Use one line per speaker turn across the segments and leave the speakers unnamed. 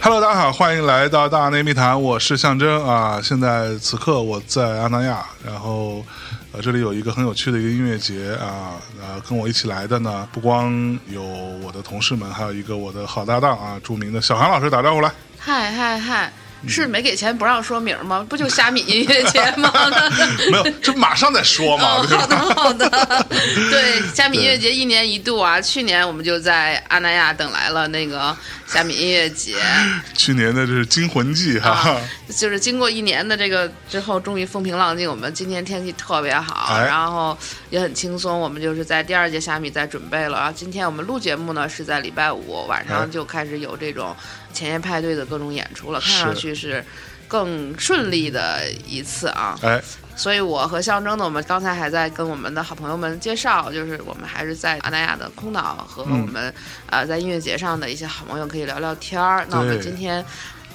Hello，大家好，欢迎来到大内密谈，我是象征啊。现在此刻我在阿那亚，然后呃这里有一个很有趣的一个音乐节啊，呃跟我一起来的呢，不光有我的同事们，还有一个我的好搭档啊，著名的小韩老师打招呼来。
嗨嗨嗨，是没给钱不让说名吗？不就虾米音乐节吗？
没有，这马上再说嘛，
哦，
对
好
吧？
的好的，对，虾米音乐节一年一度啊，去年我们就在阿那亚等来了那个虾米音乐节
去年的这是《惊魂记》哈
啊，， 就是经过一年的这个之后，终于风平浪静。我们今天天气特别好，
哎
然后也很轻松，我们就是在第二届虾米在准备了。然后啊今天我们录节目呢是在礼拜五晚
哎
上就开始有这种前夜派对的各种演出了，看
是
上去是更顺利的一次啊。
哎，
所以我和象征呢，我们刚才还在跟我们的好朋友们介绍，就是我们还是在阿那亚的空岛和我
嗯
们、呃在音乐节上的一些好朋友可以聊聊天儿。那我们
对
今天。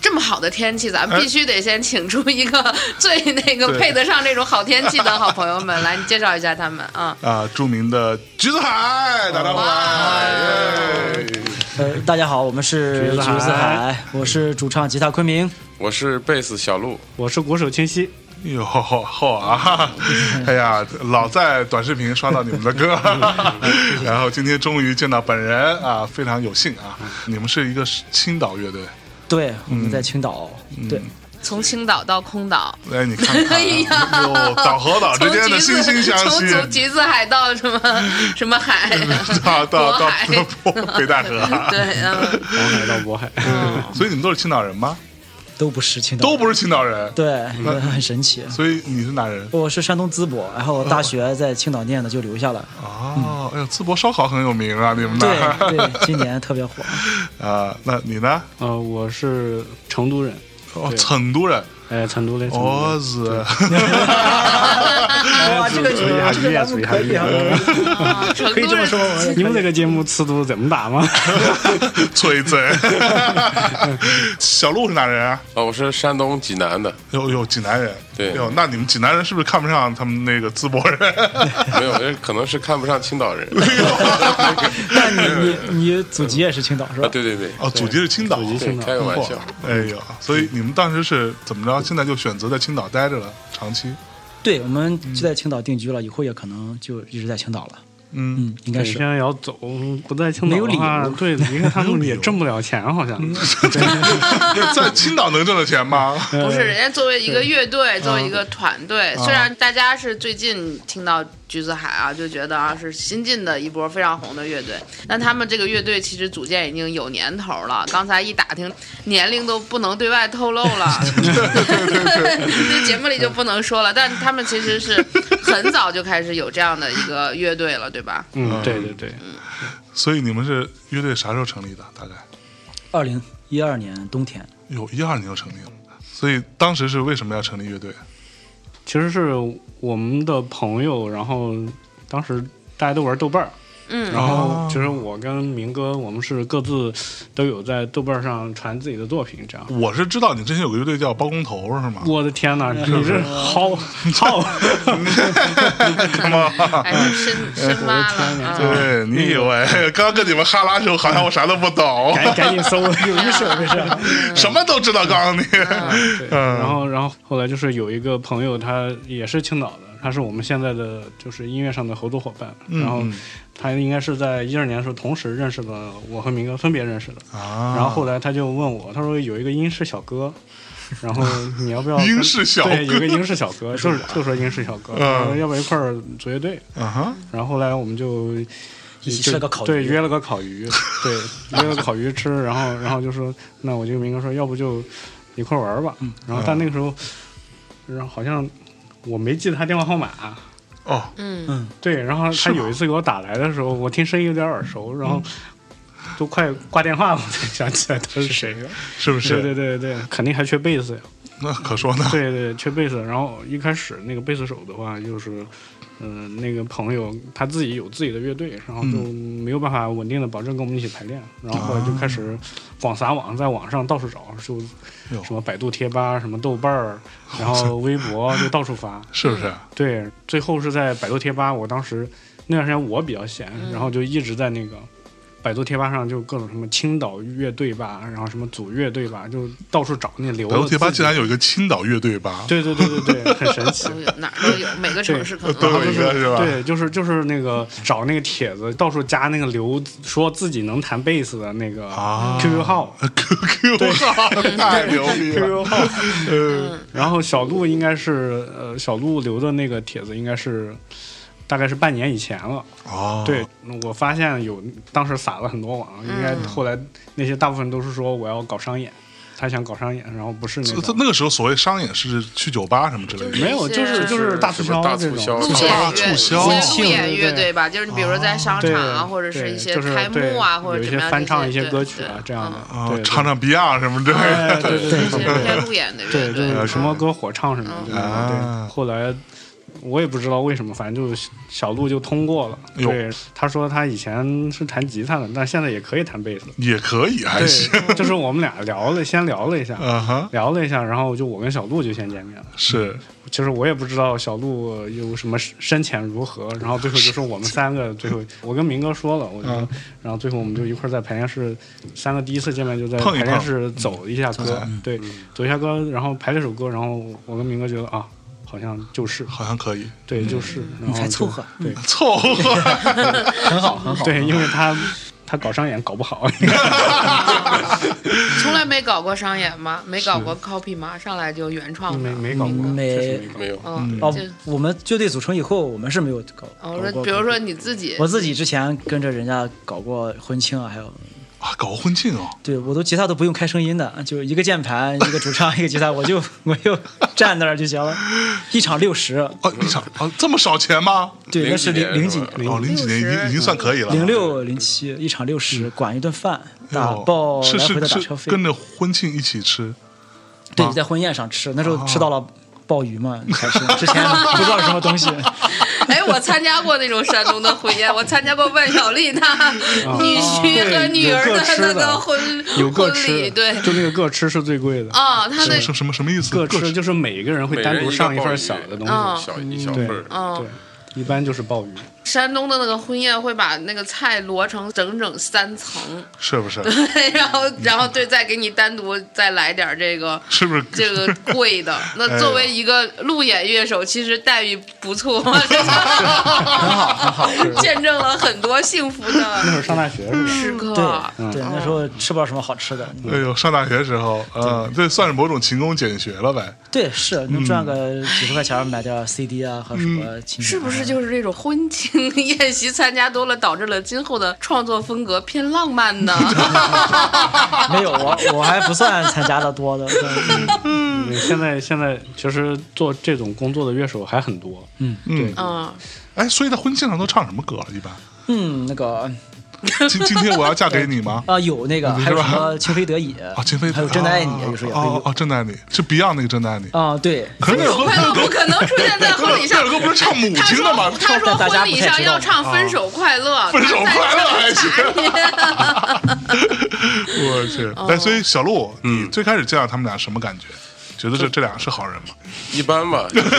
这么好的天气，咱们
哎
必须得先请出一个最那个
对
配得上这种好天气的好朋友们来，你介绍一下他们啊。
啊，著名的橘子海打招呼来。耶
呃，大家好，我们是
橘子海
子海，我是主唱吉他昆明。
我是贝斯小鹿，
我是鼓手清晰，
哟吼啊！哎呀，老在短视频刷到你们的歌，然后今天终于见到本人啊，非常有幸啊！你们是一个青岛乐队，
对，我们在青岛。对，
从青岛到空岛，
哎，你看看、
哎呀
啊，哟，岛和岛之
从
间的
橘
惺
子
惺相
从橘
惜，，
橘子海到什么什么海
到到
渤
到
海，
北戴河啊，
对， 嗯
渤海到渤海，
嗯，
所以你们都是青岛人吗？
都不是青岛，
都不是青岛人，
对， 很神奇。
所以你是哪人？
我是山东淄博，然后大学在青岛念的，就留下了。
哦，哎呦，淄博烧烤很有名啊，你们那
对
儿
对，今年特别火。
啊？那你呢？
呃，我是成都人，
哦，
对
成都人，
哎，成都的，成都
哦
我
人
是。
哇，这个
属于韩语啊属于韩语啊
啊成
可以
都
这么
人
说吗？
你们这个节目尺度这么 大吗？
吹针。小鹿是哪人啊？
哦，我是山东济南的，
有有济南人。
对
哟，那你们济南人是不是看不上他们那个淄博人？
没有，这可能是看不上青岛人
但你你你祖籍也是青岛是
啊，
吧？
对对对，
哦，祖籍是青岛。
祖籍
对
青，岛
开个玩笑
嚯，哎呦，所以你们当时是怎么着？现在就选择在青岛待着了，长期。
对，我们就在青岛定居了，以后也可能就一直在青岛了。
嗯，
嗯，应该
对
是
现。在要走，不在青岛
没有理
的话
由，嗯
对，你看他们也挣不 了钱，好像，
在青岛能挣到钱吗？
呃
不是，人家作为一个乐队，作为一
嗯
个团队，虽然大家是最近听到橘子海啊，就觉得啊是新进的一波非常红的乐队，但他们这个乐队其实组建已经有年头了。刚才一打听，年龄都不能对外透 露了，这节目里就不能说了。但他们其实是很早就开始有这样的一个乐队了，对吧？
嗯，对对对，
所以你们是乐队啥时候成立的？大概
二零一二年冬天，
有一二年就成立了。所以当时是为什么要成立乐队？
其实是我们的朋友，然后当时大家都玩豆瓣儿，
嗯
然
哦
后其实我跟明哥，我们是各自都有在豆瓣儿上传自己的作品，这样。
我是知道你之前有个乐队叫包工头是吗？
我的天哪，你这 好好，
是吗？
嗯
哎， 深深挖了啊。
对你以为
嗯
刚跟你们哈拉的时候，好像我啥都不懂，
赶赶紧搜，
没事没事。
什么都知道。告诉你，
对，
嗯
然后然后后来就是有一个朋友，他也是青岛的，他是我们现在的就是音乐上的合作伙伴，
嗯
然后他应该是在一二年的时候同时认识了我和明哥，分别认识的，
啊
然后后来他就问我，他说有一个英式小哥。然后你要不要
英式小哥
对，有个英式小 哥，就是就说英式小哥，
嗯
然后要不要一块儿组乐队？
啊哈，
然后后来我们就
一起吃了个烤鱼
对，约了个烤 鱼，对，约了个烤鱼吃，然后然后就说，那我就跟明哥说，要不就一块儿玩儿吧。
嗯
然后但那个时候，然后好像我没记得他电话号码，
哦，
嗯，
嗯，
对，然后
是
他
吗
有一次给我打来的时候，我听声音有点耳
嗯
熟，然后都快挂电话了，我才想起来他是谁了。
是不
对
是？
对对对，肯定还缺贝斯呀。
那可说 呢。
对对，缺贝斯。然后一开始那个贝斯手的话，就是，嗯、那个朋友他自己有自己的乐队，然后就
嗯
没有办法稳定的保证跟我们一起排练，然后后来就开
啊
始广撒网，在网上到处找，就
哟
什么百度贴吧、什么豆瓣儿，然后微博就到 处发。
是不是？
对，
嗯
最后是在百度贴吧，我当时那段时间我比较闲，然后就一直在那个百度贴吧上就各种什么青岛乐队吧，然后什么组乐队吧，就到处找那流。
百度贴吧竟然
有。
有一个青岛乐队吧？
对对对对对，很神 奇
都。有哪儿都有，每个城市可能
都有
然后
一个是吧？
对，就是就是那个找那个帖子，到处加那个刘说自己能弹贝斯的那个
啊
QQ 号。
，QQ 号 太牛逼了，
QQ 号，
呃，
然后小鹿应该是呃，小鹿留的那个帖子应该是大概是半年以前了。
哦，
对，我发现有当时撒了很多网，应
嗯
该后来那些大部分都是说我要搞商演，他想搞商演，然后不是那
这，这
种
那个时候所谓商演是去酒吧什么之类的，
没有，就是就是大促
什
销
么大
这
促
种
销
路
销
演
啊
乐，
促销
一些路演
对
乐
对
队吧，就是你比如说在商
对
场啊，或者
对
是一些
就是
开幕啊，
对
或者
有一
怎么
些
样
翻唱一
些
些歌曲啊这样的
的，
哦
对，对
唱唱比亚什么之类
哎
的，
对
嗯
对对
一些开路演的乐队，
对对，
嗯
什么歌火唱什么
嗯
的。
啊
对，后来我也不知道为什么，反正就是小鹿就通过了。
哎呦
对，他说他以前是弹吉他的，但现在也可以弹贝斯了。
也可以，还行，
对，哎就是我们俩聊了，先聊了一下，
嗯哼，
聊了一下，然后就我跟小鹿就先见面了。
是
其实我也不知道小鹿有什么深浅如何，然后最后就是我们三 个，最后我跟明哥说了，我就，
嗯
然后最后我们就一块儿在排练室，三个第一次见面就在
碰一碰嗯
排练室走一下歌，
嗯
对，走一下歌，然后排了首歌，然后我跟明哥觉得啊，好像就是，
好像可以，
对，就是，
嗯
然
你
后
才
就
凑合，
对
凑合，
很好很好。
对，因为他他搞商演搞 不好，
从来没搞过商演吗？没搞过 copy 吗？上来就原创
没
的，
没搞过，
没
确实没搞过
没有
嗯，
哦
就，
我们乐队组成以后，我们是没有搞。哦搞
我
过
说，比如说你自己，
我自己之前跟着人家搞过婚庆啊，还有
啊，搞婚庆哦，
对我都吉他都不用开声音的，啊就一个 键盘、一个主唱、一个吉他，我就我就站那儿就行了。一场六十，
哦，你想啊，这么少钱吗？
对，那是
零
零零
几
几
年是吧
哦，零几年已经已经算可以了，
零六零七，一场六十，管一顿饭，打
哦
包
是
来回的
是
打
是
车费，
跟着婚庆一起吃，
对
吗，
在婚宴上吃，那时候吃到了鲍鱼嘛，才吃，之前不知道是什么东西。
哎，我参加过那种山东的婚宴，我参加过万晓利 她女婿和女儿
啊有各
的
吃
那
的
个婚
有个
婚
吃
礼，
的，
对，
就那个个吃是最贵的，
哦
啊，他那
什么什么什么意思？
个
各
吃就是每个人会单独上一份小的东西，
嗯
小一小份儿，
嗯，
对，哦一般就是鲍鱼。
山东的那个婚宴会把那个菜摞成整整三层，
是不是？
对，然后然后对，再给你单独再来点儿这个。
是不是？
这个贵的，那作为一个路演乐手，其实待遇不错，很好很好，见证了很多幸福
那会
的
儿上大学是吧？
时刻。
对对，那时候吃不到什么好吃的，
哎呦，上大学时候，嗯，这算是某种勤工俭学了呗。
对，是能赚个几十块钱买点 CD 啊和什么琴。
是不是就是这种婚庆宴席参加多了，导致了今后的创作风格偏浪漫呢？
没有我我还不算参加的 多的，嗯对
对现在现在其实做这种工作的乐手还很多，
嗯
嗯，
嗯，
哎，所以在婚庆上都唱什么歌了？一般，
嗯那个
今今天我要嫁给你 吗？
啊有那个
是吧
还有什么情非得已
啊，金飞，
还有真的爱你有时候也会
哦
有
哦，真的爱你，就 Beyond 那个真的爱
哦
你。
啊对，
可是那 首歌，
快乐不可能出现在婚礼
那
上
首。歌不是唱母
他
亲的吗
说：“？他说婚礼上要唱《分手快乐》
分手快乐还行
行。
我去，
哦
哎，所以小鹿，你最开始见到他们俩什么感觉？觉得这这俩是好人吗？
一般吧，就是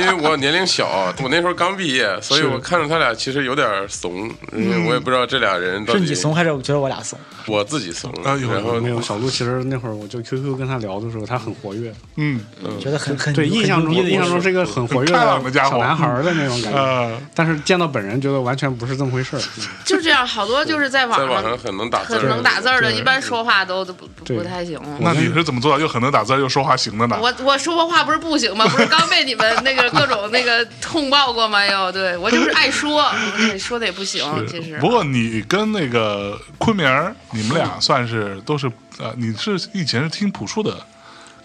因为因为我年龄小，我那时候刚毕业，所以我看着他俩其实有点怂，因为我也不知道这俩人到
是
底
你怂，还是我觉得我俩怂？
我自己怂，
哎
然
呦
后
没有小鹿，其实那会儿我就 QQ 跟他聊的时候，他很活跃，
嗯，
觉得很很
对，印象
很
中
牛
印
逼的
象中是一个很活跃
很开朗的家伙
小男孩儿的那种感觉，
呃，
但是见到本人觉得完全不是这么回事儿。
就这样，好多就是在
在
网
网上
上
很能打字儿，
很能打字儿的，
对
一般说话都都不不
对
不太行。
那你是怎么做到又很能打字又说话行的呢？
我我说话不是不行吗？不是刚被你们那个各种那个痛爆过吗？又对我就是爱说，对说的也不行，其实
不过你跟那个昆明儿，你们俩算是都是呃，你是以前是听朴树的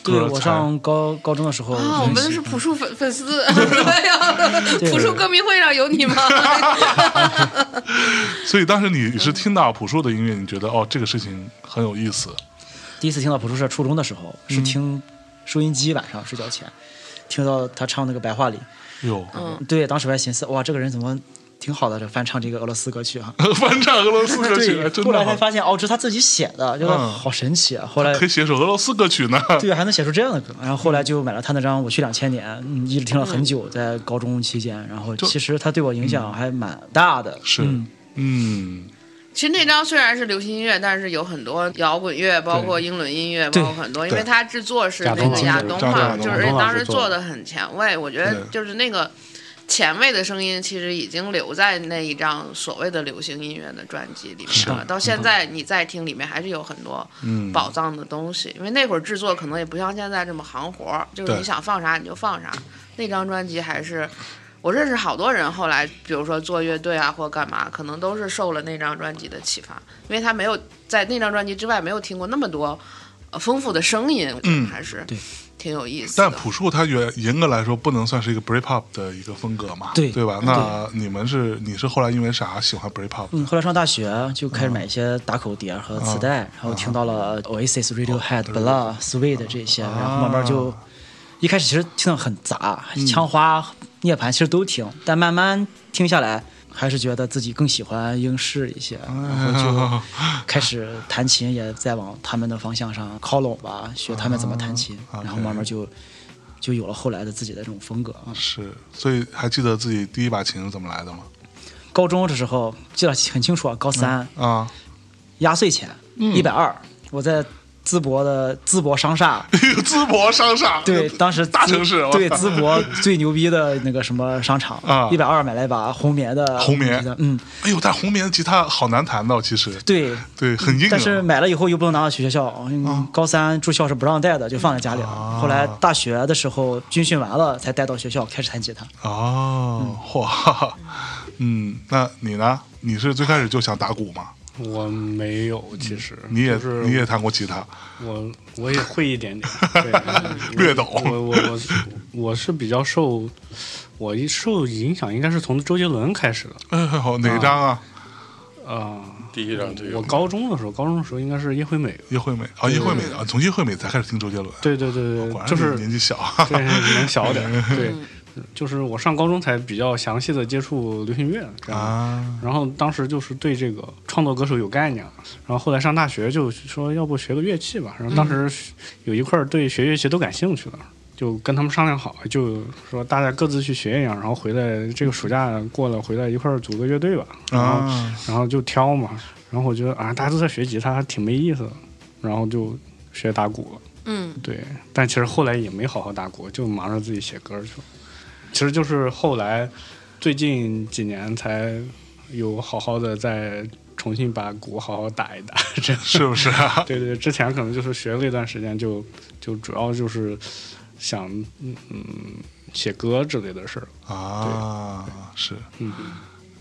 歌才，
对我上高高中的时候
啊，我们是朴树粉粉丝， 对呀，
对
朴树歌迷会上有你吗？
所以当时你是听到朴树的音乐，你觉得哦，这个事情很有意思，
第一次听到朴树是初中的时候，是听收音机晚上睡觉前听到他唱那个《白桦林》，
哟，
对，当时我还寻思哇，这个人怎么挺好的，这翻唱这个俄罗斯歌曲啊。
翻唱俄罗斯 歌曲，
对
哎，真
后来
的
才
好
发现哦，这是他自己写的，觉得
嗯
好神奇啊！后来
可以写首俄罗斯歌曲呢。
对，还能写出这样的歌。然后后来就买了他那张《我去两千年》，嗯，一直听了很久，在高
嗯
中期间。然后其实他对我影响还蛮大的。
是
嗯，
嗯，
其实那张虽然是流行音乐，但是有很多摇滚乐，包括英伦音乐，包括很多，因为它制作是那个亚东
亚
嘛，
东
就
亚
是而
东
且
老
当
师
时
做
做
的
的很前卫，我觉得
对
就是那个前卫的声音，其实已经留在那一张所谓的流行音乐的专辑里面了。到现在你再听，里面还是有很多
嗯，
宝藏的东西，因为那会儿制作可能也不像现在这么行活儿，就是
对
你想放啥你就放啥。那张专辑还是我认识好多人，后来比如说做乐队啊或干嘛，可能都是受了那张专辑的启发，因为他没有在那张专辑之外没有听过那么多、呃丰富的声音，
嗯
还是
对
挺有意思的。
但朴树他原严格来说不能算是一个 breakup 的一个风格嘛，
对
对吧？那你们是你是后来因为啥喜欢 breakup？
嗯，后来上大学就
嗯
开始买一些打口碟和磁带，然后听到了 Oasis、Radiohead、Blah、Suede
嗯
这些，然后慢慢
啊
就一开始其实听的很杂，
嗯
枪花、涅槃其实都听，但慢慢听下来，还是觉得自己更喜欢英式一些，然后就 开始弹琴，也在往他们的方向上靠拢吧，学他们怎么弹琴，
啊
然后
OK
慢慢就就有了后来的自己的这种风格啊。
是，所以还记得自己第一把琴是怎么来的吗？
高中的时候记得很清楚啊，高三。
啊，
压岁钱，
嗯
一百二，我在淄博的淄博商厦，
淄博商厦，
对，当时
大
淄
城市我
对淄博最牛逼的那个什么商场
啊
一百二买了一把红棉的
红棉
嗯，
哎呦，但红棉吉他好难弹的哦，其实
对。
对，很硬啊。啊
但是买了以后又不能拿到学校，嗯高三住校是不让带的，就放在家里了。后来大学的时候军训完了才带到学校开始弹吉他。
哦，哇，嗯，那你呢？你是最开始就想打鼓吗？
我没有，其实
嗯你也
就是
你也弹过吉他，
我我也会一点点，对
略懂
我我我我是比较受我一受影响，应该是从周杰伦开始的
哎呦，哪张啊？
啊、
第一张这个
我高中的时候，高中的时候应该是叶惠美，
叶惠美啊，叶惠美啊，从叶惠美才开始听周杰伦，
对对对
果
对，
然
就是
年纪小，啊
对能小点
嗯
儿，对，就是我上高中才比较详细的接触流行乐这样。
啊，
然后当时就是对这个创作歌手有概念了，然后后来上大学就说要不学个乐器吧，然后当时有一块儿对学乐器都感兴趣了，就跟他们商量好，就说大家各自去学一样，然后回来这个暑假过了回来一块儿组个乐队吧，然后、
啊
然后就挑嘛，然后我觉得啊大家都在学吉他挺没意思的，然后就学打鼓了，
嗯，
对，但其实后来也没好好打鼓，就忙着自己写歌去了，其实就是后来最近几年才有好好的再重新把鼓好好打一打， 这样
是不是啊？
对对，之前可能就是学了一段时间就，就主要就是想嗯嗯写歌之类的事儿。
啊，是，
嗯，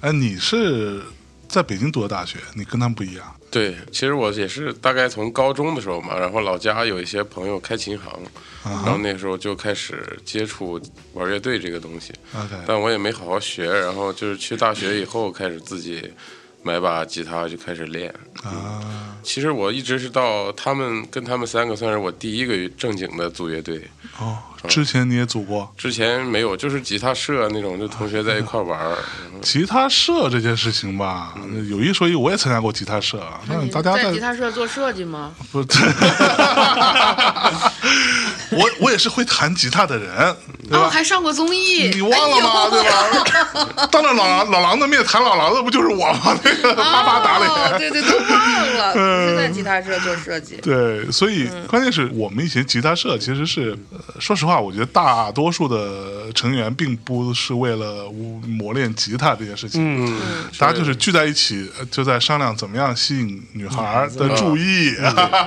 哎，你是在北京读的大学，你跟他们不一样，
对，其实我也是大概从高中的时候嘛，然后老家有一些朋友开琴行，然后那时候就开始接触玩乐队这个东西，
OK，
但我也没好好学，然后就是去大学以后开始自己买把吉他就开始练。
啊，
其实我一直是到他们跟他们三个算是我第一个正经的组乐队，
哦，之前你也组过
之前没有，就是吉他社那种，就同学在一块玩儿。嗯然后
吉他社这件事情吧？有一说一，我也参加过吉他社，啊那
你
大家
在吉他社做设计吗？
不， 我我也是会弹吉他的人，对
哦，
吧？
还上过综艺，
你忘了吗？
哎呦
对吧？ 当着老狼老狼的面弹老狼的，不就是我吗？那个啪啪打
哦，
脸。
对对，都忘了，是在吉他社做设计。
对，所以
嗯
关键是我们以前吉他社其实是，呃说实话，我觉得大多数的成员并不是为了磨练吉他这件事情，
嗯，
大家就是聚在一起，呃就在商量怎么样吸引女孩儿的
嗯
注意，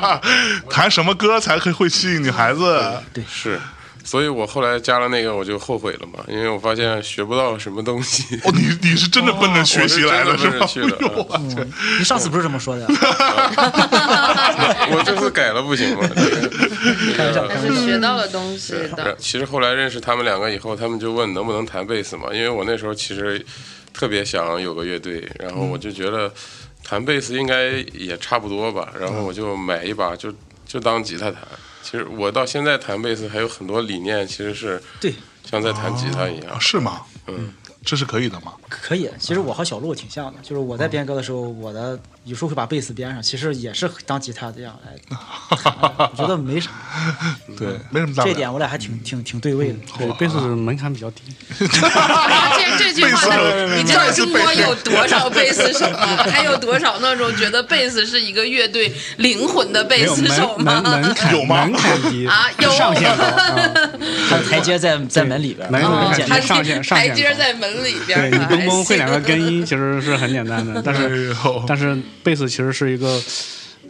弹什么歌才可以会吸引女孩子。
是，所以我后来加了那个，我就后悔了嘛，因为我发现学不到什么东西。
哦，你你是真的奔着学习来
哦我是
是
真
吧
的？嗯奔着去的
哎呦我去
你上次不是这 么说的呀？
我这次改了不行吗？这个
开玩笑，开
但是
玩
嗯
笑。
学到了东西
然
的，
其实后来认识他们两个以后，他们就问能不能弹贝斯嘛，因为我那时候其实特别想有个乐队，然后我就觉得弹贝斯应该也差不多吧，然后我就买一把就就当吉他弹。其实我到现在弹贝斯还有很多理念，其实是
对，
像在弹吉他一样
啊，。是吗？
嗯，
这是可以的嘛？
可以。其实我和小鹿挺像的，就是我在编歌的时候，我的有时候会把贝斯编上，其实也是当吉他这样来 哎，我觉得没啥。
对，
嗯
没什么大不了。
这点我俩还挺
嗯
挺挺对位的。
对，贝斯门槛比较低。
这这句话
贝斯，
你知道
再次
中
被
国有多少贝斯手吗？还有多少那种觉得贝斯是一个乐队灵魂的贝斯手
门门
吗？
门槛
有吗
门槛低
啊有
上限高啊，
还有台阶在在门里边儿，
门
很
门槛
简
还
单
低上限上
台
限
阶
高
在门里边
对
儿，
你
还
嘣嘣会两个
行
根音，其实是很简单的，但是
哎呦
但是贝斯其实是一个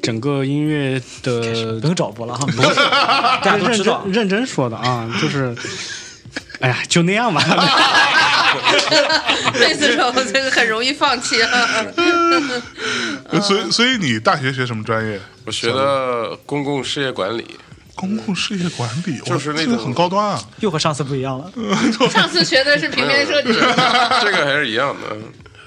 整个音乐的
不用找拨了 哈，大家都
认
知
真
道。
认真说的啊，就是，哎呀，就那 样吧。
贝斯手这个很容易放弃。啊
呃所
嗯
以所以你大学学什么专业？
我学的公共事业管理，
公共事业管理，哇
就是那
这个
种
很高端啊。
又和上次不一样了，
上次学的是平面设计，
这个还是一样的。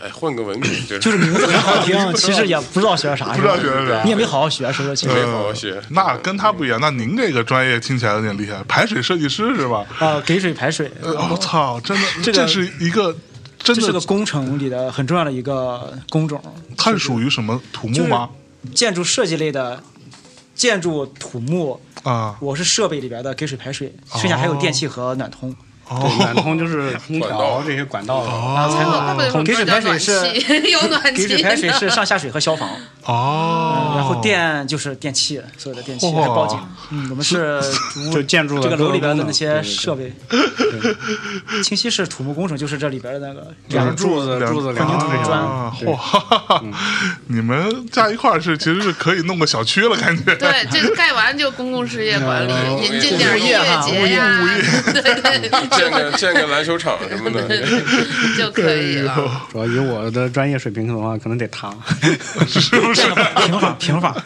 哎，混个文凭就 是
就是名字很好 听，其实也不知道学啥，
不知道学的啥嗯
你也没好好学，说说清楚
没。好好学。
呃那跟他不一样，那您这个专业听起来有点厉害，排水设计师是吧？
啊，给水排水，
呃，我操，真的，
这个
这是一个真
这是个
的，
工程里的很重要的一个工种，
它属于什么土木吗？
建筑设计类的。建筑、土木，
啊，
我是设备里边的给水排水，剩下还有电气和暖通。
对暖
哦，
通就是空
管
调
道
这些管道了。
哦怪不得
给水
有
排
暖
水是
气， 有暖
给
气，
水排水 是上下水和消防，
哦，
然后电就是电器，所有的电器
哇
还有报警。嗯，我们 是
就建筑的
这个楼里边的那
各
些
个功能
设备。清溪是土木工程，就是这里边的那个
两个柱子、
两
柱子、
两
梁子这些
砖
东
啊，
对
嚯，哈哈哈你们加一块儿是其实是可以弄个小区了，感觉。
对，这盖完就公共事业管理，引进点
物
儿音
业
乐
哈
节呀， 对对，
建个建个篮球场什么的，
对 就可以了。
西。主要以我的专业水平的话，可能得塌，
是不是？
平 法平法。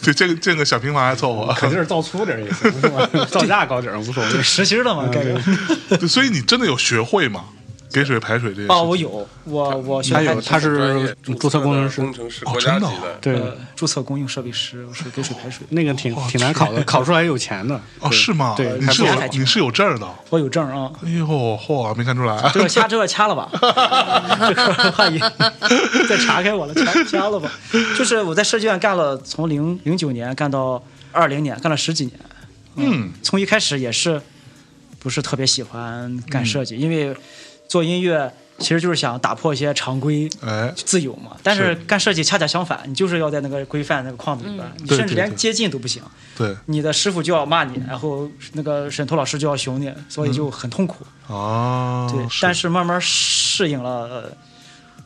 就 建个建个小平房还凑合。
可劲儿造粗点儿也行，是吧？造价高点儿无所谓。
实心的嘛，盖个。
对所以你真的有学会吗？给水排水这些
哦，我有，我我学
还
排
有，
水
他是注册工程师
工，程师，
哦
国家
真的
级
哦
的。
对，
呃注册公用设备师，我是给水排水，
那个挺挺难考的，考出来有钱的。
哦，是吗？
对
你是
还不
有
太清楚
你是有证儿的。
我有证 啊。
哎呦，嚯，没看出来。
这个掐，这个掐了 吧，这个万一 再查开我了，掐掐了吧。就是我在设计院干了，从零零九年干到二零年，干了十几年。
嗯，
从一开始也是不是特别喜欢干设
嗯
计，因为做音乐其实就是想打破一些常规。
哎，
自由嘛，但是干设计恰恰相反，你就是要在那个规范那个框子里边，你
嗯对
甚至
对
连
对
接近都不行，
对，
你的师傅就要骂你，然后那个审头老师就要熊你，所以就很痛苦。
哦，
对，但是慢慢适应了，呃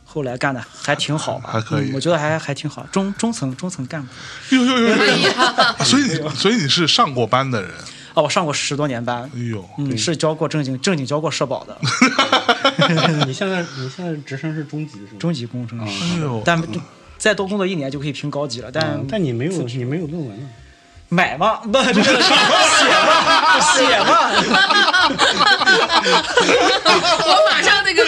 后来干的还挺好吧，
还还可以
嗯我觉得还还挺好，中中层中层干部
呦呦呦
哎
呦呦，
呀，
所以你所以你是上过班的人。
啊，我上过十多年班，
哎呦，
嗯，是教过正经正经教过社保的
你现在你现在职称是中级是吗？
中级工程师，
哎呦，
但再多工作一年就可以评高级了，但
嗯
但你没有你没有论文啊，
买 嘛，不这个是写嘛写嘛，
我马上那个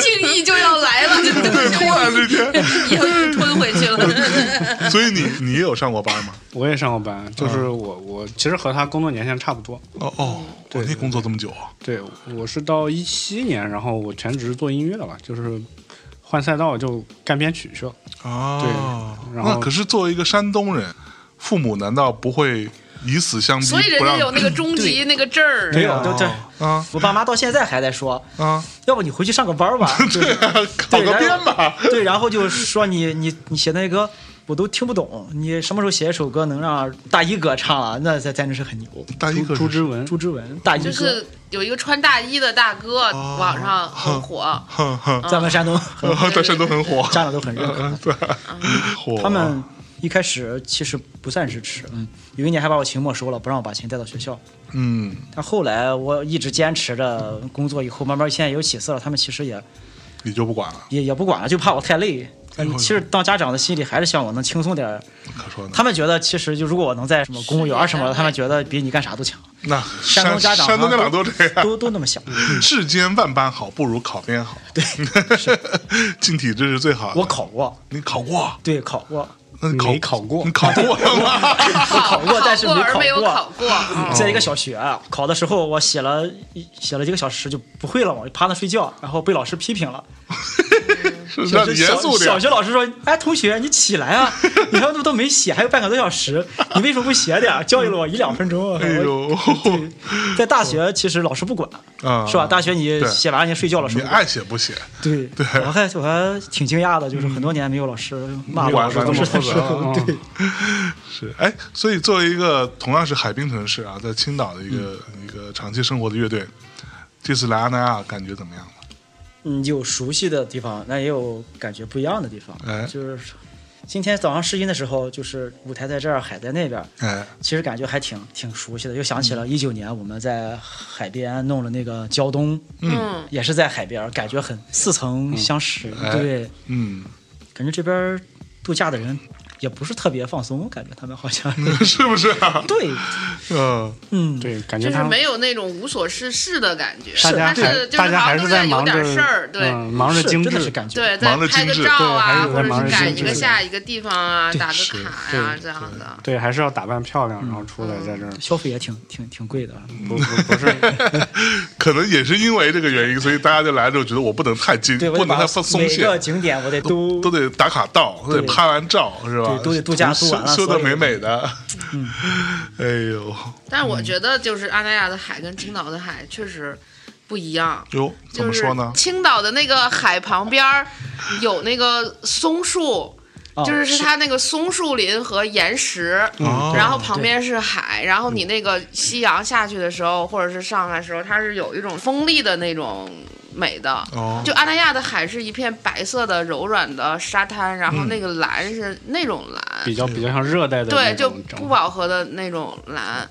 敬意就要来 了，就
对，突 然之间，
又吞回去 了。
所以你你也有上过 班吗？
我也上过班，就是
嗯
我我其实和他工作年限差不多。
哦哦，我那工作这么久啊，
对，我是到一七年，然后我全职做音乐了，就是换赛道就干编曲去了。
啊，
对然后
那可是作为一个山东人，父母难道不会以死相逼？
所以人
不
家
让
有那个中级那个证儿，
没有，就这。
啊
我爸妈到现在还在说，
啊，
要不你回去上个 班吧，对
考个编吧。
对，然后就说你你你写那歌我都听不懂，你什么时候写一首歌能让大衣哥唱了，那才才哎能是很牛。
大一
朱
个
朱之文，
朱之文，大衣哥，
就是有一个穿大衣的大哥，
哦
网上很火。
哼哼，
咱们山东很
在山东很火，
家长都很认可。
嗯 火。
嗯
啊
他们一开始其实没算支持，嗯，有一年还把我琴没收了，不让我把琴带到学校。
嗯，
但后来我一直坚持着工作，以后慢慢现在有起色了，他们其实也
你就不管了，
也也不管了，就怕我太累。
呦
嗯，其实当家长的心里还是希望我能轻松点儿。
可说呢。
他们觉得其实就如果我能在什么公务员儿什么的，
是
他们觉得比你干啥都强。
那
山东家长
山东家长
都
都这样，
都都那么想。
世间万般好，不如考 编好。对，进体制是最好的。
我考过，
你考过？
对，考过，
那你
没
考
考过
你考过了吗？
考
考过但是没
而没有
考
考过。
哦
嗯
在一个小学啊考的时候，我写了一写了一个小时就不会了，我就趴那睡觉，然后被老师批评了。
是
小
让
学
你严肃
小小
点。
学老师说：“哎，同学，你起来 啊！你看都都没写，还有半个多小时，你为什么不写点儿？教育了我一两分钟。”
哎呦，
在大学其实老师不管，
啊，
是吧？大学你
对
写完你睡觉了，是
你
吧？
爱写不写，
对对，我还我还挺惊讶的，就是很多年没有老师骂
不
我，
管
老师
咱
不
们
是
负
很适
责
合
啊。。
对，
是哎，所以作为一个同样是海滨城市啊，在青岛的一个
嗯
一个长期生活的乐队，这次来阿那亚感觉怎么样了？
嗯，有熟悉的地方，那也有感觉不一样的地方。
哎
就是今天早上试音的时候，就是舞台在这儿，海在那边，
哎，
其实感觉还挺挺熟悉的，又想起
嗯
了一九年我们在海边弄了那个胶东，
嗯，
也是在海边，感觉很似曾相识。
哎
对，
嗯，
感觉这边度假的人也不是特别放松，感觉他们好像
是不是啊？
对，
嗯，
嗯，
对，感觉
就是
他
没有那种无所事事的感觉，
是
大
但
家还
是就是
大家
好
还
像
是
都在有
忙着
点事儿，对
嗯忙着
是
精
真的是
致，
感觉
对，再
忙着
拍个
精致
照啊，
对
或
还是
者
在忙
是
着
赶
精
一
致
个下一个地方啊，打个
是
卡呀
对
这样的。
对，还是要打扮漂亮，然后出
嗯
来在这儿，
消费也挺挺挺贵的。
嗯
不不不是，
可能也是因为这个原因，所以大家就来了之后觉得我不能太精，
对，我
不
得
能
把
太松松
每
懈，
个景点我得
都
都
都得打卡到，都得
对
拍完照是吧？
对都得度假
修
度完了
修的
所有嗯
美
的
美的。哎呦
但是
嗯
我觉得就是阿那亚的海跟青岛的海确实不一样。
呦，怎么
就是
说呢？
青岛的那个海旁边儿有那个松树，
啊
就是是它那个松树林和岩石，
嗯
哦嗯
然后旁边是海，然后你那个夕阳下去的时候，或者是上来的时候，它是有一种锋利的那种美的。
哦，
就阿那亚的海是一片白色的柔软的沙滩，然
嗯
后那个蓝是那种蓝，
比较比较像热带的
对，
那
就
种
不饱和的那种蓝，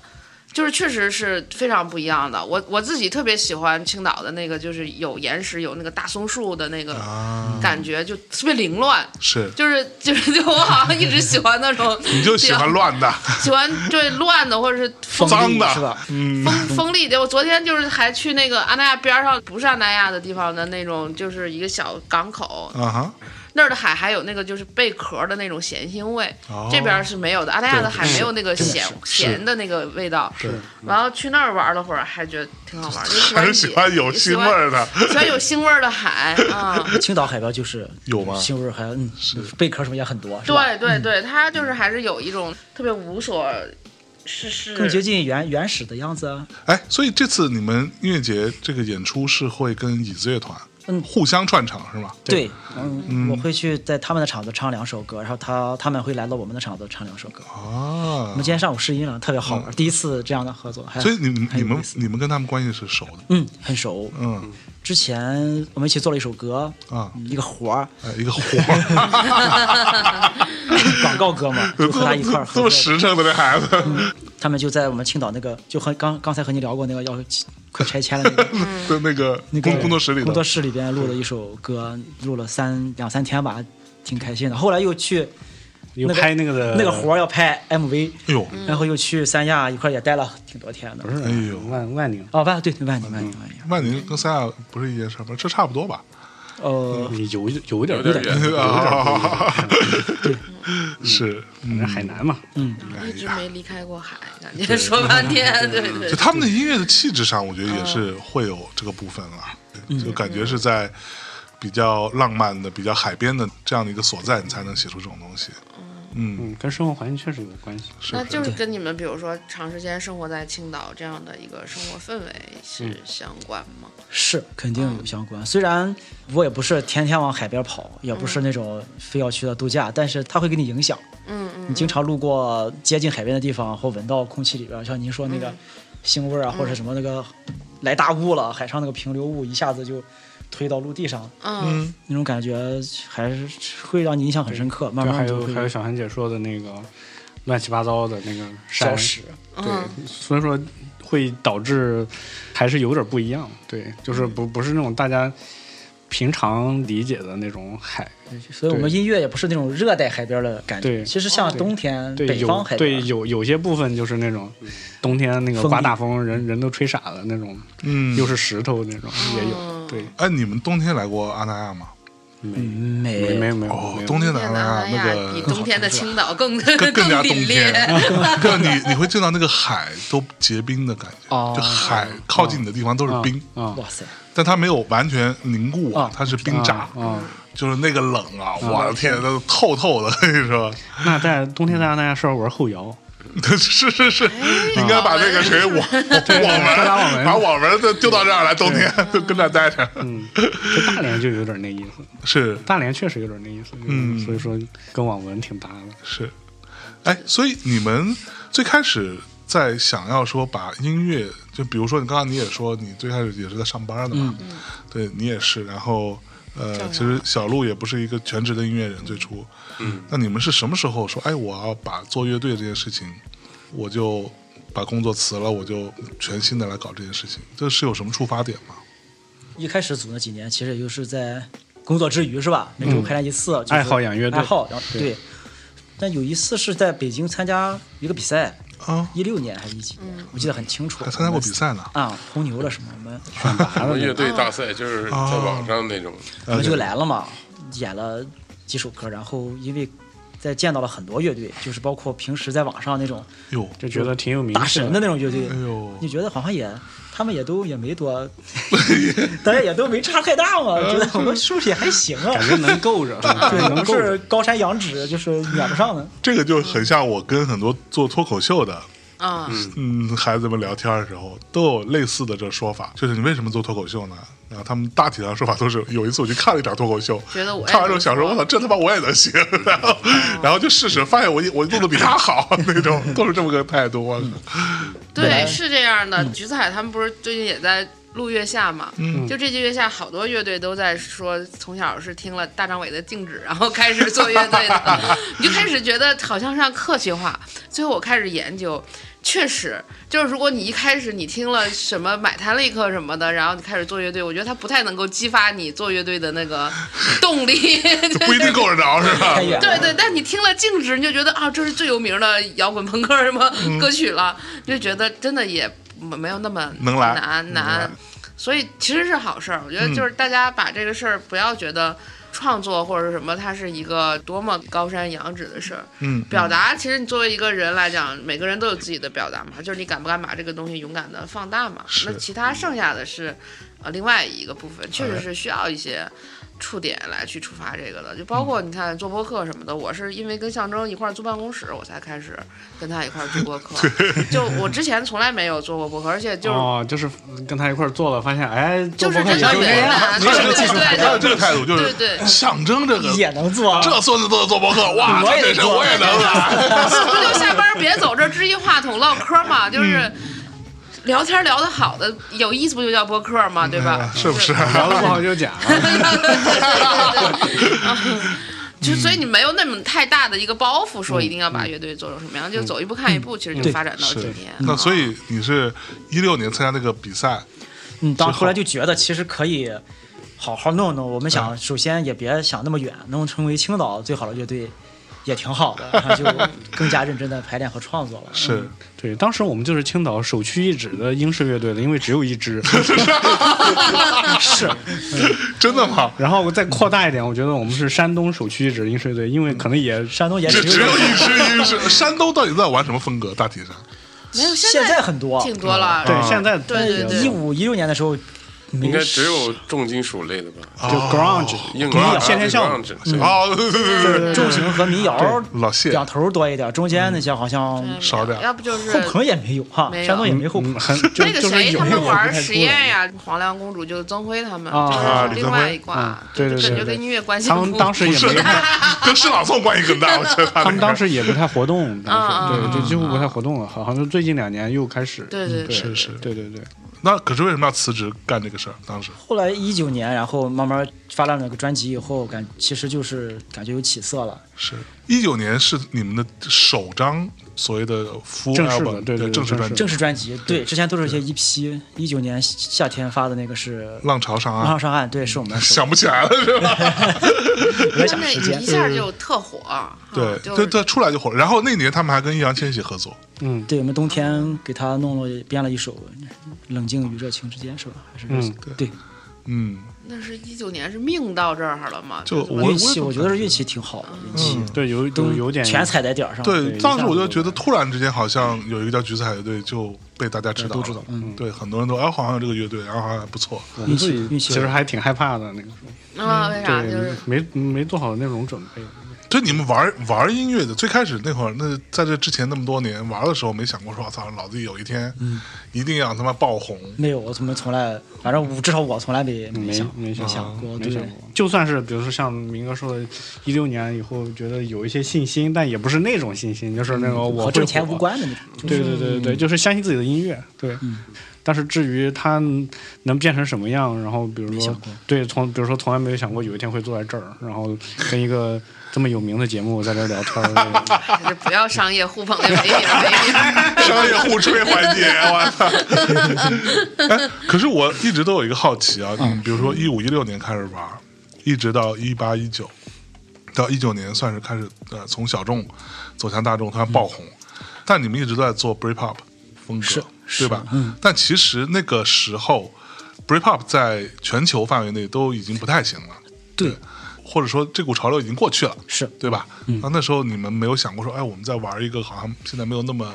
就是确实是非常不一样的。我我自己特别喜欢青岛的那个，就是有岩石、有那个大松树的那个
啊，
感觉，就特别凌乱。
是，
就是就是就我好像一直喜欢那种
你就喜欢乱的，
喜欢对乱的或者是
锋
脏
利
的
是吧？
嗯，
锋锋利的。我昨天就是还去那个阿那亚边上，不是阿那亚的地方的那种，就是一个小港口，
啊哈，
那儿的海还有那个就是贝壳的那种咸腥味，
哦
这边儿是没有的。阿那亚的海没有那个咸咸的那个味道。然后去那儿玩了会儿，还觉得挺好玩儿。就
还是喜欢有腥味儿的，
喜欢，喜欢有腥味儿的海啊。
嗯青岛海边就是
有吗
腥味儿还嗯，贝壳什么也很多，是吧？
对对对，它就是还是有一种特别无所事事。
更接近原原始的样子啊。
哎，所以这次你们音乐节这个演出是会跟椅子乐团
嗯
互相串场是吗？
对，嗯，我会去在他们的场子唱两首歌，然后他他们会来到我们的场子唱两首歌。
啊
我们，今天上午试音了，特别好玩，第一次这样的合作，还
嗯所以你们
很
你
有
们
意思
你们跟他们关系是熟的，
嗯很熟。
嗯
之前我们一起做了一首歌，
啊，
嗯一个活儿，
哎一个活 儿，
广告歌 嘛，
这
就和他一块儿嗯
么这
合
么
作。
实诚的这孩子，
他们就在我们青岛那个，就和刚刚才和你聊过那个要快拆迁的那个
在那个
那 个
工工作室里
工作
头，
室里边录了一首歌，录了三两三天吧，挺开心的。后来又去
有拍那个的
那个活儿要拍 MV，
哎呦，
然后又去三亚一块儿也待了挺多天的
不。是，
哎呦
嗯万 万宁，
哦，万对万宁万宁万宁，
万宁跟三亚不是一件事儿吗？这差不多吧？
呃，
你有一有一点
有点远，
啊， 是，嗯
那海南嘛，
一直没离开过海，感觉说半天，对对
就。他们的音乐的气质上，我觉得也是
嗯
会有这个部分了，就感觉是在比较浪漫的、比较海边的这样的一个所在，你才能写出这种东西。嗯，
嗯，跟生活环境确实有关系。
是
那就是跟你们，比如说长时间生活在青岛这样的一个生活氛围是相关吗？
是肯定
嗯
有相关。虽然我也不是天天往海边跑，也不
嗯
是那种非要去的度假，但是它会给你影响。
嗯嗯
你经常路过接近海边的地方，或闻到空气里边，像您说那
嗯
个腥味儿啊，或者什么那个来大雾了，海上那个平流雾一下子就推到陆地上，
嗯
那种感觉还是会让你印象很深刻。慢
对，
慢
还
就
有还有
会
小韩姐说的那个乱七八糟的那个
消
山，
失。
嗯，
所以说会导致还是有点不一样。对，就是
嗯
不不是那种大家平常理解的那种海。
所以我们音乐也不是那种热带海边的感觉，
对
其实像冬天
对，
北
有
方海
对
边。嗯
有有些部分就是那种冬天那个
风
刮
力
大风，人人都吹傻了那种，
嗯，
又是石头那种也有。对，
哎，你们冬天来过阿那亚吗？
美
没没有没有
哦
没，有
冬天的
天
南
南
那
亚
个
比冬天的青岛更
更 更加冬
凛
天
冽。，
就你你会见到那个海都结冰的感
哦
觉，就海靠近你的地方都是冰，
啊
哇塞，
但它没有完全凝固啊
哦，
它是冰渣
啊，啊！
就是那个冷啊，
嗯
我的天，都透透的， 跟你说，
那在冬天在那亚是要玩后摇，
是是是，应该把那个谁网
对对
网
网
文
文
把网文都丢到这儿来，冬天就跟这儿待着，
嗯，这大连就有点那意思，
是
大连确实有点那意思，就是
嗯
所以说跟网文挺搭的。
是，哎，所以你们最开始在想要说把音乐，就比如说你刚刚你也说你最开始也是在上班的嘛，对你也是，然后呃，其实小鹿也不是一个全职的音乐人，最初，嗯，那你们是什么时候说，哎，我要把做乐队这件事情，我就把工作辞了，我就全心的来搞这件事情，这是有什么出发点吗？
一开始组那几年，其实也就是在工作之余是吧？每周开展一次，就是
嗯爱好养乐队
爱好，然后
对
对。但有一次是在北京参加一个比赛，
啊，
一六年还是一几年，我记得很清楚。
还参加过比赛呃呢，
啊，红牛了什么，我们啊
什么乐队大赛，就是在网上那种，
我们就来了嘛，演了几首歌，然后因为在见到了很多乐队，就是包括平时在网上那种
哟，
就觉得挺有名
大
气
神的那种乐队，
哎呦，
你觉得好像也他们也都也 没多，大家也都没差太大嘛，觉得我们是不是也还行啊
感？觉能够着，嗯
对，
能
不
够着
是高山仰止，就是撵不上的。
这个就很像我跟很多做脱口秀的。
嗯，
嗯，孩子们聊天的时候都有类似的这说法，就是你为什么做脱口秀呢？然后他们大体上说法都是，有一次我去看了一场脱口秀，
觉得我也嗯
看完之后想说，我操，这他妈我也能行，然后、然后就试试，发现我我做的比他好那种，都是这么个态度。
嗯
我
对，是这样
嗯
的。橘子海他们不是最近也在录月下嘛？就这届月下，好多乐队都在说，从小是听了大张伟的《静止》，然后开始做乐队 的，你就开始觉得好像像客气化。最后我开始研究。确实，就是如果你一开始你听了什么买弹力克什么的，然后你开始做乐队，我觉得它不太能够激发你做乐队的那个动力。
就不一定够得着，是吧
太？远
对对，但你听了静止，你就觉得啊，这是最有名的摇滚朋克什么
嗯
歌曲了，你就觉得真的也没没有那么
能来
难
能来
难，所以其实是好事儿。我觉得
嗯
就是大家把这个事儿不要觉得创作或者是什么，它是一个多么高山仰止的事儿。
嗯，
表达其实你作为一个人来讲，每个人都有自己的表达嘛，就是你敢不敢把这个东西勇敢的放大嘛。
是
那其他剩下的是，呃，另外一个部分，确实是需要一些触点来去触发这个的。就包括
嗯
你看做播客什么的，我是因为跟象征一块儿租办公室，我才开始跟他一块儿做播客。 就我之前从来没有做过播客，而且就是
哦，就是跟他一块儿做了，发现哎，
就
做
是
播客
这
也
小
就这
远
样，
啊，对对对
还有
对
这个态度，就
对
是
对。
象征这个，
也能做，
这孙子都能做博客，哇，
我也
这谁
做
我也能 啊来。
是不是就下班别走，这支一话筒唠嗑嘛，就是聊天聊得好的有意思，不就叫播客嘛，对吧？
嗯是不是？
聊的不好就假了。
对？对对对对啊 就所以
嗯
你没有那么太大的一个包袱，说一定要把乐队做成什么样，就走一步看一步，其实就发展到今
嗯是
天。
那所以你是一六年参加那个比赛，
嗯，当
之后
时后来就觉得其实可以好好弄弄。我们想，首先也别想那么远，能成为青岛最好的乐队也挺好 的，然后就更加认真的排练和创作了。
是
对，当时我们就是青岛首屈一指的英式乐队了，因为只有一支。
是，
真的 吗？
然后再扩大一点，我觉得我们是山东首屈一指的英式乐队，因为可能也
山东也
这只有
有。
一支音是山东到底在玩什么风格？大体上
没有，
现
在
很多，
嗯挺多了。
嗯
对现在
对对对
一五一六年的时候，
应
应
该只有重金属类的吧，
啊
就 grunge
硬
民
核
谣现天笑
grunge，
嗯
哦，对对对对对，
重型和民谣
老谢
两头多一点，中间那些好像
对
少点
嗯要不就是
后朋也没有哈
没，有
山东也没后朋
嗯，。很就
那个
就是
谁，
有
他
那
们
个
玩
不太
实
多的
验呀，黄粱公主就是曾辉他们，
啊
就是
李
另
曾
外
辉
一挂
嗯，对
就
对
感觉
对
跟音乐关系
他
不
们当时也
是
没有太，
跟诗朗诵关系更大，我觉得他
他们当
时
时也不太 活动，当时
嗯嗯
对，
嗯
就几乎不太活动了，好好像最近两年又开始。嗯
对对对
是是
对对对，
那可是为什么要辞职干这个事儿？当时
后来一九年，然后慢慢发了那个专辑以后，感其实就是感觉有起色了。
是一九年是你们的首张所谓的 full
正式的
album，
对对对
正式专辑
正式专辑，对，之前都是一些一批。一九年夏天发的那个是《
《浪潮上
啊
浪
岸
上上岸》，对，是我们的首
想不起来了是 吧？
没想
那
时间
一。下就特火，啊
嗯对，
就
对对，出来就火了。然后那年他们还跟易烊千玺合作，
嗯，
对，我们冬天给他弄了编了一首《冷静与热情之间》，是吧？还是
嗯
对，
嗯
那是一九年是命到这儿了吗？
就是我
运气，
我
我觉得是运气挺好的，运气
对，有
都
嗯有有点
全踩在点儿上。
啊对，
对
当时我就
一下子
觉得突然之间好像有一个叫橘子海乐队就被大家知道了，
都知道嗯
对，很多人都哎好像有这个乐队，然后好像还不错，
我
运
们
气
自己
运气
其实还挺害怕的那个时候，
嗯
啊，为啥就
对，
是
没没做好那种准备。
哦
就你们玩玩音乐的，最开始那会儿，那在这之前那么多年玩的时候，没想过说，我操，老子有一天一定要他妈爆红。
没有，我从没从来，反正我至少我从来没
没
想
没想啊
想过，
没
对
想，过。就算是比如说像明哥说的，一六年以后觉得有一些信心，但也不是那种信心，就是那种我
和嗯
会
挣钱
火
无。关的那种。
对对对对
嗯
对，就是相信自己的音乐，对。但是至于它能变成什么样，然后比如
没
说
想过
对，从比如说从来没有想过有一天会坐在这儿，然后跟一个这么有名的节目在这儿聊天儿。对
就不要商业互捧那没名儿没 名儿。
商业互吹环 节，我操！哎，可是我一直都有一个好奇啊，你比如说一五一六年开始玩，一直到一八一九，到一九年算是开始呃从小众走向大众，它爆红。但你们一直都在做 Breakup 风格，对吧？嗯。但其实那个时候，Breakup 在全球范围内都已经不太行了，
对，
或者说这股潮流已经过去了。
是
对吧？
嗯
啊那那时候你们没有想过说，哎，我们在玩一个好像现在没有那么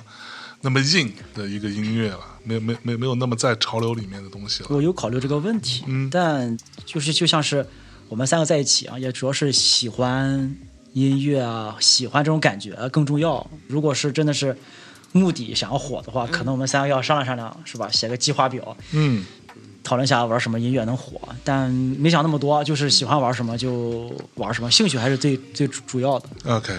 那么硬的一个音乐了，没有没有没有没有那么在潮流里面的东西了。
我有考虑这个问题，
嗯
但就是就像是我们三个在一起啊，也主要是喜欢音乐啊，喜欢这种感觉啊更重要。如果是真的是目的想要火的话，可能我们三个要商量商量，是吧？写个计划表，
嗯，
讨论一下玩什么音乐能火。但没想那么多，啊就是喜欢玩什么就玩什么，兴趣还是最最主要的。
OK，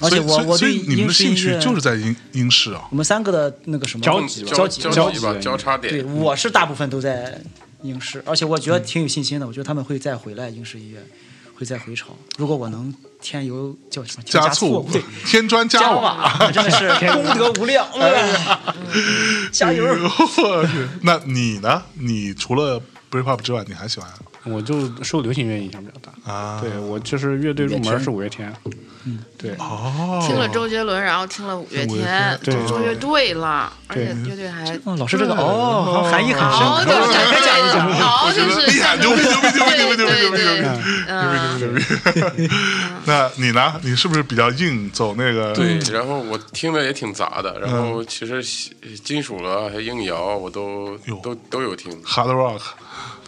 而且
所以
我
所以
我
所
对
以你们的
英式音
兴趣
乐
就是在英英式啊，
我们三个的那个什么
交集吧
交
集
交集
集
吧，
对
交叉
对，嗯
点。
我是大部分都在影视，而且我觉得挺有信心的，我觉得他们会再回来影视音乐，会再回潮。如果我能添油叫什么添
醋
醋，对，，
添砖
加
瓦。
瓦真的 是功德无量，哎加油！
我去， 那你呢？你除了 Breakup 之外，你还喜欢
我就受流行乐影响比较大。
啊？
对我其实乐队入
五月
门
天
是五月天，对
哦，
听了周杰伦，然后听了五月
五月
天
天，
就
对
做乐队了，而且
对
乐队还
哦，老师这个哦，含义很深
熬
刻
的，
展开讲一讲。
熬就是
厉害，牛逼牛逼牛逼牛逼牛逼牛逼牛逼！
嗯，
那你呢？你是不是比较硬，走那个？
对，然后我听的也挺杂的，然
嗯
后其实西金属了还有硬摇我都
哟
都都有听，
，Hard Rock。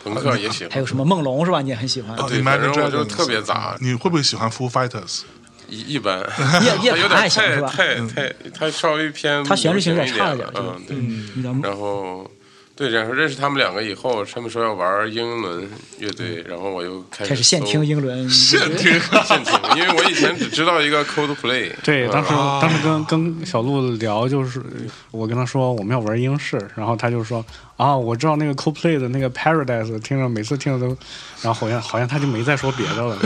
朋克也喜欢
啊还，有什么梦龙是吧？你也很喜欢，
哦
对
Imagine
反正我就
Dragons
特别杂
你会不会喜欢 Foo Fighters？
一一 般，
夜夜
它有
爬
点
一下
太
是吧嗯
太太，它稍微偏
它旋律性有
有
点
点
差了
了
点儿，
嗯，对。
有点
然后对，然后认识他们两个以后，他们说要玩英伦乐队，然后我又开始
开始现
搜
听英伦，
现听
现听，因为我以前只知道一个 Coldplay，
对，
嗯
当时
呃啊
当时跟跟小鹿聊，就是我跟他说我们要玩英式，然后他就说啊，我知道那个 CoPlay 的那个 Paradise，听着每次听着都，然后好像好像他就没再说别的了。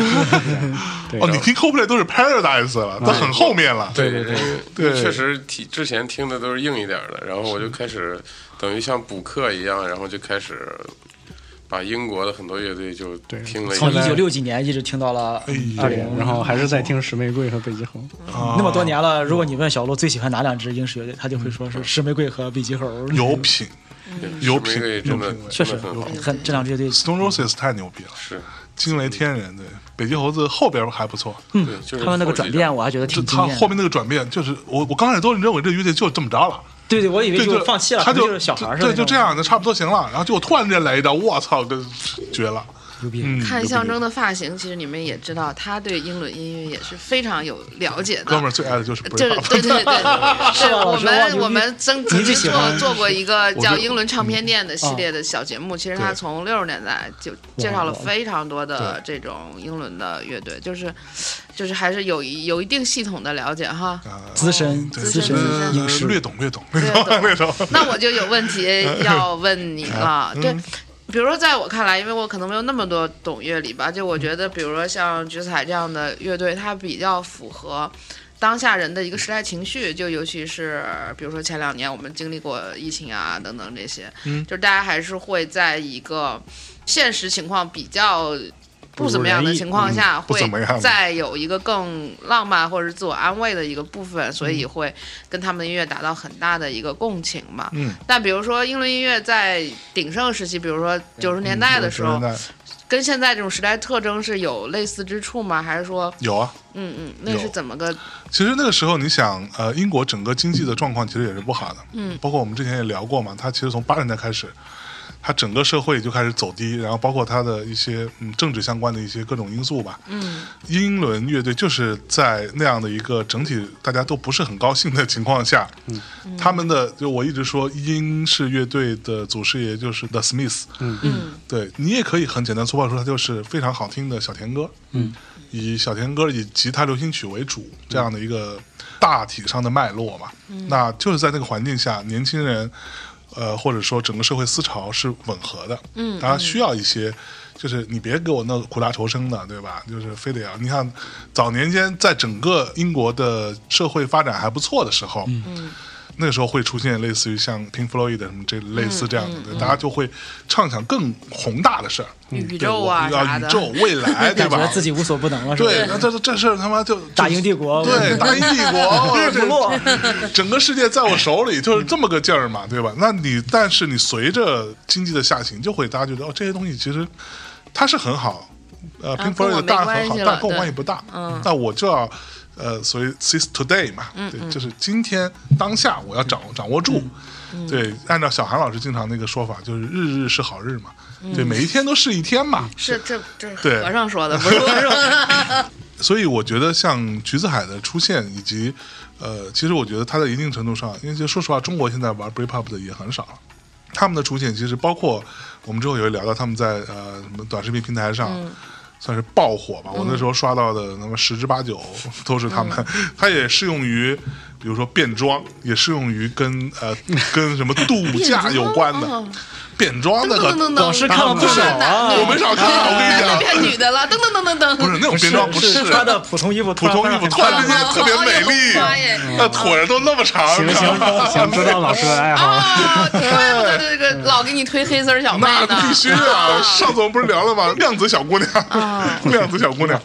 对，
哦，你听 Coldplay 都是 Paradise 了，都很后面了。
对对
对
确实听之前听的都是硬一点的，然后我就开始等于像补课一样，然后就开始把英国的很多乐队就
对
听了一
从一
下
九六几年一直听到了二
对
零，，
然后还是在听石玫瑰和北极熊。
那
那么多年了，如果你问小鹿最喜欢哪两支英式乐队，他就会说是石玫瑰和北极猴。
嗯有品有品
品味真的
确实
真的很好，
很这两支乐队
，Stone Roses 太牛逼了，
是
惊为天人。对，北极猴子后边还不错，
对，就是
他们那个转变，
后
我还觉得
就
挺嗯惊
他
艳的。
后面那个转变，就是我我刚开始都认为这个乐队就这么着了，
对对，我以为
对，
就放弃了，
他
可能
就是
小孩儿似的
对，
那
就
种
这，样，就差不多行了。然后结果突然之间来一刀，我操，这绝了！
牛逼。
嗯，
看
牛逼
象征的发型，其实你们也知道，他对英伦音乐也是非常有了解的。
哥们儿最爱的就是
就是
Breakup，
对对对，对，
吧
我
我说哇
们
牛逼
我们曾
您
曾
最
经
喜
做
欢
做过一个
我
叫
就
英伦唱片店的系
啊
列的小节目，其实
对
他从六十年代就介绍了非常多的这种英伦的乐队，就是就是还是有一有一定系统的了解哈。
啊
资深
对
资深
呃
影视
略懂略懂略
略
懂
懂
略懂，
那我就有 问题要问你了，
哎
对。
嗯
比如说，在我看来，因为我可能没有那么多懂乐理吧，就我觉得，比如说像橘彩这样的乐队，它比较符合当下人的一个时代情绪，就尤其是比如说前两年我们经历过疫情啊等等这些，
嗯
就是大家还是会在一个现实情况比较不怎么样的情况下，
嗯不怎么样
会再有一个更浪漫或者是自我安慰的一个部分，所
嗯
以会跟他们的音乐达到很大的一个共情嘛。
嗯，
但比如说英伦音乐在鼎盛时期，比如说九十年代的时候
嗯90，
嗯
年代
跟现在这种时代特征是有类似之处吗？还是说，
有啊。
嗯嗯，那
有
是怎么个？
其实那个时候，你想，呃，英国整个经济的状况其实也是不好的，嗯，包括我们之前也聊过嘛，它其实从八十年代开始，它整个社会就开始走低，然后包括它的一些嗯政治相关的一些各种因素吧，
嗯，
英伦乐队就是在那样的一个整体大家都不是很高兴的情况下，嗯，他们的就我一直说英式乐队的祖师爷就是 The Smith，
嗯
嗯
对你也可以很简单粗暴地说，它就是非常好听的小甜歌，
嗯，
以小甜歌以吉他流行曲为主这样的一个大体上的脉络嘛，那就是在那个环境下，年轻人，呃，或者说整个社会思潮是吻合的，
嗯
大家需要一些。就是你别给我弄苦大仇深的，对吧？就是非得要你看，早年间在整个英国的社会发展还不错的时候，
嗯
那时候会出现类似于像 Pink Floyd 的什么这类似这样的，大家就会畅想更宏大的事儿，
宇
宇
宙啊啥
要宇
的，
宙未 来，对
感觉
吧？
自己无所不能了，是吧？
对，那这这这事儿他妈就
大英帝国，
对，大英帝 国哦
日不落，
这整个世界在我手里，就是这么个劲儿嘛，对吧？那你但是你随着经济的下行，就会大家觉得哦，这些东西其实它是很好，呃
啊
，Pink Floyd
跟我
的
没
当然
关
很
系
好，
了
但跟我
对
关系不大。
嗯
那我就要呃，所谓 seize today 嘛，
嗯
对，就是今天当下我要掌掌握住。
嗯
对，按照小韩老师经常那个说法，就是日日是好日嘛，
嗯
对，每一天都是一天嘛。
是这这
对啊
是和 尚说的，不是我说。
所以我觉得像橘子海的出现，以及呃，其实我觉得他在一定程度上，因为其实说实话，中国现在玩 Breakup 的也很少了。他们的出现其实包括我们之后也会聊到他们在呃什么短视频平台上。算是爆火吧，我那时候刷到的，那么十之八九都 是他们。它也适用于，比如说变装，也适用于跟呃 跟什么度假有关的
哦
变装那个
噔噔噔噔噔，
老师看了不少啊
我没少看，我跟你
男的
讲，
变女的了，噔噔噔噔噔，
不是嗯那种变装不
是
啊
穿的普通衣服，
普通衣服突然之间特别美丽，那腿儿 都那么长，
嗯行行行，知道老师的爱好 了。
啊，怪不得这个老给你推黑丝儿小妹
那
呢，
必须 啊！上次我们不是聊了吗？量子小姑娘，
啊
量子小姑娘，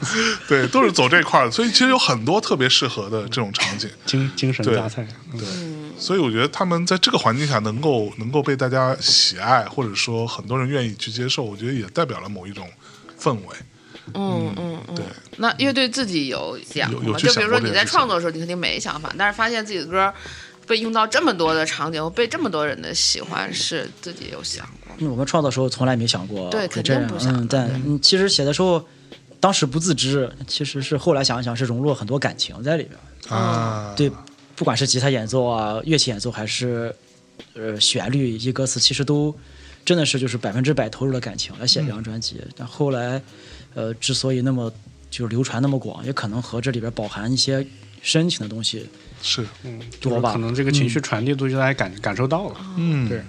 对，都是走这块儿的，所以其实有很多特别适合的这种场景。
精精神榨菜，啊
对，所以我觉得他们在这个环境下能够能够被大家喜爱，或者说很多人愿意去接受，我觉得也代表了某一种氛围。
嗯嗯嗯
对，
那乐队自己有想
有有
吗？
去
就比
想
如
过
说
这
你
个
在
事
创作的时候，你肯定没想法，但是发现自己的歌被用到这么多的场景，被这么多人的喜欢，是自己有想过吗。
嗯我们创作的时候从来没想过
对
会
肯
这
定
样
不，想
嗯，但嗯其实写的时候，当时不自知，其实是后来想一想是融入了很多感情在里边。
嗯
啊，
对，不管是吉他演奏啊、乐器演奏，还是呃旋律以及歌词，其实都真的是就是百分之百投入了感情来写这张专辑。但后来，呃，之所以那么就流传那么广，也可能和这里边饱含一些深情的东西。
是，
嗯，
多吧
可能这个情绪
嗯
传递出去，大家感感受到了。
嗯，
对。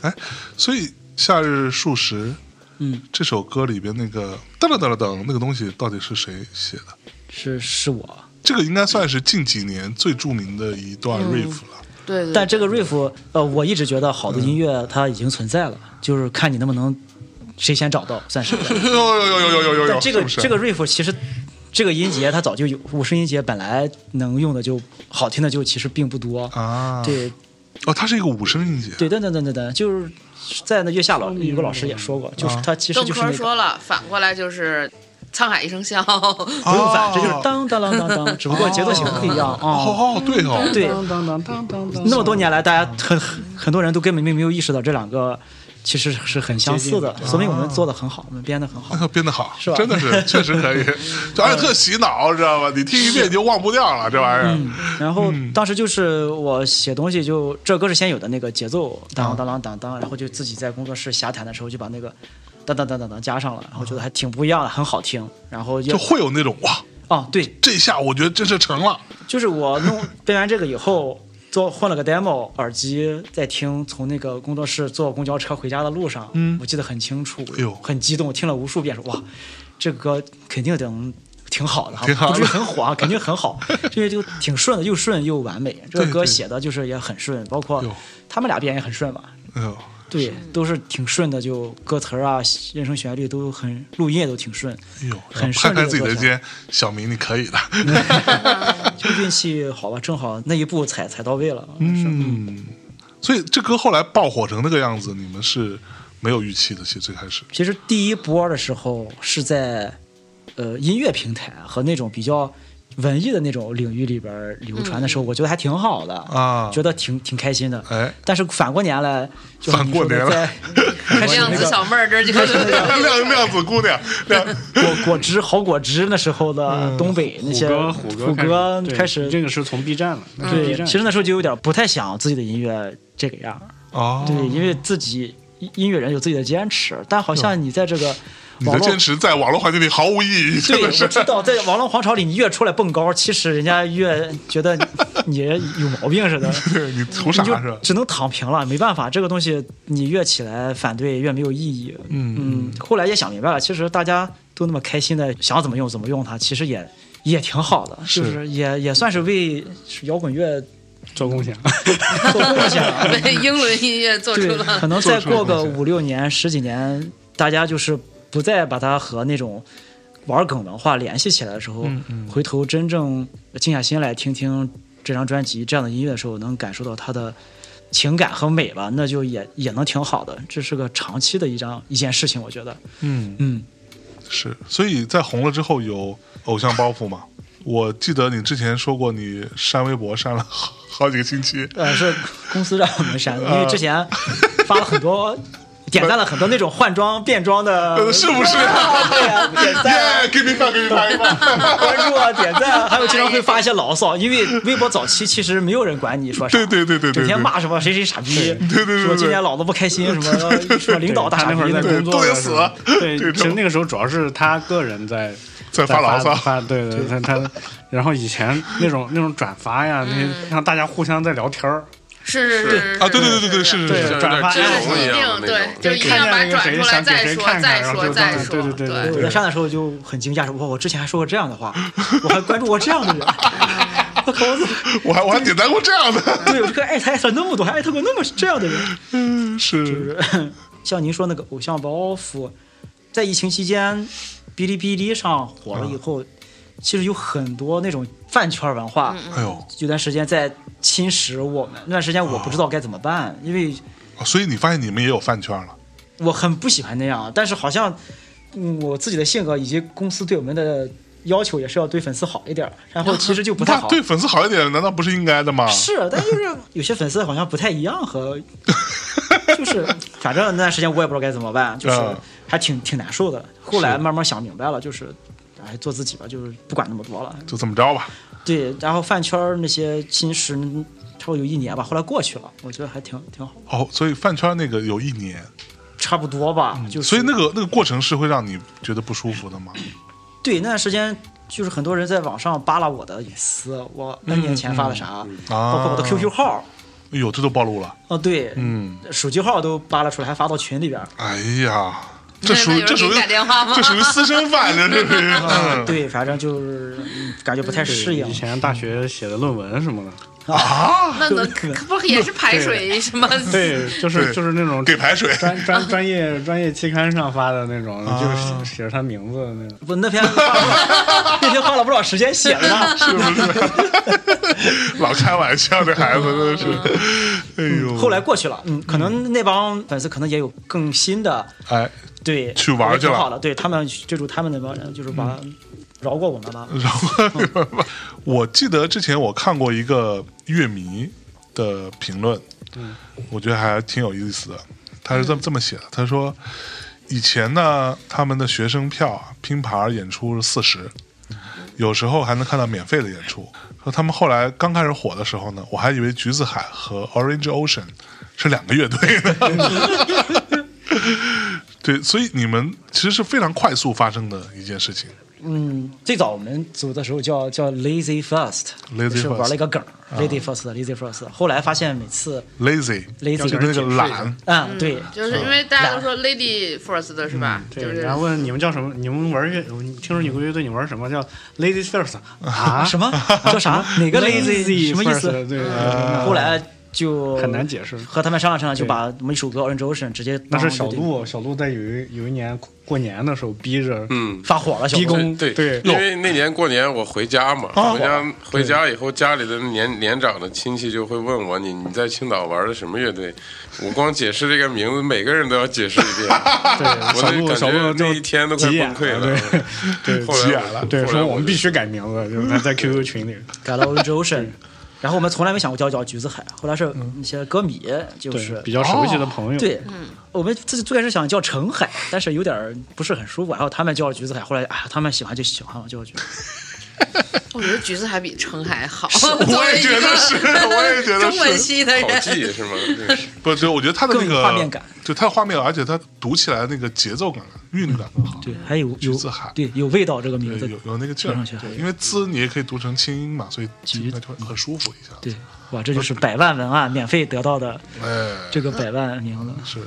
哎，所以《夏日数十》
嗯，
这首歌里边那个噔噔噔噔噔那个东西到底是谁写的？
是是我。
这个应该算是近几年最著名的一段
嗯
riff 了。
对对，
但这个 riff，呃，我一直觉得好的音乐它已经存在了，就是看你能不能谁先找到算是。
有有有有有有有有，
但这
哎
个
是不是
这个 riff 其实这个音节它早就有，五十音节本来能用的就好听的就其实并不多。
啊，
对
哦，它是一个五声音节，
对，等等等等等，就是在那月下老有个老师也说过，
啊
就是它其实
邓
就是
科
那
说
啊
个。
了，反过来就是沧海一声 笑，
不
不用反，这就是当当当当当，只不过节奏型不一样啊。
哦 哦哦，对哦，
对，
当当当当当当
那么多年来，大家很很很多人都根本并没有意识到这两个其实是很相似的，说明我
啊
们做的很好，我们编的很好
那。个哎编得好，
是吧
真的是 确实可以，就而且特洗脑，知道吧？你听一遍你就忘不掉了这玩意儿。
然后当时就是我写东西就这歌是先有的那个节奏，当当当当当，然后就自己在工作室瞎弹的时候就把那个当当当当当加上了，然后觉得还挺不一样的，很好听。然后
就
又
会有那种哇，
哦对，
这下我觉得真是成了，
就是我弄编完这个以后。做换了个 demo 耳机在听，从那个工作室坐公交车回家的路上，
嗯
我记得很清楚，
哎呦
很激动，听了无数遍，说哇，这个歌肯定能挺好的哈，
挺好的
不至于很火啊，肯定 很好，因为就挺顺的，又顺又完美。这个
对
歌
对
写的就是也很顺，包括
哟
他们俩编也很顺嘛，
哎呦，
对，都是挺顺的，就歌词儿啊、人声旋律都很录音也都挺顺，
哎呦，
很
拍
顺利
拍
地
自己的
做起
肩，小明你可以的。
就运气好吧，正好那一步踩踩到位了。
嗯，所以这歌后来爆火成那个样子，你们是没有预期的。其实最开始，
其实第一波的时候是在呃音乐平台和那种比较文艺的那种领域里边儿流传的时候，我觉得还挺好的
嗯啊
觉得挺挺开心的。
哎，
但是反过年来，就
反过年来
来，开始
量
那
子
个
小妹儿这就开始
亮亮子姑娘，亮
果果汁好果汁那时候
嗯
的东北那
虎
些
哥，
虎
哥
哥
对
开始
这个是从 B 站了，是 B
对，
站
其实那时候就有点不太想自己的音乐这个样儿，
哦，
对，因为自己音音乐人有自己的坚持，但好像你在这个
你
网
的
络
坚持在网络环境里毫无意义，真
对，我
的 是。
知道，在网络皇朝里，你越出来蹦高，其实人家越觉得 你有毛病似的，
对你 图
你
啥
就是
吧？
只能躺平了，没办法，这个东西你越起来反对越没有意义。
嗯
嗯，后来也想明白了，其实大家都那么开心的想怎么用怎么用它，其实也也挺好的，
是
就是也也算是为摇滚乐
做共享，
做贡献了。
被英伦音乐做出
对，
了
可能
做
再
出了
过个
贡献
五六年、十几年，大家就是不再把它和那种玩梗文化联系起来的时候，回头真正静下心来听听这张专辑这样的音乐的时候，能感受到它的情感和美吧，那就也也能挺好的。这是个长期的一张一件事情，我觉得，
嗯，
嗯，
是。所以在红了之后有偶像包袱吗？我记得你之前说过，你删微博删了好好几个星期。
呃，是公司让我们 删，因为之前发了很 多。呃点赞了很多那种换装变装的，
呃是不是
对呀、点赞啊、
耶，给你发，给你发，给你发。
关注啊、点赞啊，还有经常会发一些牢骚，因为微博早 期其实没有人管你说啥，
对对对对对对
整天骂什么谁谁傻逼，
对对对
什么今天老子不开心，什么 什么领导大
他
傻
那会
逼
儿在
的，
工作的
对
时候，
都得死这
对，
种
其实那个时候主要是他个人在
在发牢骚
发对对，他他，然后以前那种那种转发呀，那些让大家互相在聊天儿，
是是是 是
啊，对对对对对，是是
对
是。
像有
转
点
发
接
呀
龙一样的那
对，
种。
就一定要把转出来再说再说再说，
我在上的时候就很惊讶，说哇，我之前还说过这样的话， 我还关注过这样的人， 我靠，我怎么
我还我还点赞过这样的，
对我这个艾特艾特那么多，还艾特过那么这样的人，
是
就是像您说那个偶像包袱，在疫情期间，哔哩哔哩上火了以后，其实有很多那种饭圈文化，
哎呦，
有段时间在侵蚀我们。那段时间我
哦
不知道该怎么办，因为
啊所以你发现你们也有饭圈了，
我很不喜欢那样。但是好像，嗯，我自己的性格以及公司对我们的要求也是要对粉丝好一点儿，然后其实就不 太
那
好。
对粉丝好一点，难道不是应该的吗？
是，但就是 有些粉丝好像不太一样 和，就是反正那段时间我也不知道该怎么办，就是
嗯
还挺挺难受的。后来
是
慢慢想明白了，就是哎做自己吧，就是不管那么多了。
就这么着吧。
对，然后饭圈儿那些侵蚀，差不多有一年吧，后来过去了，我觉得还挺挺好，
哦，所以饭圈那个有一年，
差不多吧。就是
所以那个那个过程是会让你觉得不舒服的吗？
对那段时间。就是很多人在网上扒拉我的隐私，我 N 年前发的啥，包括我的
啊
QQ 号，
哎呦，这都暴露了。
哦对，
嗯，
手机号都扒拉出来，还发到群里边儿。
哎呀，这属于
那有人
这属于
给你打电话吗
这属于私生饭，这 属于。嗯
对，反正就是嗯感觉不太适应嗯
以。前大学写的论文什么的，
那能可不也是排水什么？
对，就是就是那种
给 排水，
专专专业专业期刊上发的那种，就是写着他名字的那种。
不，那篇那篇花了不 少时间写 的呢。
是不是？ 老开玩笑，这孩子真是。哎呦，
后来过去了，嗯，可能那帮粉丝可能也有更新的，
哎，
对，
去玩
也挺
去了嗯
好的，对他们追逐他们那帮人，就是把饶过我们了。
然后 我记得之前我看过一个乐迷的评论，我觉得还挺有意思的。他是这么这么写的，他说以前呢，他们的学生票啊，拼盘儿演出是四十，有时候还能看到免费的演出。说他们后来刚开始火的时候呢，我还以为橘子海和 Orange Ocean 是两个乐队呢。对，所以你们其实是非常快速发生的一件事情。
嗯，最早我们组的时候叫叫 Lazy First，
Lazy
就是玩
First
了一个梗
啊
儿，Lazy First，Lazy First。后来发现每次
lazy，
Lazy
就是那个懒，
啊，对，
就是因为大家都说 lady first 的是吧？就
嗯对，
是
然后问你们叫什么？你们玩乐？我听说你们乐队，你玩什么叫 Lady First 啊？
什么叫啥？哪个
Lazy
Lazy 什么意
啊 First，
思？
对，
后来就
很难解释
和他们商量商量，就
对
把我们一首歌《Orange Ocean》直接
那
当
是小
乐队
鹿，小鹿在有一有一年过年的时候逼着，
嗯，
发火了，小
逼
鹿
宫
对
对哦
因为那年过年我回家嘛，
啊
回家回家以后，家里的年年长的亲戚就会问我，你你在青岛玩的什么乐队？我光解释这个名字，每个人都要解释一遍， 我
小鹿
那
小鹿
感觉
就
那一天都快
急眼
崩溃
了
了。
对对
后来
急眼
我
了
对，
后来
说我们
就
必须改名字，就是他在 QQ 群里，
改了 Orange Ocean，然后我们从来没想过叫叫橘子海，后来是一些歌迷就
嗯对
是，
比较熟悉的朋友，
对，
嗯
我们自己最开始想叫澄海，但是有点儿不是很舒服，然后他们叫橘子海，后来啊、他们喜欢就喜欢我叫橘子海，
我觉得橘子还比橙还好，
我也觉得是，我也觉得
中文
是。
系的
好
人，
记 是吗？这是
不，对，我觉得他的那
更有
个
画面感，
就他的画面，而且他读起来那个节奏感、啊韵律感更好。
对，还有
橘
有
子海
对有味道这个名
嗯对，
字，
有有那个劲
听
儿
上去，还
对因为滋你也可以读成清音嘛，所以
橘
听着就会很舒服一下。
对，哇，这就是百万文案免费得到的
哎，
这个百万名字。
是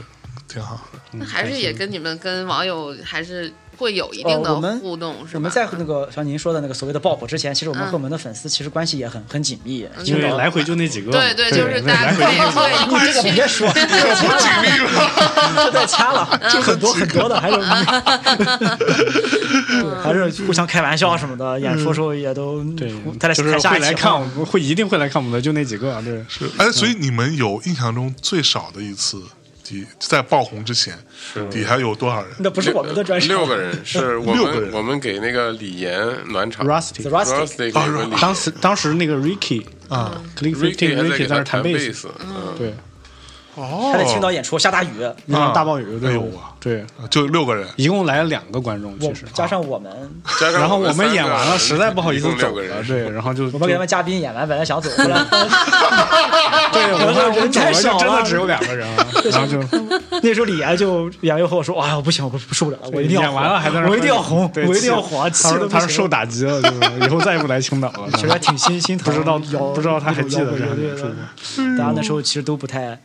挺好的。
那还是也跟你们跟网友还是会有一定
呃，我
的
们
互动，是吧？
我们在那个像您说的那个所谓的爆火之前，其实我们
嗯
和我们的粉丝其实关系也很很紧密。
因
青
为
岛
来回就那几个嘛，
对对，就是
那
大家
来
可以
回
对一块
这个
儿去。
别说，这再掐了，
嗯
就 很多很多的，还有 还是互相开玩笑什么的，演出时候也都
对
大，家
就是
台下
会
一起
来看我
晃
们，会一定会来看我们的，就那几个，啊对，
是，哎，所以你们有印象中最少的一次，底在爆红之前，底下有多少人？
那不是我们的专场，
六个人， 是我
六个人
们我们给那个李岩暖场
The
Rusty，
Rustic，
哦 Rusty 给我们李
哦当时当时那个 Ricky
啊，
Click
Ricky
Fifteen
还在
Ricky
给他
在那儿弹
弹
贝
贝
斯，
斯，嗯，
对，
哦，
他在青岛演出，下大雨，
那场大暴雨，
哎
对
呦哇，
对，
啊就六个人，
一共来了两个观众，
我
其实啊
加上我们，
加上
然后我
三
们
个
演完了，
人
实在不好意思
一共六
走
个
了，
人，
对，然后就
我们给他
就
们嘉宾演完，本来 想走，后来
对，我们我们走了，
太
就
少
真的
了
只有两个人 了，然后就
那时候李岩就演完以后我说，哎呀，我不行，我受不了了， 我一定要
演完了还在那儿
我一定要
喝酒
红，
对
我一定要
气
火，气
他
得
说
不
他是
行
受打击了，就是以后再也不来青岛了，
其实还挺 心心疼，
不知道
摇
不知道他还记得这
这
样
对
的事吗
大家那时候其实都不太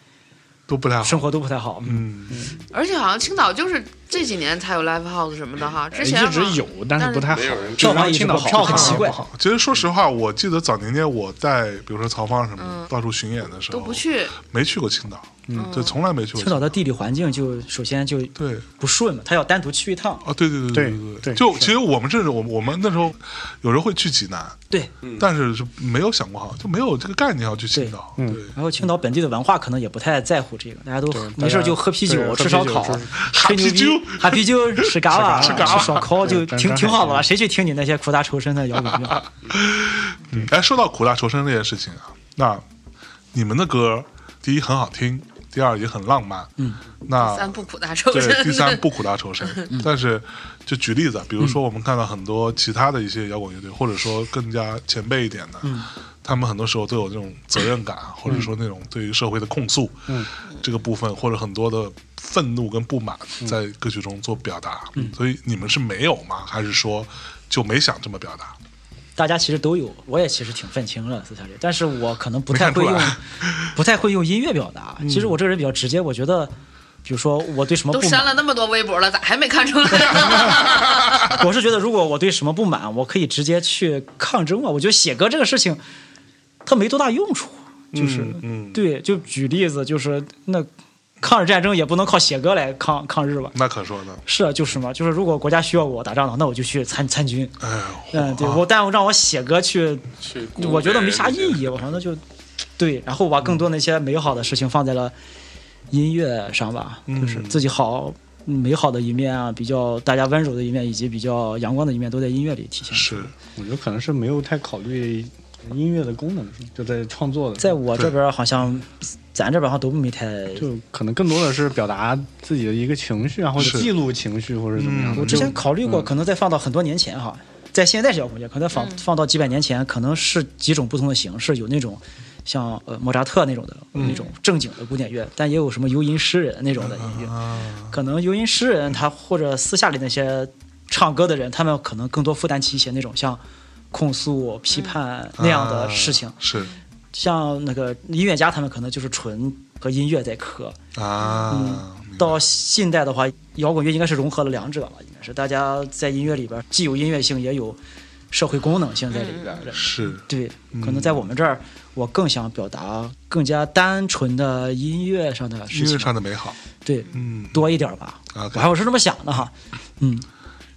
都不太好。
生活都不太好，
嗯，
而且好像青岛就是这几年才有 live house 什么的哈，之前
一直
好像
有，但是不太好
没有人，
就
票房
让
一直
青岛
不好
票
很
房
奇怪
不好，
其实说实话，我记得早年间我在比如说曹芳什么到处巡演的时候，
都不去，
没去过青岛，嗯，就从来没去过
青岛的地理环境就首先就
对，
不顺嘛，他要单独去一趟，
啊，对对对
对
对
对
就是其实我们这种，我们我们那时候有时候会去济南，
对，
但是是没有想过好，就没有这个概念要去青岛，对，
然后青岛本地的文化可能也不太在乎这个，大家都没事
大
儿
家
就喝啤
对
酒、
喝
吃
啤
烧
酒
烤
吃、
吹牛
啤酒
逼、哈啤酒、吃嘎巴、
吃
吃
嘎巴
烧烤，就
对
挺
真
挺
开
好
心
的了。谁去听你那些苦大仇深的摇滚乐？
啊嗯，哎，说到苦大仇深这件事情啊，那你们的歌，第一很好听，第二也很浪漫，嗯，那
三不苦大 仇深
对，第三不苦大仇深。但是，就举例子，啊，比如说我们看到很多其他的一些摇滚乐队，或者说更加前辈一点的，
嗯
他们很多时候都有这种责任感，啊或者说那种对于社会的控诉，
嗯
这个部分或者很多的愤怒跟不满
嗯
在歌曲中做表达。所以你们是没有吗？还是说就没想这么表达？
大家其实都有，我也其实挺愤青了，私下里，但是我可能不太
没看出
会用
来，
不太会用音乐表达。其实我这个人比较直接，我觉得，比如说我对什么
都
不
删
满，
了那么多微博了，咋还没看出来？
我是觉得如果我对什么不满，我可以直接去抗争啊。我觉得写歌这个事情，它没多大用处，啊就是、
嗯，
对，就举例子，就是那抗日战争也不能靠写歌来抗抗日吧。
那可说呢。
是啊，就是嘛，就是如果国家需要我打仗的话，那我就去参参军。
哎呦，
嗯，对我，但让我写歌去
去鼓
我觉得没啥
别
意
人
义，我反正就对，然后把更多那些美好的事情放在了音乐上吧，就是自己好美好的一面啊，比较大家温柔的一面，以及比较阳光的一面，都在音乐里体现。
是
我觉得可能是没有太考虑音乐的功能，是吧就在创作的时
在
候，
我这边好像，咱这边好像都没太，
就可能更多的是表达自己的一个情绪啊，或
是
者记录情绪或者怎么样。
嗯我之前考虑过，可能再放到很多年前哈，在现在是摇滚乐，可能放放到几百年前，可能是几种不同的形式，有那种。像呃莫扎特那种的、那种正经的古典乐，但也有什么游吟诗人那种的音乐，
啊，
可能游吟诗人他或者私下里那些唱歌的人，他们可能更多负担起一些那种像控诉、批判那样的事情。
啊是
像那个音乐家，他们可能就是纯和音乐在磕。
啊，明白
到近代的话，摇滚乐应该是融合了两者了，应该是大家在音乐里边既有音乐性，也有社会功能性在里边。
是嗯
对，可能在我们这儿，我更想表达更加单纯的音乐上的事
音乐
情，
上的美好，
对，
嗯，
多一点儿吧。
OK
我还我是这么想的哈，嗯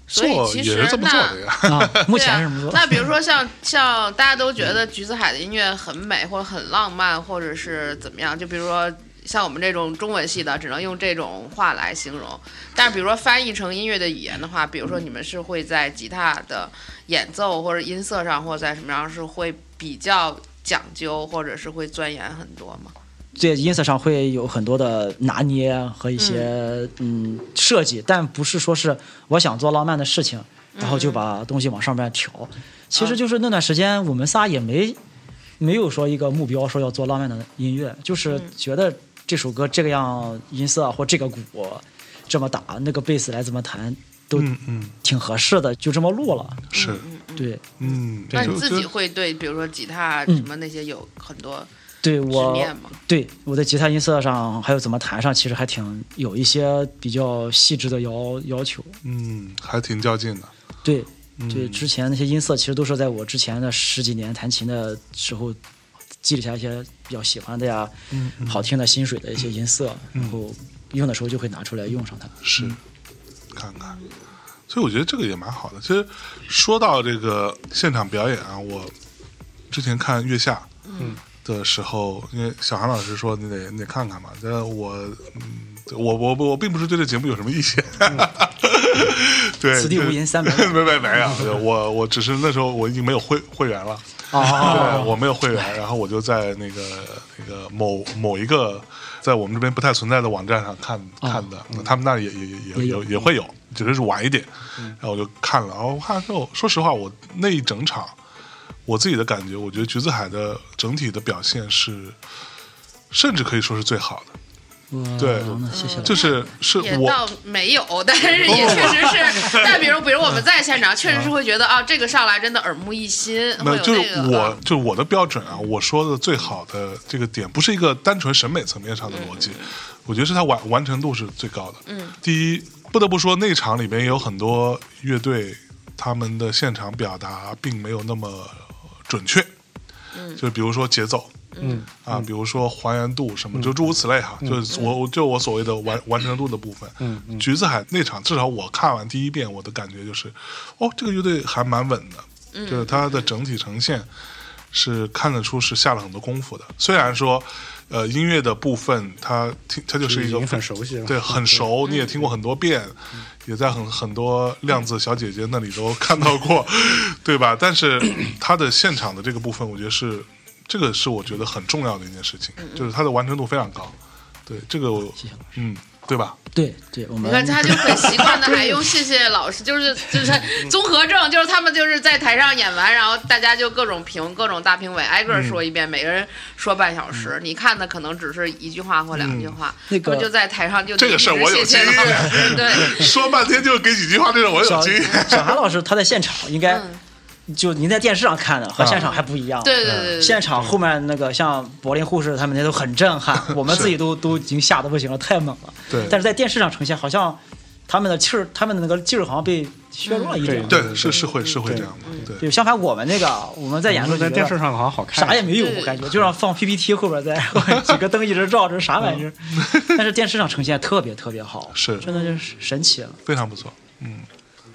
所以
做
其
也
实
是这么做
那
的呀，
啊，目
对
前
啊
是这么做。
那比如说 像像大家都觉得橘子海的音乐很美，或者很浪漫，或者是怎么样？就比如说像我们这种中文系的，只能用这种话来形容。但是比如说翻译成音乐的语言的话，比如说你们是会在吉他的演奏或者音色上，或者在什么样是会比较讲究，或者是会钻研很多吗？
这音色上会有很多的拿捏和一些嗯设计，但不是说是我想做浪漫的事情，然后就把东西往上面调。其实就是那段时间我们仨也没没有说一个目标说要做浪漫的音乐，就是觉得这首歌这个样音色啊或这个鼓这么打，那个贝斯来怎么弹都
嗯嗯，
挺合适的，就这么录了。
是，
对，
嗯，
嗯那你
就
自
就
己会对比如说吉他
嗯
什么那些有很多
对
执
我
念吗？
对我在吉他音色上，还有怎么弹上，其实还挺有一些比较细致的要要求。
嗯，还挺较劲的，
对，
嗯
对，之前那些音色其实都是在我之前的十几年弹琴的时候积累下一些比较喜欢的呀、
嗯嗯
好听的心水的一些音色，然后用的时候就会拿出来用上它。
是，
嗯
看看。所以我觉得这个也蛮好的。其实说到这个现场表演啊，我之前看月下，嗯，的时候，因为小韩老师说你得你得看看嘛，但我嗯，我我我我并不是对这节目有什么意见，
嗯
对，
此地无银三百 两
没没没有，我我只是那时候我已经没有会会员了。
啊，
对，我没有会员，然后我就在那个那个某某一个在我们这边不太存在的网站上看看的，他们那里也也也
也
有
有
也会有，只是晚一点。然后我就看了，然后看了之后，说实话，我那一整场我自己的感觉，我觉得橘子海的整体的表现是，甚至可以说是最好的，
哇
对
那谢
嗯
谢了。
就是是
也
我
倒没有，但是也确实 是。但比如，比如我们在现场，确实是会觉得啊，这个上来真的耳目一新，
没
会
有，嗯
有
就是
这个。
我，就是我的标准啊。我说的最好的这个点，不是一个单纯审美层面上的逻辑，我觉得是它完完成度是最高的。嗯，第一，不得不说那场里边也有很多乐队，他们的现场表达并没有那么准确。嗯，就比如说节奏，
嗯，
啊，比如说还原度什么，就诸如此类哈。就是我我就我所谓的完完成度的部分。
嗯
橘子海那场，至少我看完第一遍，我的感觉就是，哦，这个乐队还蛮稳的，就是它的整体呈现是看得出是下了很多功夫的。虽然说，呃，音乐的部分它听它就是一
已
个
经很熟悉了。
对，很熟，你也听过很多遍，也在很很多量子小姐姐那里都看到过，对吧？但是它的现场的这个部分，我觉得是这个是我觉得很重要的一件事情，就是它的完成度非常高。对，这个我
谢谢老师，
嗯，对吧？
对对，我
你
们
看他就很习惯的还用谢谢老师，就是就是 综合症，就是他们就是在台上演完，然后大家就各种评各种大评委，挨
嗯
个儿说一遍，每个人说半小时，你看的可能只是一句话或两句话，
那
他们
个
就在台上就
嗯这个事儿我有
谢谢
经
老
验
师，对，
说半天就给几句话，这种我有
小
经验。
小韩老师他在现场应该就您在电视上看的
啊
和现场还不一样。
嗯对对对对对，
现场后面那个像柏林护士他们那都很 震撼，我们自己都都已经吓得不行了，太猛了。
对
但是在电视上呈现，好像他们的气儿，他们的那个劲儿好像被削弱了一点。
嗯
对，是是会是会这样的，对。
对，相反我们那个我们在演
然
出
后
时觉
在
得
电视上好像好看，
啥也没有，
对
我感觉就让放 PPT 后 边在几个灯一直照着啥玩意儿，
嗯
但是电视上呈现特别特别好，
是
真的就是神奇了。
非常不错，嗯，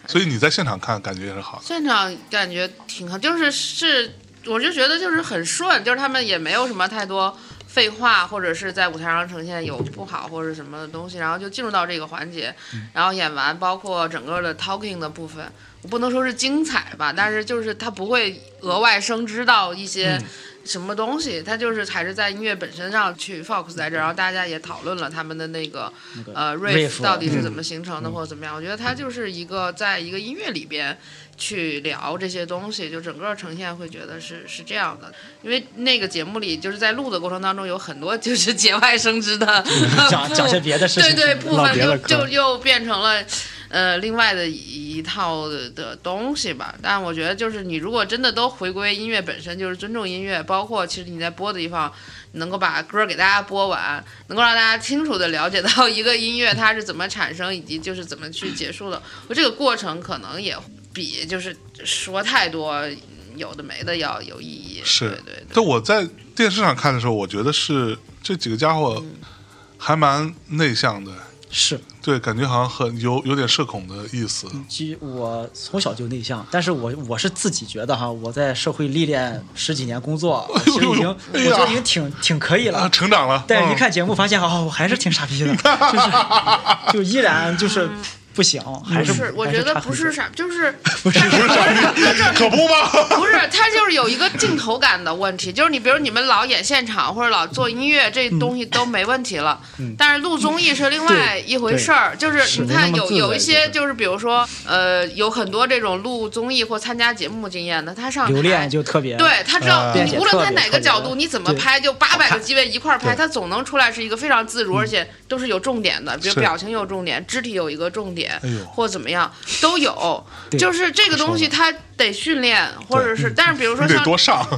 所以你在现场看感觉也是好的，
现场感觉挺好，就是是，我就觉得就是很顺，就是他们也没有什么太多废话，或者是在舞台上呈现有不好或者什么的东西，然后就进入到这个环节，然后演完，包括整个的 talking 的部分，我不能说是精彩吧，但是就是它不会额外生枝到一
嗯
些什么东西，它就是还是在音乐本身上去 focus 在这儿，然后大家也讨论了他们的那个
个
呃
riff
riff 到底是
嗯
怎么形成的或者怎么样，我觉得它就是一个在一个音乐里边。去聊这些东西，就整个呈现会觉得是是这样的，因为那个节目里就是在录的过程当中有很多就是节外生枝 的
讲讲些别的事情
对对，部
唠
分
别的
就
嗑
就又变成了。呃，另外的一一套的的东西吧，但我觉得就是你如果真的都回归音乐本身，就是尊重音乐，包括其实你在播的地方，能够把歌给大家播完，能够让大家清楚的了解到一个音乐它是怎么产生，以及就是怎么去结束的。我这个过程可能也比就是说太多有的没的要有意义。
是
对对对。
但我在电视上看的时候，我觉得是这几个家伙还蛮内向的，
是，
对，感觉好像很有有点社恐的意思。
其我从小就内向，但是我我是自己觉得哈，我在社会历练十几年工作，我其实已经我
哎呀
就已经挺挺可以
啊，
了。
成长了，
但是一
嗯
看节目发现，哦，我还是挺傻逼的，就是就依然就是不行，还
不
是
是，我
还
觉得
差
不
很
是
多
啥，就是
可不嘛，
不是，它就是有一个镜头感的问题，就是你比如你们老演现场或者老做音乐，这东西都没问题了，但是录综艺是另外一回事儿。就是
嗯是
你
没那
看
么
有
自在
有一些
就是
就是比如说呃有很多这种录综艺或参加节目经验的，他上
留
台
恋就特别
对他知道
啊，
辩
你
解
无论
特
他
别
哪
特
个
别
角
的
度，你怎么
对
拍，就八百个机位一块儿拍，
对
他总能出来是一个非常自如，而且都是有重点的，比如
嗯是
表情有重点，肢体有一个重点
哎呦，
或怎么样都有。
对
就是这个东西，它得训练，或者是，但是比如说
你得
像
嗯多上。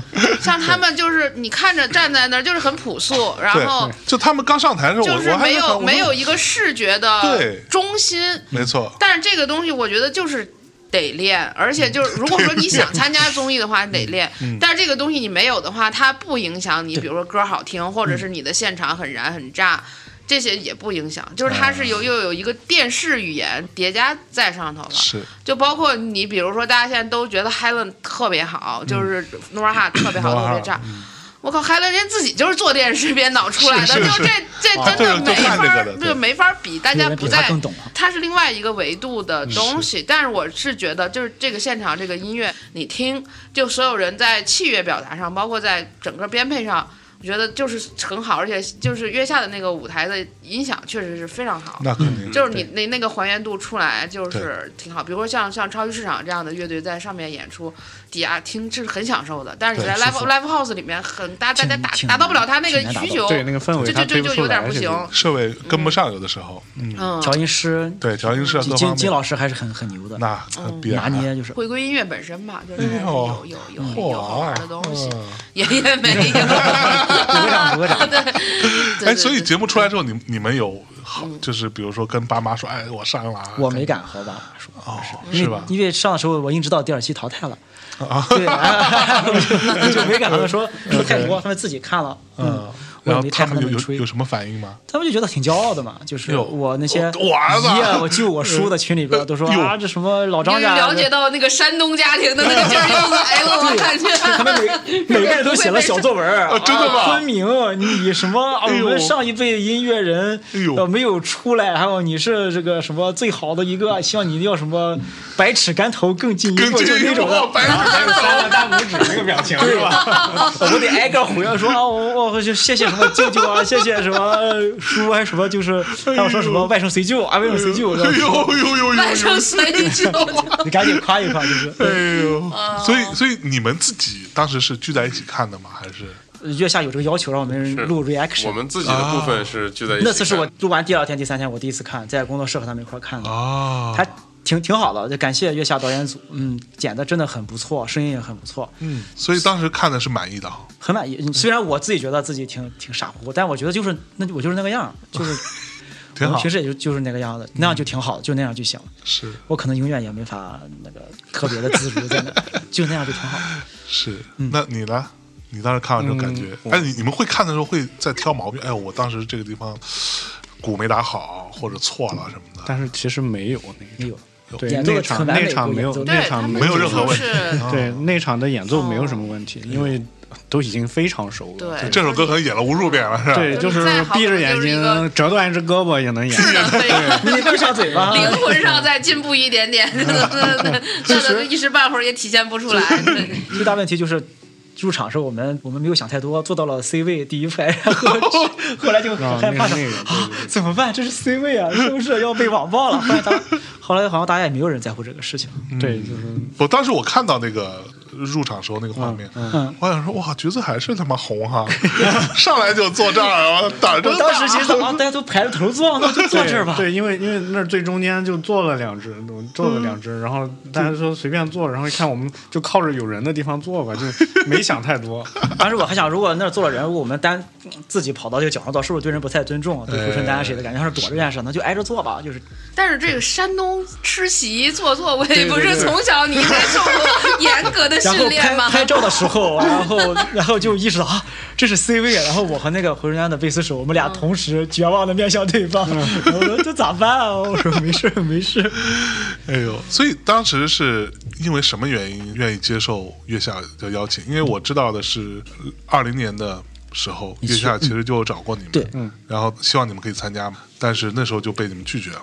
像他们，就是你看着站在那儿，就是很朴素，然
对
后，
就他们刚上台的时候，
就
我
是
我还
没
在看
有
我说
没有一个视觉的
对
中心，
没错，
但是这个东西我觉得就是得练，而且
嗯
就是如果说你想参加综艺的话，你得练。但是这个东西你没有的话，它不影响你，比如说歌好听，或者是你的现场很燃很炸。这些也不影响，就是它是有又有一个电视语言叠加在上头了，
是
就包括你比如说大家现在都觉得 Helen 特别好，就是
嗯
努尔哈特别好，
努尔哈
特别炸。
嗯
我靠，Helen 人家自己就是做电视编导出来的，
是是
就是这这
啊
真的
对
没
都看这
法
个
儿
的，对
就没法儿比，大
有
家
人
不
比他
在
更懂啊
它是另外一个维度的东西。但是我是觉得，就是这个现场这个音乐，你听，就所有人在器乐表达上，包括在整个编配上，我觉得就是很好，而且就是月下的那个舞台的音响确实是非常好。
那肯嗯定
就是你那那个还原度出来就是挺好，比如说像像超级市场这样的乐队在上面演出，底下听是很享受的，但是你
对
在 live
是
live house 里面很大大家
挺
达
挺
达到不了他那个
挺难达
需
到
求，
对那个氛围
就
它
就
推
就
不
就
出
有点
来，
不
其实
行，
设备跟不上，有的时候，嗯，
嗯，
调音师
对，调音社各方
金
面
金老师还是很很牛的，
那那必
拿
然啊的
捏就是
回归音乐本身吧，就是
哎
有
呦
有有有有好
哇
玩的东西，
嗯
也也没有。
鼓个掌鼓个掌。
对
哎，
对
所以
对
节目出来之后，你你们有好，就是比如说跟爸妈说，哎，我上了啊，
我没敢和爸妈说，
哦，
因
是
为
吧？啊
因为上的时候我已经知道第二期淘汰了，对， 我就没敢和他们说说太多，他们自己看了，嗯，我
然
也
后
没
他
太和
们
他
有
们
有
吹
有，什么反应吗？
他们就觉得挺骄傲的嘛，就是
哟
我那些
我我儿子
姨啊我舅我叔的群里边都说
哟
啊这什么老张
终于
家
了解到那个山东家庭的那个劲儿又来了，我感觉
他们每每个人都写了小作 文儿，啊
哦真的吗
昆明，你什么？啊
哎呦
我们上一辈音乐人
哎呦
呃没有出来，还有你是这个什么最好的一个，希望你要什么百尺竿头更进一
跟
步，就
这
那种
个
的。
白
还有三个大拇指那个表情是吧？
我得挨个回啊，说啊，我我就谢谢什么舅舅啊，谢谢什么叔，还什么就是还有说什么外甥随舅啊，外甥随舅，
哎呦哎呦呦呦
晚
呦
上睡觉。
你赶紧夸一夸，就是
哎呦！所以所以你们自己当时是聚在一起看的吗？还是
月下有这个要求，让我们
是
录 reaction。
我们自己的部分是聚在一
啊
起看。
那次是我录完第二天、第三天，我第一次看，在工作室和他们一块儿看的，
啊
还挺挺好的。就感谢月下导演组，嗯，剪的真的很不错，声音也很不错，
嗯，所以当时看的是满意的啊。
很满意。嗯虽然我自己觉得自己挺挺傻乎乎，但我觉得就是那我就是那个样儿，就是
挺好
我平时也就就是那个样子，那样就挺好的，就那样就行了。
是
我可能永远也没法那个特别的自如，在 那就那样就挺好的。
是，
嗯
那你呢？你当时看完之后感觉？哎，你你们会看的时候会再挑毛病？哎，我当时这个地方鼓没打好，或者错了什么的。
但是其实没有那
没
个，
有，
对
演奏
那
得
场
很完美
那场
有
没
演奏得
有那
对，
场
他们
没
没有任何
就
问
是 哦
对那场的演奏没有什么问题，因为都已经非常熟了。
对，
这首歌可能演了无数遍了，是吧？
对，
就
就是
再好
闭着眼
就是一个
睛折断一只胳膊也能演。
是的，对。
你闭上嘴吧。
灵魂上再进步一 点点， 对对对，这个一时半会儿也体现不出来。对
最大问题就是入场时候我们我们没有想太多，坐到了 C 位第一排，然后后来就很
啊
害怕
那
想
个那个
啊怎么办？这是 C 位啊，是不是要被网 暴了？后来大后来好像大家也没有人在乎这个事情，
对，就是
我当时我看到那个入场时候那个画面，
嗯
我想说哇，橘子还是他妈红哈， 上来就坐这儿，然后胆儿真
我
大
当时寻思啊，大家都排着头坐，那就坐这儿吧。
对，因为因为那儿最中间就坐了两只，我坐
嗯
了两只，然后大家说随便坐，然后一看我们就靠着有人的地方坐吧，就没想 太多。
当时我还想，如果那儿坐了人，如果我们单嗯自己跑到这个角上坐，是不是对人不太尊重，
哎
对主持人大家谁的感觉？要是躲着这件事，那就挨着坐吧，就是
但是这个山东吃席坐座位不是从小你应该受过严格的
然
训
后
练
拍
吗？
拍照的时候，然后然后就意识到啊，这是 C 位啊。然后我和那个回春丹的贝斯手，我们俩同时绝望的面向对方，然后我说这咋办啊？我 说没事儿没事儿。
哎呦，所以当时是因为什么原因愿意接受月下的邀请？因为我知道的是，二零年的时候，月
去
下其实就有找过你们，
对，
然后希望你们可以参加嘛，但是那时候就被你们拒绝了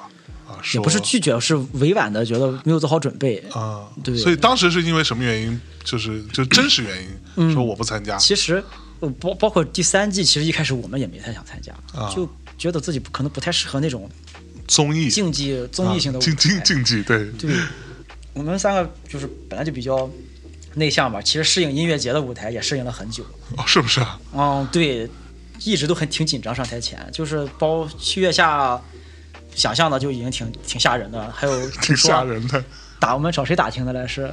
啊，
也
说
不是拒绝，是委婉的觉得没有做好准备。
啊，
对
所以当时是因为什么原因？就是就真实原因，说我不参加，
其实呃包包括第三季，其实一开始我们也没太想参加，
啊
就觉得自己可能不太适合那种
综艺
竞技综艺性
啊
的舞台。
竞竞竞技，对
对，我们三个就是本来就比较内向吧，其实适应音乐节的舞台也适应了很久。
哦，是不是啊？
嗯，对，一直都很挺紧张上台前，就是包七月下。想象的就已经挺挺吓人的，还有
挺
听说
吓人的，
打我们找谁打听的来是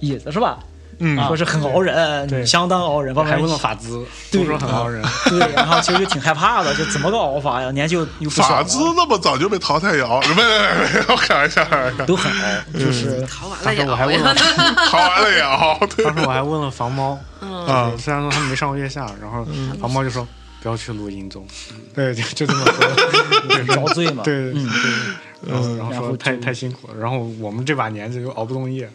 椅子是吧？
嗯，
说是很熬人，
对
相当熬人，帮
还
人
问了法 兹，
对
都说很熬人。
对，然后其实就挺害怕的，就怎么个熬法呀？年纪又又不小了
法兹那么早就被淘汰也熬，没没没没，我开玩笑，开玩笑，
都很熬，就是
嗯
逃完了
当时
也
我还
熬
问
呀
了，，
淘完了也熬，对
当时我还问了房猫，
嗯
啊
对，虽然说他们没上过月下，然后房猫就说不要去录音中， 对，就就这么 说，
遭罪 嘛。
对对
嗯，
对，然后然后
然后
说太
就
太辛苦了，然后我们这把年纪又熬不动夜，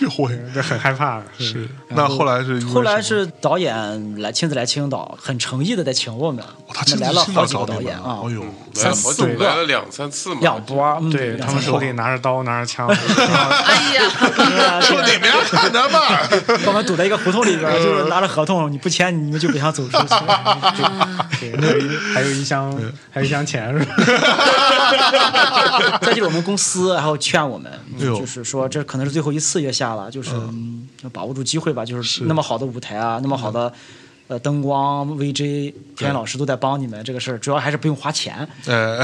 又会。
就很害怕。
是
是，
那后来是因为
后来
什么、
是导演来亲自来青岛，很诚意的在请我们，
哦
我
他亲
们
自
来了
去
好
那
几个
找
导
你
演
们
啊
哎， 呦，
来
三
了好
四
久
五
来
个，
了两三次嘛，
两波儿，嗯
对
两
他
三
们手
波
里拿着刀，拿着枪，
哎呀，
对啊
说你们要看他 吧，
把我们堵在一个胡同里
嗯
边儿，就是拿着合同，你不签你们就别想走出去。
对，还有一还有一箱，还有一箱钱是吧？
再就是我们公司，然后劝我们，
哎呦
就是说这可能是最后一次月下了，就是嗯要把握住机会吧。就是那么好的舞台啊，那么好的呃灯光、VJ、田老师都在帮你们这个事儿，主要还是不用花 钱。
呃，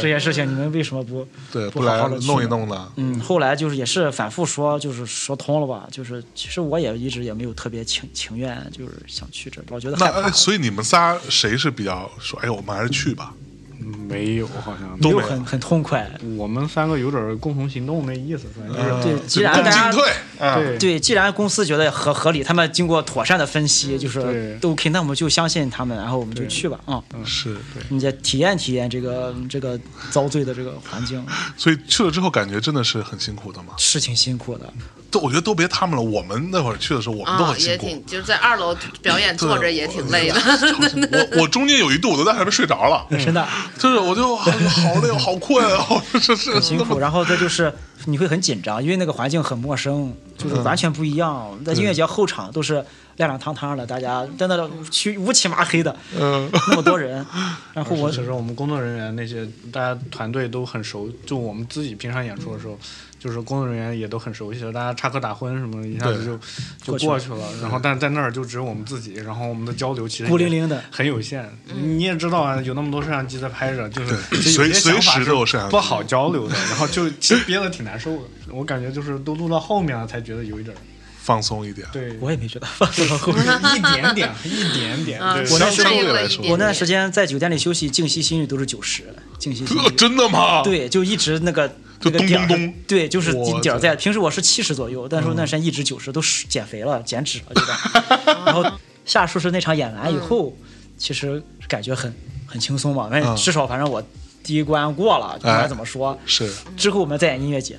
这些事情你们为什么不
对，不
不好
来
好的
弄一？弄 呢？
嗯，后来就是也是反复说，就是说通了吧。就是其实我也一直也没有特别情情愿，就是想去这儿，老觉得
那
害怕
哎。所以你们仨谁是比较说，哎呦，我们还是去吧？
没有，好像
没
都
有
没有
很很痛快，
我们三个有点共同行动那意思，反正就
对
是
嗯
既然大
进
家
退，嗯，
对
对，既然公司觉得合合理，他们经过妥善的分析，就
对
是都 OK，那我们就相信他们，然后我们就
对嗯
去吧啊！
是。
你再体验体验这个这个遭罪的这个环境，
所以去了之后，感觉真的是很辛苦的嘛。
是挺辛苦的。
都我觉得都别他们了，我们那会儿去的时候， 我们都
啊
很，辛
也
苦。
挺，就是在二楼表演
对
坐着也挺累的。
我我我中间有一度我都在上面睡着了，
嗯
真的
就是我就好好累，好困， 好是是
辛苦，然后再就是你会很紧张，因为那个环境很陌生，就是
嗯
完全不一样。在音乐节后场都是亮亮堂堂的，大家在那去乌漆麻黑的，
嗯，
那么多 人，然后我
其实我们工作人员那些大家团队都很熟，就我们自己平常演出的时候，
嗯
就是工作人员也都很熟悉了，大家插科打诨什么的，一下子就就过去了。然后，但在那儿就只有我们自己，然后我们的交流其实
嗯孤零零的，嗯
很有限。你也知道啊，有那么多摄像机在拍着，就是
对
其实有些
随
想法
随时都有摄像机
是不好交流的。然后就其实憋得挺难受的，我感觉就是都录到后面了才觉得有一点儿
放松一点。
对，
我也没觉得放松了后面。
一点点，一 点点。
啊，
对
我那时候
适应了一点 点
我那段时间在酒店里休息，静息心率都是九十，静息心 率
呃。真的吗？，
对，就一直那个
就
那个点儿
咚咚咚
对，就是
我嗯
点儿在。平时我是七十左右，但是我那时间一直九十，都是减肥了，减脂了，对吧？ 然后夏叔是那场演完以后，其实感觉很很轻松嘛，反正
嗯
至少反正我第一关过了，不
哎
管怎么说，
是
之后我们再演音乐节，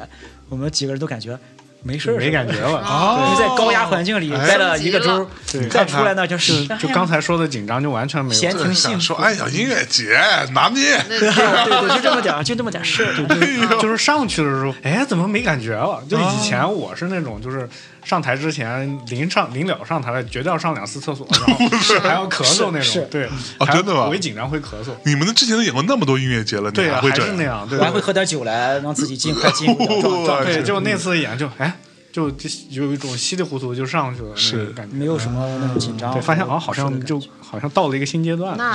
我们几个人都感觉没事儿，
没感觉。 哦了
啊
因为在高压环境里
哎
待了一个
升级
周
了，
对
再出来呢就是
就就刚才说的紧张就完全没有。
闲情
想
幸
说，
福，
哎呀，音乐节拿捏，哎
对 对对，就这么点儿，就这么点儿事儿。
啊就是上去的时候，哎，怎么没感觉了？就
啊
以前我是那种，就是上台之前临上临了上台了，绝对要上两次厕所，然后还要咳嗽那
是
种
是。
对，
啊真的吗
还我一紧张会咳嗽。
你们之前都演过那么多音乐节了，你
对啊，
还会
还
这
是那？样。对
我还会喝点酒来让自己尽快进入
啊
到状状态
对，就
嗯
那次演就哎，就就有一种稀里糊涂就上去了那
是
种感觉。嗯
没有什么那种紧张。
对，发现
或
啊，
者
好
是的
像
感
就
觉
好像到了一个新阶段。
那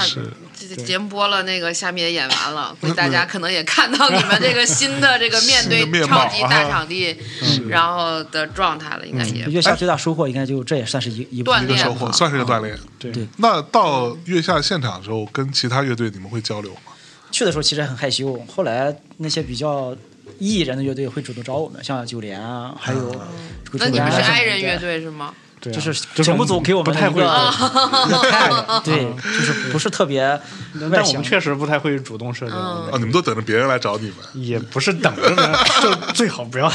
这这节目播了，那个下面也演完了，
嗯
所以大家可能也看到你们这个新的这个面对
新的面貌嗯
超级大场地，然后的状态了，应该也
月下最大收获应该就这也算是一一部
锻
一
炼
个
练
收
嘛
获，算是一个锻炼。
对
对
那到月下现场的时候，跟其他乐队你们会交流吗？
去的时候其实很害羞，后来那些比较艺人的乐队会主动找我们，像九连啊，还有这个
那
周
你
元啊
们是
什么
爱人
的
乐队是吗？
对啊，
就是
这是
节
我
目
们
组给我
不
们
太
太会
会的，
啊
看， 对，就是不是特别外
但我
向
们。确实不太会主动社交
嗯，
啊，你们都等着别人来找你们，
也不是等着呢， 就最好不要。
啊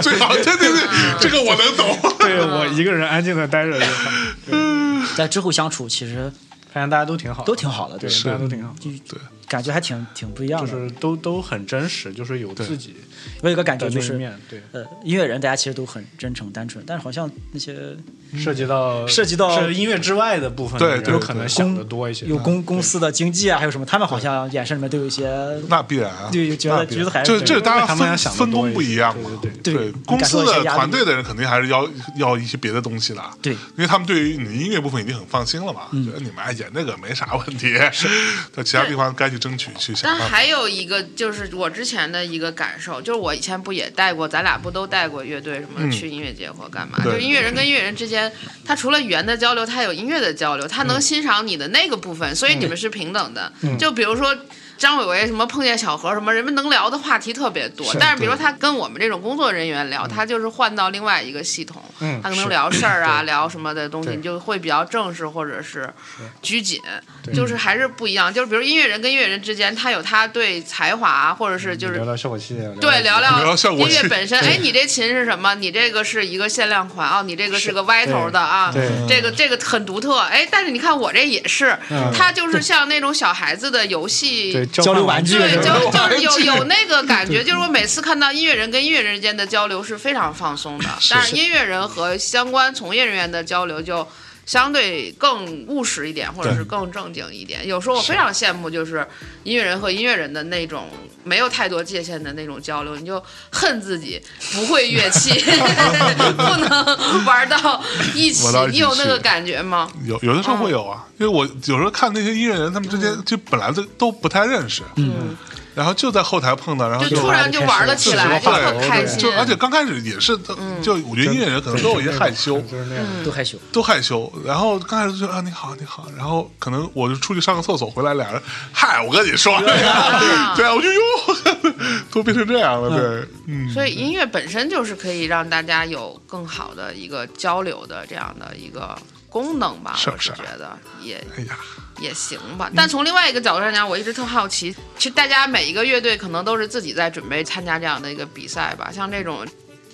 最好，对对对，这个我能懂。
对我一个人安静的待着就好，
在之后相处，其实
发现大家都挺好，
都挺好的，对
嗯对，，大家都挺好，
就
对
感觉还挺挺不一样
就
的。
是都都很真实，就是有自己
我有个感觉
的
就
那一
是，
面。对，
呃，音乐人大家其实都很真诚单纯，但是好像那些
涉及到
嗯涉及到
是音乐之外的部分，
对对
有可能想的多一些。嗯啊
有公公司的经济啊，还有什么，他们好像眼神里面都有一些
那必然 啊，
对觉得
那必然
橘子还是
这这大
他
家
们要
分
想得
分
多
工
一
不
些
一样
对
嘛。
对对
对
公司的团。
感受到一些压
队
力
的人肯定还是要要一些别的东西啦，
对
因为他们对于你音乐部分已经很放心了嘛，
嗯
觉得你们爱演那个没啥问题，在其他地方该去争取去想
但
办法。
还有一个就是我之前的一个感受，就是我以前不也带过，咱俩不都带过乐队什么
嗯
的去音乐节或干嘛？
对
就是音乐人跟音乐人之间，他除了语言的交流，他有音乐的交流，他能欣赏你的那个部分，所以你们是平等的。就比如说。张伟伟什么碰见小何什么，人们能聊的话题特别多。但是比如说他跟我们这种工作人员聊，他就是换到另外一个系统，
嗯
他可
是
能聊事儿啊，聊什么的东西，
对
你就会比较正式或者是拘谨，
对
就是还是不一样。就是比如音乐人跟音乐人之间，他有他对才华啊或者是就
嗯聊
是。
聊效果器，
对，聊
聊聊效果
音乐
器
本 身。哎，你这琴是什么？你这个是一个限量款啊，你这个是个歪头的啊
对嗯对，
这个这个很独特。哎，但是你看我这也是，它就是像那种小孩子的游戏，
嗯对
交流
换
玩具
对，
是
就
吧
就是有有那个感觉，就是我每次看到音乐人跟音乐人之间的交流是非常放松的，但是音乐人和相关从业人员的交流就。相对更务实一点，或者是更正经一点。有时候我非常羡慕，就是音乐人和音乐人的那种没有太多界限的那种交流，你就恨自己不会乐器，不能玩到一起
玩到。一起
你有那个
去
感觉吗？
有有的时候会有
哦
啊，因为我有时候看那些音乐人，他们之间
嗯
就本来都都不太认识，嗯，然后就在后台碰到，然后
就突然就玩了起来，就
后来
很开心。嗯
就而且刚开始也是，就我觉得音乐人可能都有一些害羞，
就是那样。
都害羞。
都害羞。然后刚开始就说啊你好你好，然后可能我就出去上个厕所回来，俩人嗨，我跟你说， 对啊，我就哟， 都变成这样了，对，嗯，
所以音乐本身就是可以让大家有更好的一个交流的这样的一个功能吧，
是
我
是嗯
是觉得也
哎呀，
也行吧。但从另外一个角度上讲，我一直特好奇，其实大家每一个乐队可能都是自己在准备参加这样的一个比赛吧，像这种。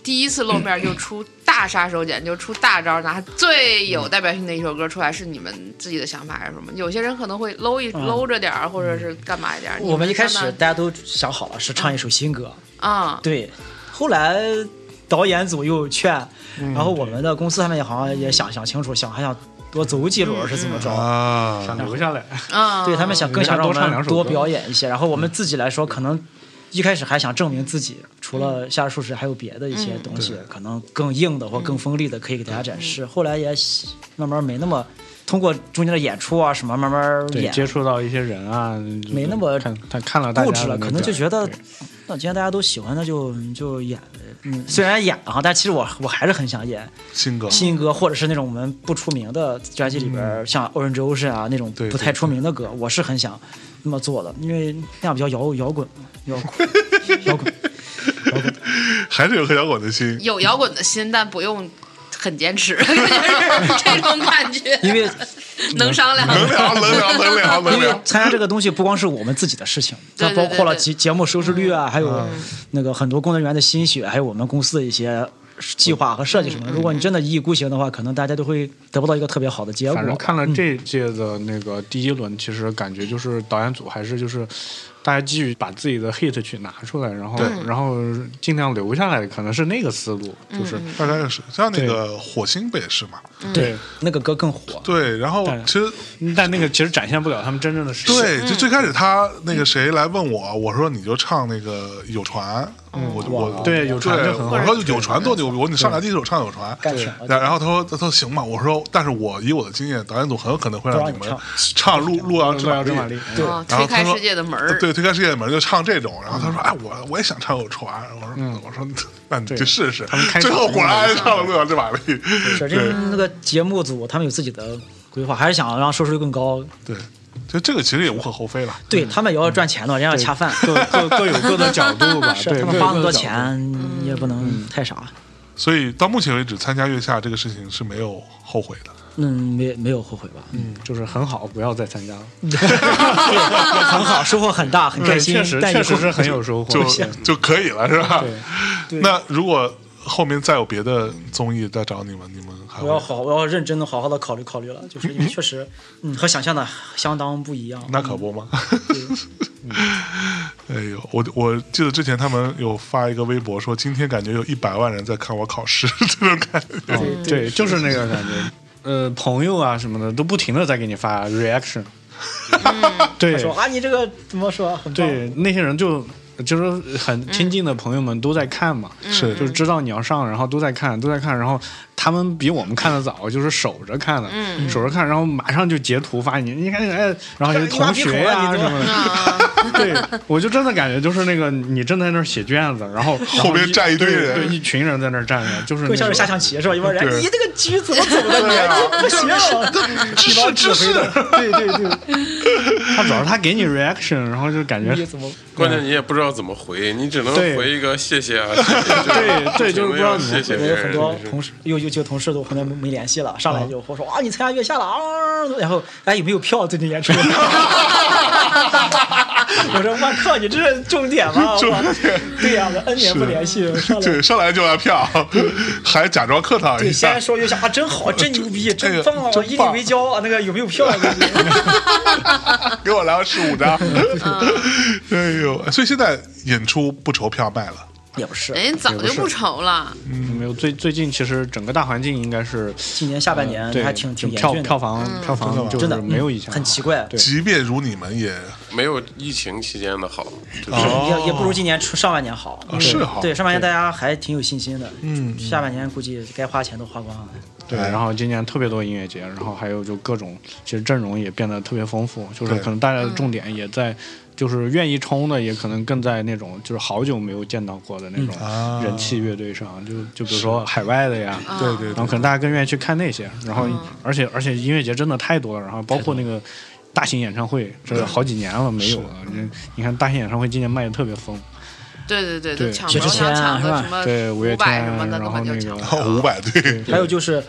第一次露面就出大杀手锏，就出大招，拿最
嗯
有代表性的一首歌出来，是你们自己的想法还是什么？有些人可能会搂一
嗯
搂着点儿，或者是干嘛一点儿。你
我们一开始
相当
大家都想好了是唱一首新歌，
啊，
对，后来导演组又劝，然后我们的公司他们也好像也想想清楚，想还想多走几轮是怎么着。
啊
想，留下来，
嗯，
对他们想更想让我们多表演一些，然
嗯
后我们自己来说，可能一开始还想证明自己，除了夏日数十，还有别的一些东西，可能更硬的或更锋利的可以给大家展示。后来也喜慢慢没那么通过中间的演出啊什么慢慢
对，
演
接触到一些人啊，就是
没那么
看他看了大家
固
的
执了，
那
可能
个
就觉得
对
那既然大家都喜欢，那就就演呗。嗯，虽然演啊，但其实我我还是很想演
新歌，
新歌，或者是那种我们不出名的专辑里边
嗯
儿，像 Orange Ocean 啊那种
对
不太出名的歌，我是很想那么做的，因为那样比较摇摇滚嘛，摇 滚摇滚。
还是有个摇滚的心，
有摇滚的心，但不用很坚持， 这种感 觉。
因为
能商量，
能聊能聊能聊能
因为
聊，
参加这个东西不光是我们自己的事情，它
对对
包括了
对对
节节目收视率啊，还
嗯
有那个很多工作人员的心血，还有我们公司的一些计划和设计什
嗯
么的。如果你真的一意孤行的话，可能大家都会得不到一个特别好的结果
反。正看
嗯
了这届的那个第一轮，其实感觉就是导演组还是就是大家基于把自己的 hit 曲拿出来，然后然后尽量留下来，可能是那个思路，就是
嗯
大家也是，像那个火星不也是嘛？
对。
那个歌更火，
对，然后
对
其实
但那个其实展现不了他们真正的实力。
对，就最开始他那个谁来问我，我说你就唱那个有船，我就我
对有船
对
就很好
我说有船多牛逼，我说你上来第一首唱有船，
干什么
然然后他说他说行吧，我说但是我以我的经验，导演组很有可能会让
不让
你
你
们唱路路遥知
路遥知马
力
力，嗯
对
啊
然后他
推开
说
世界的门儿。
对，推开世界的门就唱这种，然后他说哎我我也想唱有船，我说我说那你去试试
嗯们，开
最后
场
果然唱了路遥知马力，
啊
是这那个节目组他们有自己的规划，还是想让收视率更高。
对。就这个其实也无可厚非了。
嗯
对他们也要赚钱的，人家要恰饭，
各各各有各的角度 吧，
是
对，
他
嗯各
们
有
花
各
那么
的
多
角度，
钱也不能太啥。
所以到目前为止，参加月下这个事情是没有后悔的。
嗯，没没有后悔吧？
嗯，就是很好，不要再参加了。
嗯很好，收获很大，很开心。
嗯确实
但以
确实
后
是很 有收获。
就
对
就可以了，是吧？
对
那如果后面再有别的综艺再找你们，你们还
我要
会？
好，我要认真的、好好的考虑考虑了，就是因为确实，嗯，和想象的相当不一样。
那可不吗？
对
哎呦，我我记得之前他们有发一个微博说，今天感觉有一百万人在看我考试 这种感觉。
对对，就是那个感觉。呃，朋友啊什么的都不停的在给你发 reaction。对
他说啊，你这个怎么说？很棒
对，那些人就就是很亲近的朋友们都在看嘛，
是
就是知道你要上，然后都在看，都在看，然后他们比我们看的早，就是守着看的，守着看，然后马上就截图发你，你看，哎，然后还有同学呀、
你妈逼
什么的。 对，我就真的感觉就是那个你正在那儿写卷子，然后然
后边站一堆
对
人
对，一群人在那儿站着，就是那
就像
种
是下象棋是吧？一帮人，哎
对
你这个局怎么走的？你你不行，
知识知识的，
对对对，他主要是他给你 reaction，然后就感觉
你怎么？
关键你也不知道怎么回，你只能
对
回一个谢 谢啊，谢谢
对对就是不
没
知道
有
怎
谢
么回
谢
我
别
有很
人
多
就是
同事，有有几个同事都后来没没联系了，上
嗯
来就我说啊，你参加月下了啊，然后哎有没有票最近演出？ 我说我靠，你这是重点吗？
重
我
点
对呀，我 N 年不联系，上来
对，上来就要票， 还假装客套一
对，
下
先。说月下啊，真 好，真牛逼，
这
真
个
棒啊，
真
我以
棒
你为骄傲。那个有没有票？
给我来个十五张。 哎呦，所以现在演出不愁票卖了，
也不是，
人家哎早就不愁了，
嗯没有。最最近其实整个大环境应该是
今年下半年
嗯对
还挺挺
就
严
票
峻的
票，房
嗯
票房就
真
是
的
没有以
嗯
前
很
好
奇怪。
对
即便如你们也
没有疫情期间的好，就是
哦
也也不如今年初上半年好。
啊是哈。
对，上半年大家还挺有信心的，
嗯
下半年估计该花钱都花光了。
对，然后今年特别多音乐节，然后还有就各种，其实阵容也变得特别丰富，就是
对嗯
可能大家的重点也在，就是愿意冲的，也可能更在那种就是好久没有见到过的
嗯
那
啊
种人气乐队上，就就比如说海外的呀，
对对嗯
然后可能大家更愿意去看那些，然后而且而且音乐节真的太多了，然后包括那个大型演唱会，这好几年了没有了，你你看大型演唱会今年卖的特别疯，
对对对
对
抢
薛
票
之谦
想
啊
抢
是
个
吧
什么
对，五月
五百
天，
什么的，
然
根
后
本就
那
抢
个
不。
五百对，
还有就是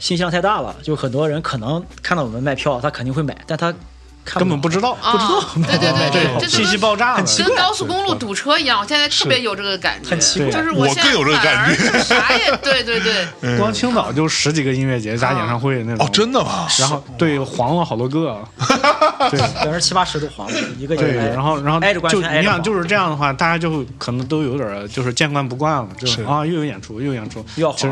信息量太大了，就很多人可能看到我们卖票，他肯定会买，但他看
根本不知道，哦
啊，对对
哦
对对，这就
信息
跟
爆炸了，
跟高速公路堵车一样，我现在特别有这个感觉，
很奇怪
就是
我
现在
更有这个
反而
感觉
就啥也对对 对，
光青岛啊就十几个音乐
啊
节加演唱会那种。
哦，真的吗？
然后对黄了好 多个，啊对
百分之七八十都黄了，一个一个
对，
哎
挨
然后然后
挨着关
就
全挨
你
着
想
黄，
就是这样的话，大家就可能都有点儿就是见惯不惯了，就是
是
啊又有演出又有演出，
又要
其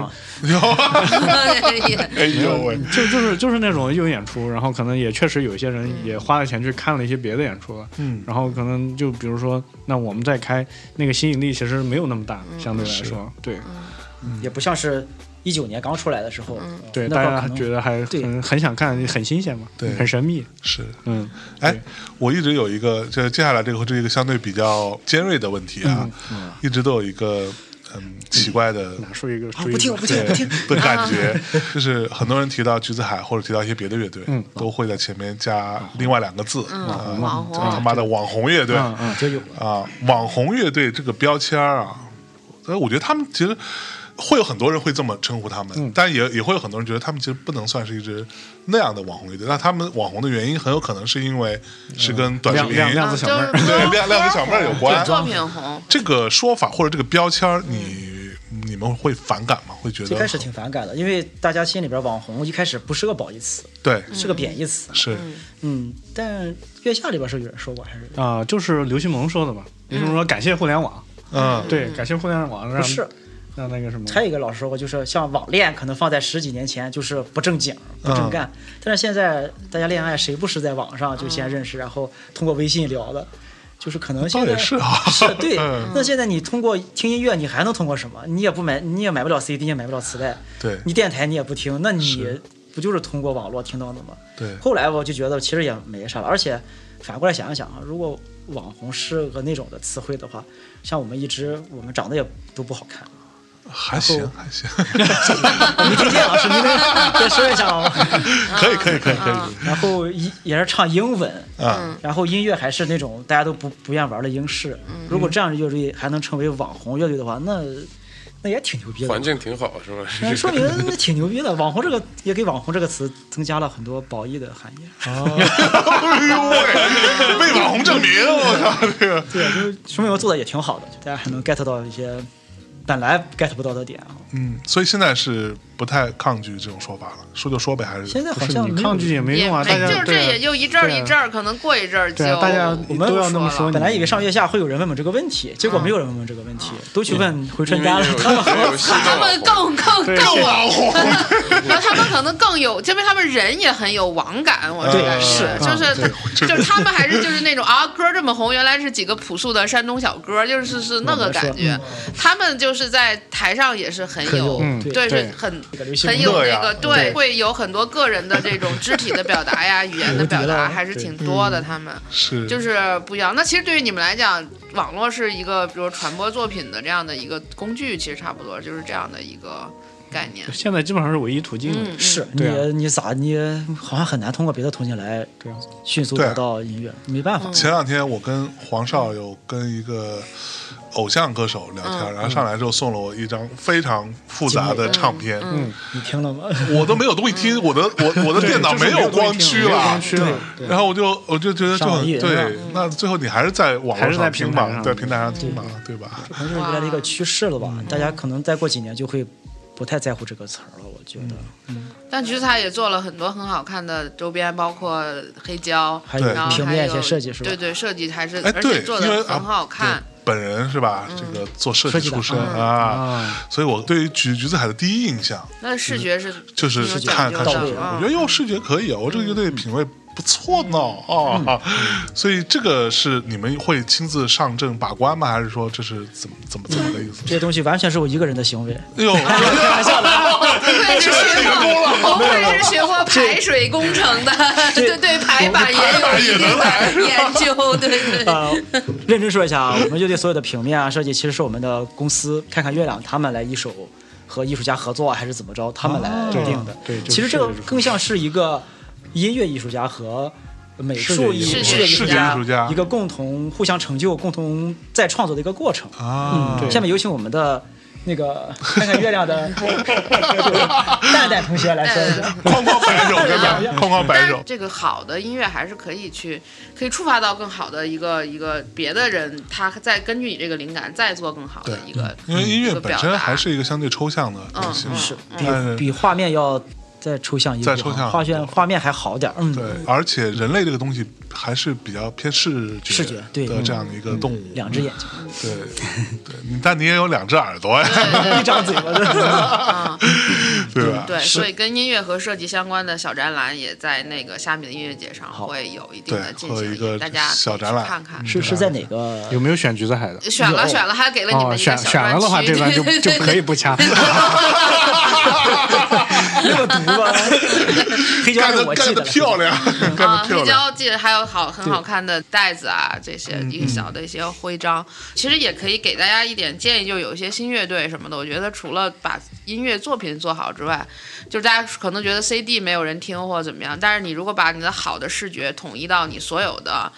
实
黄，
啊 哎呦喂，
就就是就是那种又有演出，然后可能也确实有些人也花了钱去看了一些别的演出了，
嗯
然后可能就比如说那我们再开那个吸引力其实没有那么大，
嗯
相对来说，对
也不像是一九年刚出来的时候，
对，
那
大
会儿
家
可能
觉得还
对
很很想看，很新鲜嘛，
对
很神秘，
是。
嗯，
哎
对，
我一直有一个，这接下来这个会是一个相对比较尖锐的问题啊，
嗯
一直都有一个嗯奇怪的
拿出一个
啊
追
不
忆
听不听不听，
的感觉，就是很多人提到橘子海或者提到一些别的乐队，
嗯
都会在前面加另外两个字，啊
嗯，网
他
红，
妈的网红乐队
嗯嗯
就有
啊，网红乐队这个标签儿啊，呃，我觉得他们其实会有很多人会这么称呼他们，但也也会有很多人觉得他们其实不能算是一支那样的网红乐队。那他们网红的原因很有可能是因为是跟短视频、
亮亮子
就
小妹
是
儿
对亮亮子小妹儿有关
作品红，
这个说法或者这个标签儿，
嗯
你、你们会反感吗？会觉
最
得
开始挺反感的，因为大家心里边网红一开始不是个褒义词，
对、
是个贬义词。
是、
嗯，但月下里边是有人说过，还是
啊、就是刘新萌说的嘛，刘新萌说感谢互联网，
嗯
对，感谢互联网让
不是？
让那个什么，
还有一个老师说过，就是像网恋，可能放在十几年前就是不正经、
啊
不正干，但是现在大家恋爱谁不是在网上就先认识，然后通过微信聊的，就是可能现
倒
在
也是啊，
是对
嗯。
那现在你通过听音乐，你还能通过什么？你也不买，你也买不了 CD，也买不了磁带，
对
你电台你也不听，那你不就是通过网络听到的吗？
对
后来我就觉得其实也没啥了，而且反过来想一想啊，如果网红是个那种的词汇的话，像我们一直我们长得也都不好看，
嗯
还行还行，
没听见老师，您再说一下啊。
可以可以可以可
啊
以，
然后一也是唱英文，
啊
然后音乐还是那种大家都不不愿玩的英式。如果这样的乐队还能成为网红乐队的话，那那也挺牛逼的。
环境挺好是吧？
那说明那挺牛逼的。网红这个也给“网红”这个词增加了很多褒义的含义。
哎呦
嗯
喂，被网红证明，我靠这个，
对，就是说明我做的也挺好的， 就大家还能 get 到一些本来 get 不到的点啊。
嗯，所以现在是不太抗拒这种说法了，说就说呗，还是
现在好
不是
像
你
没有
抗拒也没
也哎
用啊，大家
就是这
对啊
也就一阵儿
对啊
一阵儿，可能过一阵儿就
对啊大家
我
们
都要那么说
说
你，
本来以为上月下会有人问我这个问题，结果没有人问我这个问题，都去问回
因
春
为也
丹了。
啊有
他们
也有新
他
的
们
网
更更
对
更网，
网 红，
然后他们可能更有，因为他们人也很有网感，我觉
对
得是，就
啊
对
是就是他们还是就是那种啊，歌这么红，原来是几个朴素的山东小歌，就是是那个感觉。他们就是在台上也是很
很有
有，
嗯
对，
对
是很
这个流行
很有
乐
那
呀
个，对，会有很多个人的这种肢体的表达呀，语言的表达还是挺多
嗯
的。他们
是
就是不一样。那其实对于你们来讲，网络是一个比如传播作品的这样的一个工具，其实差不多就是这样的一个概念。
现在基本上是唯一途径了。
嗯，
是你
对啊
你咋你好像很难通过别的途径来
对啊
迅速
对啊
得到音乐，没办
嗯
法。
前两天我跟黄少有跟一个偶像歌手聊天，然后上来之后送了我一张非常复杂的唱片，
你听 了吗？
我都没有东西听，我的我我的电脑
就是
没
没有
有光驱
了，
了
光。驱了。
对
然后我就我就觉得就
上
很
瘾
对
是，
那最后你还是在网
还
络
是在
上
平
听
台
吧，
上
在平台上听吧，对吧？
可能是未来的一个趋势了吧？大家可能再过几年就会不太在乎这个词儿了，我觉得。
嗯
但橘子塔也做了很多很好看的周边，包括黑胶，
还有
然后
平
还
面一
有
些设计是吧
对对，设计还是
哎，
而
对
且做，
因为
的很好
啊
看。
对本人是吧？这个做设
设
计
计的
出身
嗯
啊，所以我对于橘橘子海的第一印象
那视觉是
就是
挺有
看
讲
看
究
视
的
觉，我觉
嗯
得哟视觉可以啊，我这个乐队品味不错呢哦， 所以这个是你们会亲自上阵把关吗？还是说这是怎么怎么怎么个意思
这？些东西完全是我一个人的行 为，
哎呦，
嗯开 玩笑的啊。
不愧是学过，不愧是学过排水工程的，对对，排版也有一定 的研究，对对对。
呃，认真说一下啊，我们乐队所有的平面啊设计，其实是我们的公司看看月亮他们来一手和艺术家合作啊还是怎么着，他们来
对
定的。
啊对就是
其实这个
设计
更像是一个音乐艺术家和。美术艺
视觉艺术
视
家
术
觉艺术家
一个共同互相成就、共同再创作的一个过程。
啊，
对
下面有请我们的那个看看月亮的蛋蛋同学来说一下。
哐哐摆手，真的，哐哐摆
但是
手，
这个好的音乐还是可以去，可以触发到更好的一个一个别的人，他再根据你这个灵感再做更好的一个，
嗯因为音
嗯一
乐
个
本
表
身
达
还是一个相对抽象的东西嘛，
嗯
是
但是
比比画面要再抽象一
再
点
抽象
啊，画面画面还好点儿。嗯，
对，而且人类这个东西还是比较偏视觉
视觉对嗯
的这样的一个动物，
两只眼睛，
对对，你但你也有两只耳朵呀，
一张嘴巴的。
对吧？
对，所以跟音乐和设计相关的小展览也在那个虾米的音乐节上会有一定的
对
进
会有
行，
一个
也大家
小展览
去看看。
是是在哪个？
有没有选橘子海的？
选了选了，还给了你
嗯哦，
们一个
选
小
选了
专
的话，
区
这段就就 可以不 掐。
那么毒吗？ 黑胶
干
是
的
我
干
记
的
得
漂亮， 干
啊
的，漂
黑
亮，
胶记得还有好很好看的袋子啊，这些一个小的一些徽章，其实也可以给大家一点建议，就有一些新乐队什么的，我觉得除了把音乐作品做好之外，就是大家可能觉得 CD 没有人听或者怎么样，但是你如果把你的好的视觉统一到你所有的。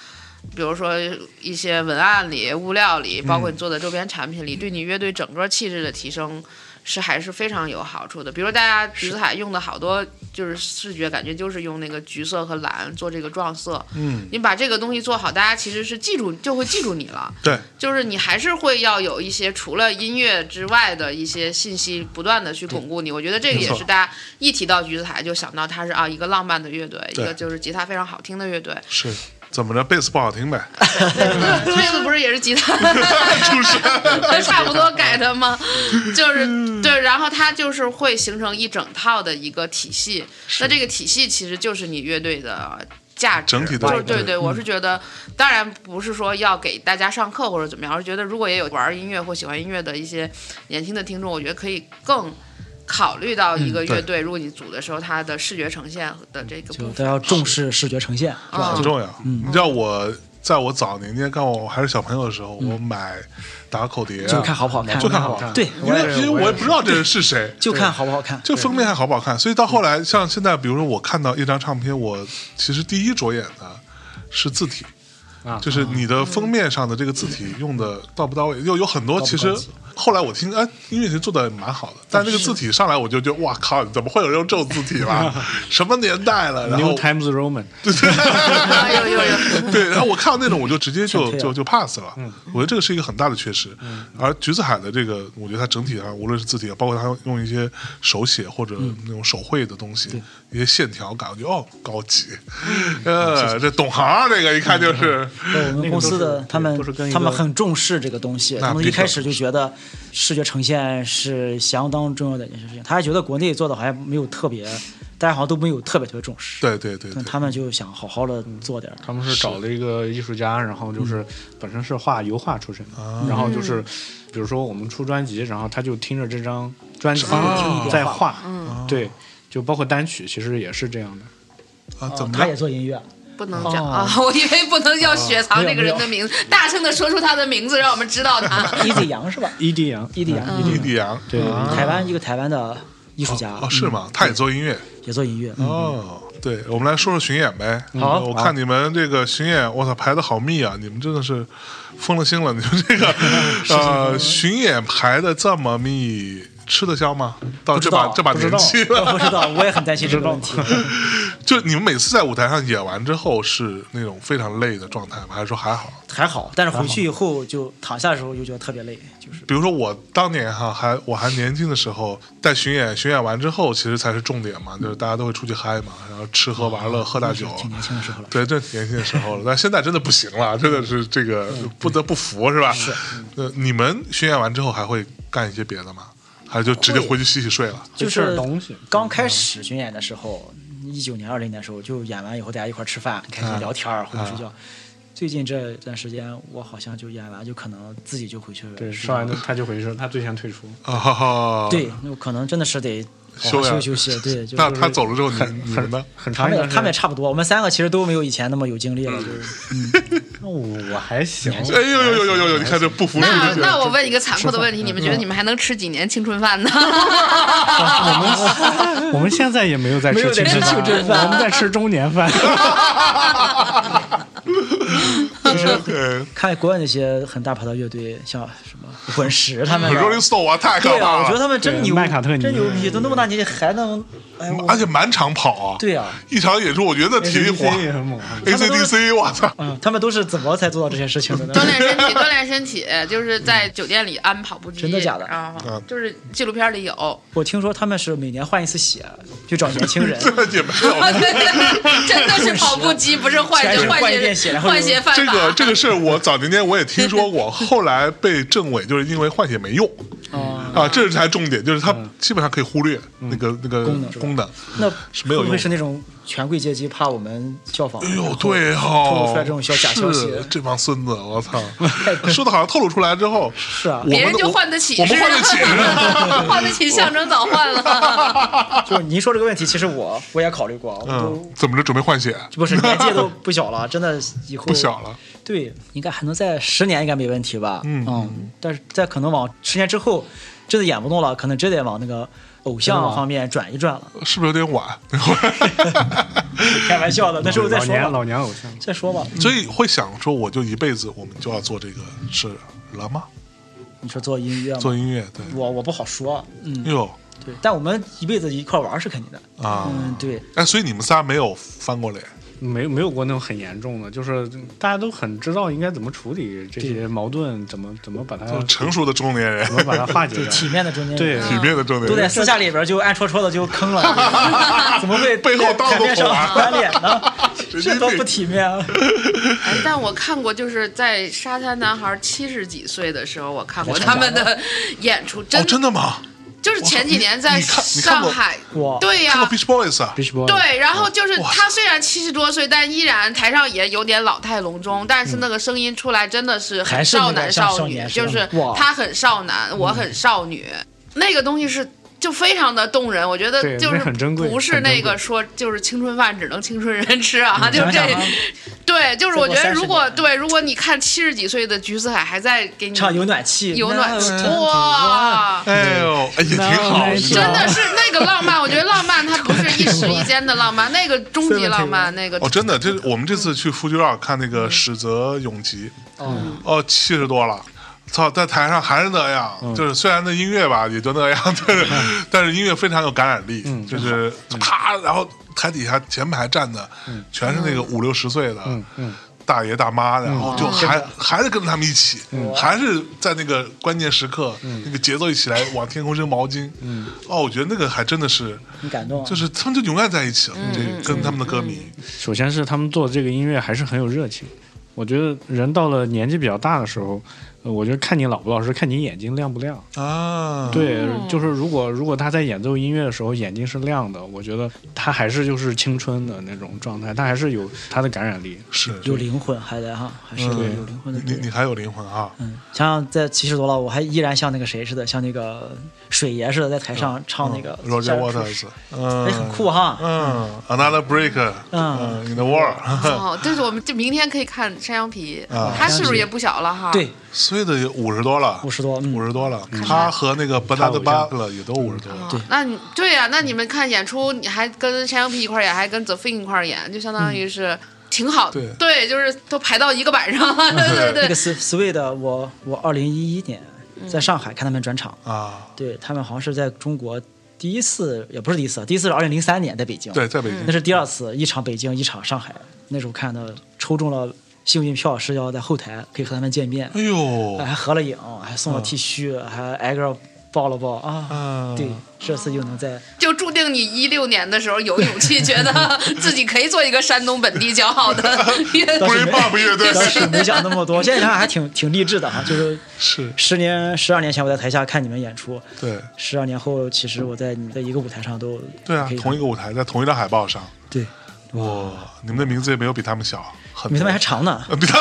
比如说一些文案里、物料里，包括你做的周边产品里，对你乐队整个气质的提升是还是非常有好处的。比如大家橘子海用的好多就是视觉感觉，就是用那个橘色和蓝做这个撞色。
嗯，
你把这个东西做好，大家其实是记住，就会记住你了。
对，
就是你还是会要有一些除了音乐之外的一些信息，不断的去巩固你。我觉得这个
没
也
错
是大家一提到橘子海就想到它是啊一个浪漫的乐队，一
对
个就是吉他非常好听的乐队。
是怎么着，贝斯不好听呗，
妹子不是也是 吉他
出身，
差不多改的吗？就是对，然后它就是会形成一整套的一个体系。那这个体系其实就是你乐队的价值，
整体的嗯
就是对
对
对，我是觉得，当然不是说要给大家上课或者怎么样，而是觉得如果也有玩音乐或喜欢音乐的一些年轻的听众，我觉得可以更。考虑到
嗯
一个乐队，如果你组的时候，它的视觉呈现的这个
就
部
大
分，
家要重视视觉呈现，是吧？
啊
很重要。你知道我在我早年间，刚我还是小朋友的时候，我买打口碟啊，
嗯就看好不好看，
就看
好
好看，
对，
因
我也
为
是
因为
我也
我也不
是
知道这人是谁，
就看好不好看。嗯
就封面还好不好看。所以到后来，像现在，比如说我看到一张唱片，我其实第一着眼的是字体，
啊
就是你的封面上的这个字体用的到不到位，又有很多
到不
其实
到位。
后来我听，哎，音乐其实做的蛮好的，但这个字体上来我就觉得，哇靠，怎么会有人用这种字体 啦？什么年代了？然后
New Times Roman，
有有有，
对，然后我看到那种我就直接就
劝退啊嗯
就就 pass 了，我觉得这个是一个很大的缺失。而橘子海的这个，我觉得它整体上无论是字体啊，包括它用一些手写或者
嗯
那种手绘的东西，一些线条感，我觉得哦高级，
嗯
呃，这懂行啊这个一看就是，
对我
那
们
个
公司
都是
的他们
都是跟一，
他们
个
很重视这个东西，
那
他们
必
一
须
开
要
始就觉得视觉呈现是相当重要的一件事情。他还觉得国内做的好像没有特别，大家好像都没有特别特别重视。
对对对啊
那
对，
他们就想好好的做点儿。
他们是找了一个艺术家，然后
嗯
就是本身是画油画出身的，
啊
然后就是比如说我们出专辑，然后他就听着这张专辑
啊
在画，对，就包括单曲其实也是这样的。
啊
哦
怎么
他也
了？
做音乐？
不能讲
哦
啊！ 我以为不能要雪藏这个人的名字，大声的说出他的名字，让我们知道他。
伊地，E 杨是吧？
伊迪杨，
伊地杨，
伊迪 E 杨
对对对
台湾一个台湾的艺术家嗯
哦，是吗？他也做音乐
也做音乐。
哦。对，我们来说说巡演呗。嗯
嗯好
我看你们这个巡演，我操，排的好密啊！你们真的是疯了 心了。你们 这个呃，巡演排的这么密，吃得消吗？到这把
嗯不知道
这把
不知
年
道
纪了，
我不知道，我也很担心这个问题。
就你们每次在舞台上演完之后是那种非常累的状态吗？还是说还好？
还好，但是回去以后就躺下的时候就觉得特别累，就是
比如说我当年哈还我还年轻的时候，在巡演巡演完之后，其实才是重点嘛，就是大家都会出去嗨嘛，然后吃喝玩乐，喝大酒。
哦挺年轻的时候了。
对，这年轻的时候了，但现在真的不行了，真的是这个
嗯
不得不服，是吧？是。呃，你们巡演完之后还会干一些别的吗？还是就直接回去洗洗睡了？
就
会吃
是
点东西嗯
刚开始巡演的时候，一九年、二零年的时候，就演完以后大家一块儿吃饭，很开
啊
心聊天儿，回去睡觉。最近这段时间，我好像就演完就可能自己就回去
对，
睡觉
说完他就回去，他最先退出，
啊哈哈。
对，那我可能真的是得好
休
好
养
休休息。 对，就
那
是
他走了之后， 你你们呢？
很
他
长一
们也
段时
他们也
间。
差不多，我们三个其实都没有以前那么有精力了，
嗯
就是
我还行，
哎呦呦呦呦呦呦！你看这不服输
那
就
那
行。
我问一个残酷的问题，你们觉得你们还能吃几年青春饭呢？
我们现在也没有在
没
吃
有在
青春
吃青春饭
我们在吃中 年饭。
OK
看国外那些很大牌的乐队，像什么 滚石他们的。
Rolling Stone 啊，太可
对啊，
怕
我觉得
了，
他们真
对
牛，
麦卡特尼嗯
真牛逼，都那么大年纪还能，哎呦，
而且满场跑啊。
对啊，
一场演出，我觉得体力活。
也很猛啊，
AC/DC，我 操！
嗯，他们都是怎么才做到这些事情 的 呢？
锻炼身体，锻炼身体，就是在酒店里安跑步机，
真的假的
啊
嗯，。
就是纪录片里有，
我听说他们是每年换一次血，去找年轻人
这也没有。
真的是跑步机，不是换
全
就是
换一
换
遍
血
血然后就
换血 犯
这
法。
个这个事儿，我早年间我也听说过，后来被政委就是因为换血没用
哦，嗯
啊，这才重点，就是它基本上可以忽略那个那个
功能嗯
功能。
那
是没有用
会不
的
会是那种权贵阶级怕我们效仿？
哎
然
呦，
后
对
透
哦，
露出来这种小假消息
是这帮孙子，我 操！说的好像透露出来之后，是
啊
别人就换得起，
我们换得起
是吧 换得起象征早换了。
就是您说这个问题，其实我我也考虑过，我都
嗯，怎么着准备换血？
不 是年纪都不小了，真的以后
不小了，
对，应该还能在十年应该没问题吧？
嗯
但是在可能往十年之后真的演不动了，可能真得往那个偶
真的
像
吗
方面转一转了。
是不是有点晚？ 那会儿，
开玩笑的，那时候再
老
说
年
吧，
老年偶像。
再说吧。
所以会想说，我就一辈子我们就要做这个事了吗？
你说做音乐吗？
做音乐，对，
我我不好说，嗯，
哟
对，但我们一辈子一块玩儿是肯定的，
啊，
嗯，对，
哎，所以你们仨没有翻过脸，
没没有过那种很严重的，就是大家都很知道应该怎么处理这些矛盾，怎么怎么把它
就是
怎
成熟的中年人，
么把它化解
对，体
掉。
面的中间人
对，
体面的中
都
年
在
人，
私下里边就暗戳戳的就坑了，怎么会
背后当
台面上
着我
翻脸呢？
神经
这多
病
不体面啊！
哎但我看过，就是在沙滩男孩七十几岁的时候，我看过他们的演出，真
哦，真的吗？
就是前几年在
你看你看
上
过
海，
哇
对呀、
看过 Beach Boys 啊？
Beach Boy，
对，然后就是
哇
他虽然七十多岁，但依然台上也有点老态龙钟，但是那个声音出来真的是很
还是那
少
个
男
像
少
少
女，
年
就是
是吧哇
他很少男，我很少女，那个东西是就非常的动人。我觉得
对
就
那
是
很珍贵
不是
很珍
那个
贵
说就是青春饭只能青春人吃啊，就
想
这
想啊，
对，就是我觉
再
得
过
如果
30年
对，如果你看七十几岁的菊子海还在给你
唱有暖气，
有暖气，
那
哇！
哎呦，哎也挺好
那，
是吧
真的是那个浪漫，我觉得浪漫它不是 一时一间的浪漫，那个终极浪漫，那个
哦，真的，这我们这次去富居尔看那个史泽永吉，
哦，
哦，七十多了。操，在台上还是那样，就是虽然那音乐吧也就那样，但是 但是音乐非常有感染力，就是啪，然后台底下前排站的全是那个五六十岁的大爷大妈，然后就还还是跟他们一起，还是在那个关键时刻那个节奏一起来往天空扔毛巾，哦，我觉得那个还真的是，
很感动啊，
就是他们就永远在一起了，这跟他们的歌迷，
首先是他们做这个音乐还是很有热情。我觉得人到了年纪比较大的时候，呃我觉得看你老不老实，看你眼睛亮不亮。
啊，
对，就是如果如果他在演奏音乐的时候眼睛是亮的，我觉得他还是就是青春的那种状态，他还是有他的感染力。
是
有灵魂还在哈，还是有
嗯
有灵魂的
你你还有灵魂啊，
嗯，想想在七十多了，我还依然像那个谁似的，像那个水爷似的，在台上唱那个
Roger Waters，嗯，
哎，很酷哈。
嗯，Another Break，嗯
嗯
，In the War，
哦，对，我们就明天可以看山羊皮
啊，
他岁数也不小了哈。
对，
岁的也五十多了，
五十多嗯
五十多了。他和那个 b e r n a r d Butler 也都五十多了。
对
那你对呀、那你们看演出，你还跟山羊皮一块儿演，还跟 The Thing 一块儿演，就相当于是挺好的。
嗯对
就是都排到一个晚上 了。对
那
对
个
对，
S Sway 的，我我二零一一年在上海看他们专场，
啊，
对他们好像是在中国第一次，也不是第一次，啊第一次是二零零三年在北京，
对，，在北京
那是第二次，一场北京，一场上海。那时候看的抽中了幸运票，是要在后台可以和他们见面，
哎呦
哎，还合了影，还送了 T 恤，还挨个抱了抱啊
嗯。
对，这次又能在
就注定你一六年的时候有勇气，觉 得自己可以做一个山东本地骄傲的乐队。
，Brave Bob 乐队
当时没想那么多，现在想想还挺挺励志的哈。就是
是，
十年、十二年前我在台下看你们演出，
对，
十二年后其实我在你们的一个舞台上都
对啊
可以，
同一个舞台，在同一张海报上，
对，
哇，你们的名字也没有比他们小，很
比
多。
他们还长呢
呃比他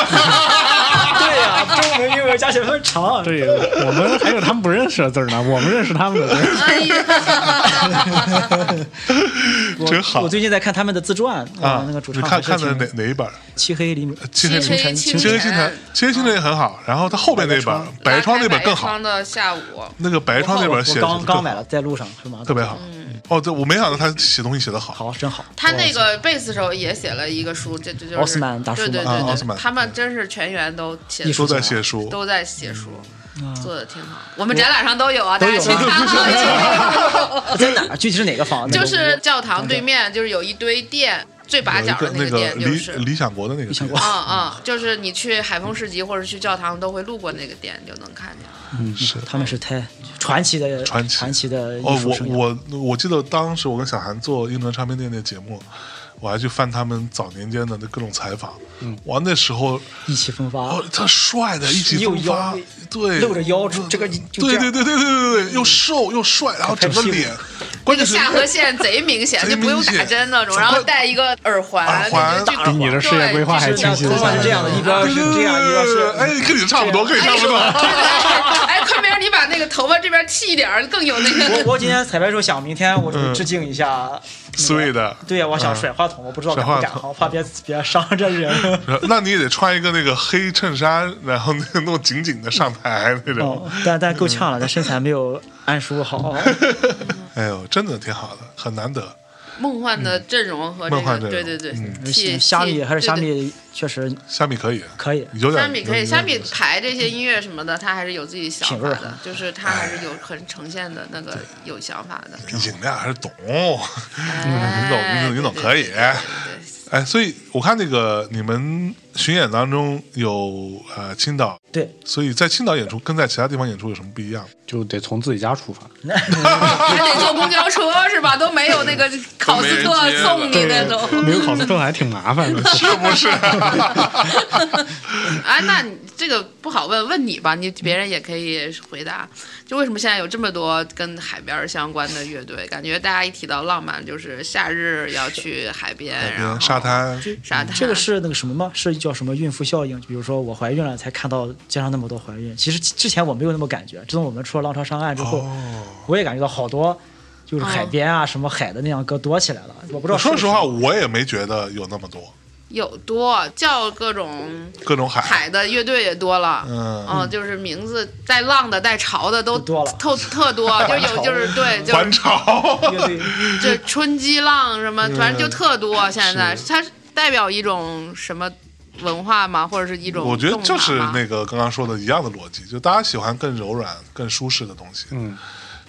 对呀、中文、英文加起来他们长。
对我们还有他们不认识的字儿呢，我们认识他们的字儿。
哎呀，
们真好
我最近在看他们的自传
啊！
那个主
你
唱
看
还是
看的
挺
哪哪一本？
漆黑黎明，
漆黑
漆黑
晨，
清
漆黑
晨
星辰，漆黑星辰也很好。然后他后面那本白窗那本更
白
好
窗，的下午，
那个白窗那
我
本呃写的
刚刚买了，在路上是吗？
特别好。
嗯
哦，对，我没想到他写东西写得好。
好，真好。
他
哦
那个贝斯手也写了一个书，这这就是
奥斯曼大叔
对对
嘛
对
啊
对，
奥斯曼
他们真是全员都写
艺
都
术
在写书，
都在写书，
嗯啊
做的挺好。我们展览上都有啊，大家去
嗯 都有
看啊。
在哪儿？具体是哪个房？
就是教堂对面，就是有一堆店，最拔
有一
角的
那
个店就
理
是。
理想国的那个
想
店
国
嗯嗯，就是你去海丰市集或者去教堂都会路过那个店，你就能看见。
是。
他们是太传奇的
传奇
传奇的 艺
哦，
术
我
生涯
我我记得当时我跟小韩做英伦唱片店那节目，我还去翻他们早年间的那各种采访。嗯，哇，那时候
意气风发
哦，，他帅的，一起
又
风发
腰，
对，
露着腰
对
这个就
对
这
对对
样
对对对对，又瘦又帅，然后整个
拍屁股
脸，关
那个
键是
下颌线贼明显，就不用打针那种，然后戴一个耳环，
耳环
就就
比你的事业规划还清晰
头发是这样的，一边是这样，一
对对
边
对
是
对哎，跟你差不多，跟你差
哎
不
呦，
多。
哎，快明儿你把那个头发这边剃一点儿，更有那个。
我我今天彩排的时候想，明天我就致敬一下
嗯所以
的。
的，嗯
对呀，我想甩话筒，我不知道敢不
甩
敢
话筒
哈，我怕别别伤 着人。
那你也得穿一个那个黑衬衫，然后那个弄紧紧的上台那种。
哦，但但够呛了，但身材没有安叔好。
哎呦，真的挺好的，很难得。
梦幻的阵容和
嗯
这
梦幻阵
个，
容嗯
对对对，剃
虾米
剃
还是虾
对对
米，确实
虾米可以，
可以。
有点
虾米可以，
有点
虾米排这些音乐什么的，他还是有自己想法
品味
的，就是他还是有很呈现的那个有想法的。
嗯
影亮还是懂，
哎
嗯你总你总你总可以
对对对对
哎，所以我看那个你们巡演当中有呃青岛，
对，
所以在青岛演出跟在其他地方演出有什么不一样？
就得从自己家出发。
还得坐公交车是吧？都没有那个考斯
都没
特
人接
送你那种。
没有考斯特还挺麻烦 的。
是不是？
哎，那你这个不好问，问你吧，你别人也可以回答。就为什么现在有这么多跟海边儿相关的乐队？感觉大家一提到浪漫，就是夏日要去海边，然后
沙滩
沙滩。
这个是那个什么吗？是叫什么孕妇效应？比如说我怀孕了才看到街上那么多怀孕，其实之前我没有那么感觉。自从我们出了《浪潮上岸》之后，
哦，
我也感觉到好多就是
哦
海边啊什么海的那样歌多起来了。我不知道是
说
不
实
是
话，我也没觉得有那么多
有多叫各种
各种海，
海哦的乐队也多了，
嗯
就是名字带浪的、带潮的都
多了
特特多，就有就是对，就
环
是
潮，
乐队
这春季浪什么，反正就特多。现在
嗯是
它是代表一种什么文化吗？或者是一种
我觉得就是
动漫吗
那个刚刚说的一样的逻辑，就大家喜欢更柔软、更舒适的东西。
嗯，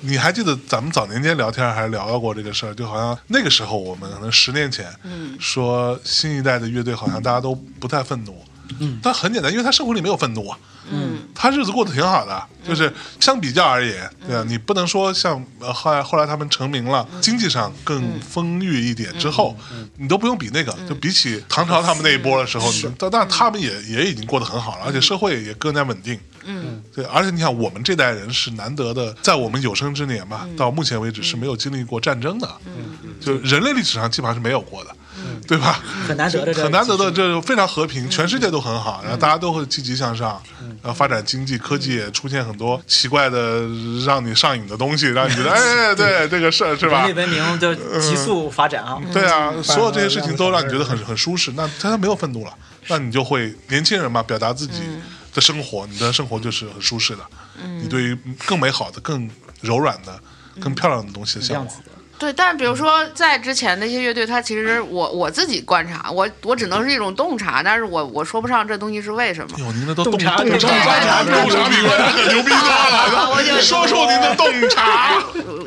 你还记得咱们早年间聊天还聊到过这个事儿？就好像那个时候我们可能十年前，嗯，说新一代的乐队好像大家都不太愤怒，嗯，但很简单，因为他生活里没有愤怒啊，嗯，他日子过得挺好的，就是相比较而言，对啊，你不能说像呃后来后来他们成名了，经济上更丰裕一点之后，你都不用比那个，就比起唐朝他们那一波的时候，但但他们也也已经过得很好了，而且社会也更加稳定，对，而且你看，我们这代人是难得的，在我们有生之年吧，到目前为止是没有经历过战争的，就人类历史上基本上是没有过的，对嗯吧？
很难得的这个
很难得的，这非常和平，全世界都很好，然后大家都会积极向上，然后发展经济，科技也出现很多奇怪的让你上瘾的东西，让你觉得 哎，对这个事儿是吧呃
人类？文明就急速发展啊。
对啊，所有这些事情都让你觉得很很舒适，那他没有愤怒了，那你就会年轻人嘛，表达自己的生活，你的生活就是很舒适的，你对于更美好的、更柔软的、更漂亮的东西的向
样
往
子。
对，但是比如说在之前那些乐队，它其实我我自己观察，我我只能是一种洞察，但是我我说不上这东西是为什么
哎。呦，您这都
洞
洞
察
洞
力
察
洞察
察
力
洞察比我可牛逼多了，
我就
说说您的洞察，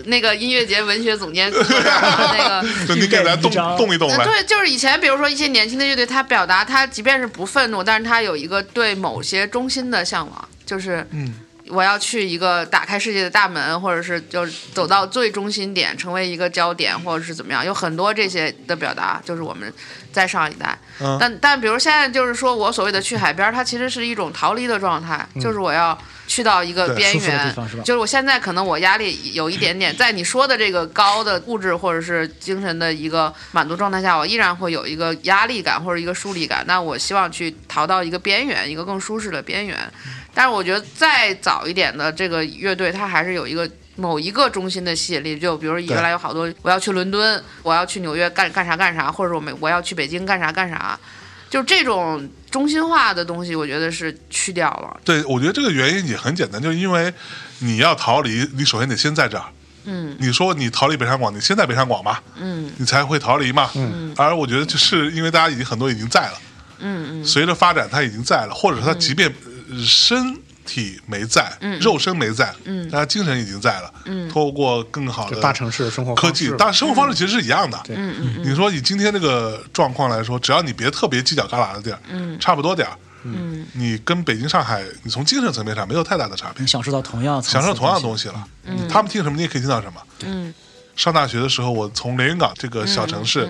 那个音乐节文学总监那个。
就你给咱动
一张
动一动
呃
来，
对，就是以前，比如说一些年轻的乐队，他表达他即便是不愤怒，但是他有一个对某些中心的向往，就是
嗯，
我要去一个打开世界的大门，或者是就是走到最中心点，成为一个焦点，或者是怎么样，有很多这些的表达，就是我们在上一代。
嗯
但但比如现在就是说我所谓的去海边，它其实是一种逃离的状态，就是我要去到一个
对
边
舒服的
缘
地方是吧，
就是我现在可能我压力有一点点，在你说的这个高的物质或者是精神的一个满足状态下，我依然会有一个压力感或者一个疏离感。那我希望去逃到一个边缘，一个更舒适的边缘。
嗯
但是我觉得再早一点的这个乐队，它还是有一个某一个中心的吸引力。就比如原来有好多，我要去伦敦，我要去纽约干干啥干啥，或者我们我要去北京干啥干啥，就这种中心化的东西，我觉得是去掉了。
对，我觉得这个原因也很简单，就是因为你要逃离，你首先得先在这儿。
嗯，
你说你逃离北上广，你先在北上广吧，
嗯，
你才会逃离嘛。嗯，而我觉得就是因为大家已经很多已经在了，嗯嗯，随着发展它已经在了，或者说它即便呃身体没在，肉身没在，嗯，但它精神已经在了，嗯，通过更好的
就大城市的生活
科
方
技
式，
但生活方式其实是一样的。嗯嗯，你说以今天这个状况来说，只要你别特别犄角旮旯的地儿，嗯，差不多点儿，嗯，你跟北京、上海，你从精神层面上没有太大的差别
能。享受到同样层次
享受同样的
东
东西了。他们听什么，你也可以听到什么。
嗯，
上大学的时候，我从连云港这个小城市，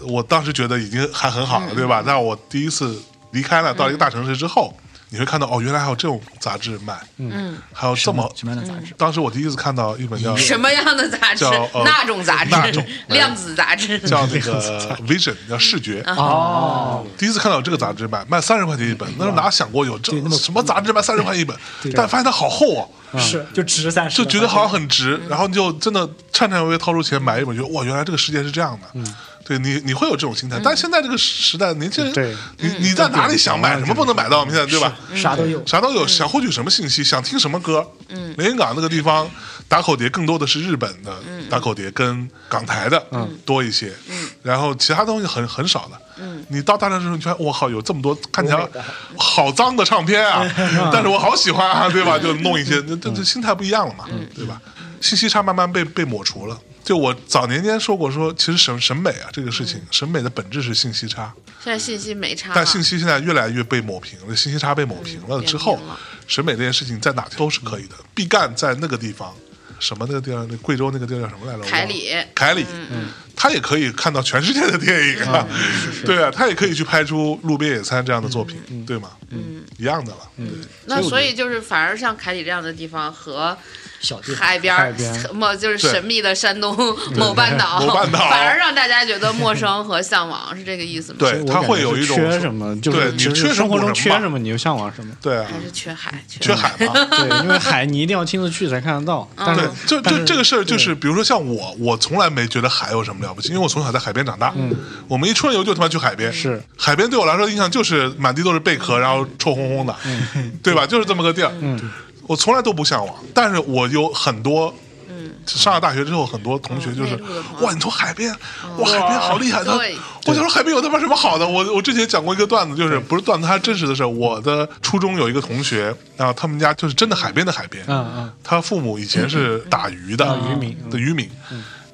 我当时觉得已经还很好了，对吧？但我第一次离开了，到了一个大城市之后，你会看到哦，原来还有这种杂志卖，嗯，还有
西
这么。
什么样的杂志？
当时我第一次看到一本叫
什么样的杂志
叫呃？
那种杂志
那种，哎
量子 杂志。
叫那个 Vision，叫视觉。
哦，
第一次看到有这个杂志卖卖三十块钱一本，那时候哪想过有这什么杂志卖三十块 钱一本？但发现它好厚哦，
嗯
是就值三十，
就觉得好像很值，
嗯
然后你就真的颤颤巍巍掏出钱买一本，觉得哇，原来这个世界是这样的。
嗯
对你，你会有这种心态，但现在这个时代，年轻人，
对
你你在哪里想买什么不能买到？现在对吧？
啥都有。
啥都有，想获取什么信息，想听什么歌。嗯，连云港那个地方打口碟更多的是日本的打口碟跟港台的多一些，嗯，然后其他东西很很少的。嗯，你到大城市，你发现我靠，有这么多看起来好脏的唱片 啊，但是我好喜欢啊，对吧？就弄一些，这这这心态不一样了嘛，对吧？信息差慢慢被被抹除了。就我早年间说过说，其实审审美啊这个事情，审美的本质是信息差。
现在信息没差了，
但信息现在越来越被抹平了，信息差啊被抹平了
嗯
之后
扁平了，
审美这件事情在哪都是可以的。毕赣在那个地方，什么那个地方，那贵州那个地方叫什么来着？我忘了
凯里
凯里，嗯他也可以看到全世界的电影啊，对啊，他也可以去拍出《路边野餐》这样的作品，嗯对吗？嗯，一样的了，对。
那所以就是，反而像凯里这样的地方和
小地方，
海边儿
海边儿
某就是
对
神秘的山东某半岛，
某半岛
反而让大家觉得陌生和向往，是这个意思吗？
对，他会有一种
缺什么，就
对
是
你
就是
缺什么
生活
补
中
什
缺
么
什么你就向往什么。
对啊
还，是缺海，缺
缺
海。
海嘛。
对，因为海你一定要亲自去才看得到。
嗯
但是
对，就
但
就是这个事儿，就
对
是比如说像我，我从来没觉得海有什么了不起，因为我从小在海边长大。我们一出来游就他妈去海边，
嗯是
海边对我来说印象就是满地都是贝壳，然后臭烘烘的，
嗯
对吧？就是这么个地儿。我从来都不向往，但是我有很多。上了大学之后，很多同学就是
内陆的朋友
哇，你从海边，哇，海边好厉害！他
对
我想说海边有他妈什么好的？我我之前讲过一个段子，就是不是段子，它是真实的事儿。我的初中有一个同学，然后他们家就是真的海边的海边，
嗯嗯，
他父母以前是打鱼的，
嗯渔民
的渔民。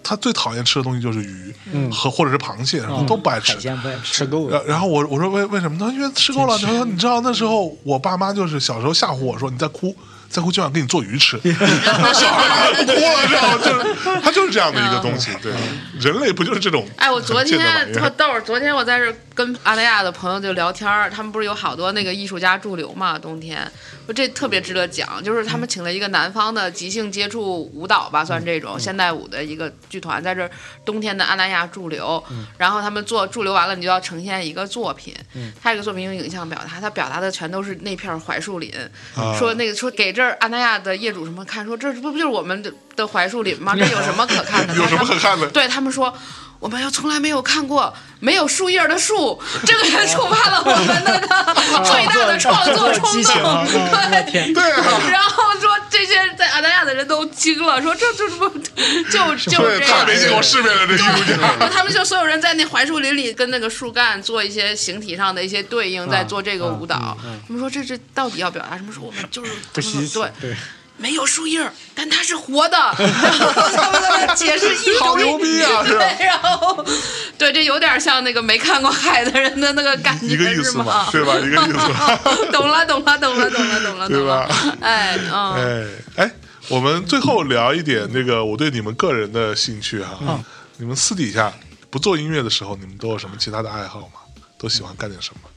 他最讨厌吃的东西就是鱼，和或者是螃蟹，
嗯
都不爱吃
海。鲜不爱吃。
吃够
然
了。
然后我我说为为什么呢？因为吃够了。
真
他说你知道那时候我爸妈就是小时候吓唬我说你在哭， 再哭今晚给你做鱼吃。那小孩都哭了之后，就是他就是这样的一个东西。对，人类不就是 这种？
哎，我昨
很贱的
天
玩意
特
儿
逗儿，昨天我在这儿跟阿那亚的朋友就聊天儿，他们不是有好多那个艺术家驻留嘛，冬天，我这特别值得讲，就是
嗯
他们请了一个南方的即兴接触舞蹈吧，算这
嗯
种现代舞的一个剧团，在这儿冬天的阿那亚驻留，
嗯
然后他们做驻留完了，你就要呈现一个作品，
嗯
他这个作品用影像表达，他表达的全都是那片儿槐树林，
啊
说那个说给这儿安那亚的业主什么看，说这不不就是我们的的槐树 林吗？这有什么可看的？
有什么可看的
对他们说。我们又从来没有看过没有树叶的树，这个人触发了我们的 最大的创作冲
激情
动
啊。
对，
天，
对啊，
然后说这些在安那亚的人都惊了，说这这这不就就
对，
这
太
样
没。见过世面了，这艺术家。
然后他们就所有人在那槐树林里跟那个树干做一些形体上的一些对应，在做这个舞蹈。他们说这这到底要表达什么？说我们就是
不稀奇
对，
对，
没有树叶儿，但它是活 的。 然后他们在那解释一
好牛逼 啊是吧
对，然后对，这有点像那个没看过海的人的那个感觉，
一个意
是
思嘛
吗，？哦
对吧？一个意思，
懂了，懂了，懂了，懂了，懂了，
对
懂
吧
了。哎，
啊
嗯，
哎哎，我们最后聊一点那个我对你们个人的兴趣哈、
嗯
你们私底下不做音乐的时候，你们都有什么其他的爱好吗？都喜欢干点什么？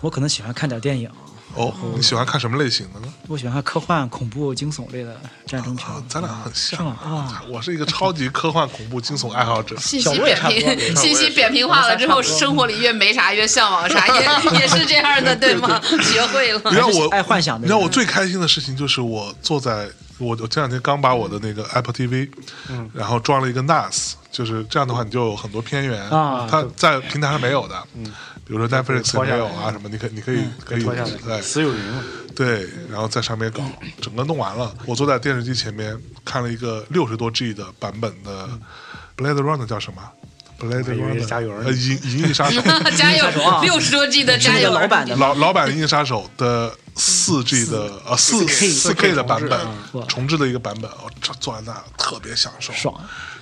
我可能喜欢看点电影，
哦，你喜欢看什么类型的呢？
我喜欢看科幻、恐怖、惊悚类的战争片
啊。，咱俩很像
是吗
啊！我是一个超级科幻、恐怖、惊悚爱好者。
信
小
息
莫也
扁
差不多
平， 信
我
息
也是
扁平化了之
我
后，
们仨差不多
生活里越没啥越向往啥，也也是这样的，对吗？学会了。
你让我
爱幻想的人
你让我最开心的事情就是我坐在我我前两天刚把我的那个 Apple TV，嗯，然后装了一个 NAS，就是这样的话你就有很多片源
啊
它在平台上没有的，嗯，比如说 Netflix
脱
没
下来嗯
有啊什么，你可你可
嗯
以可以
脱下
哎
来，死有灵了。
对，然后在上面搞，整个弄完了，我坐在电视机前面看了一个六十多 G 的版本的
嗯
Blade Runner 叫什么？Blade
以为
Runner
是加油
呃，银银翼杀 手。
加油
手啊！
六十多 G 的
是
加
那
油！
个老版的吗？
老老版《银翼杀手》的四 G 的呃四
4K
四 K 的版本
重
制啊
重置的一个版本，我这坐在那特别享受，
爽。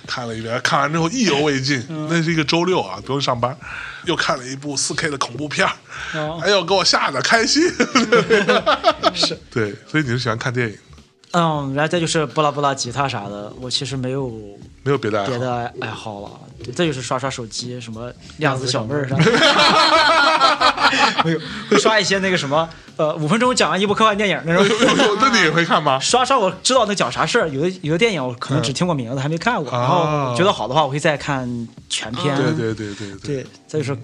看了一遍，看完之后意犹未尽。那是一个周六啊，不用上班，又看了一部四 K 的恐怖片儿
哦
哎呦，给我吓得开心。 是，对，所以你是喜欢看电影，
嗯，然后再就是拨拉拨拉吉他啥的，我其实没有
没有别的爱
别
好。
的爱好了。对，再就是刷刷手机，什么量子小妹 儿啥的，没有，会刷一些那个什么，呃，五分钟讲完一部科幻电影那种。
有 有，那你也会看吗？
刷刷，我知道那讲啥事儿。有的有的电影我可能只听过名字，还没看过。
啊
然后觉得好的话，我会再看全片。
对对对对啊对，
对再就是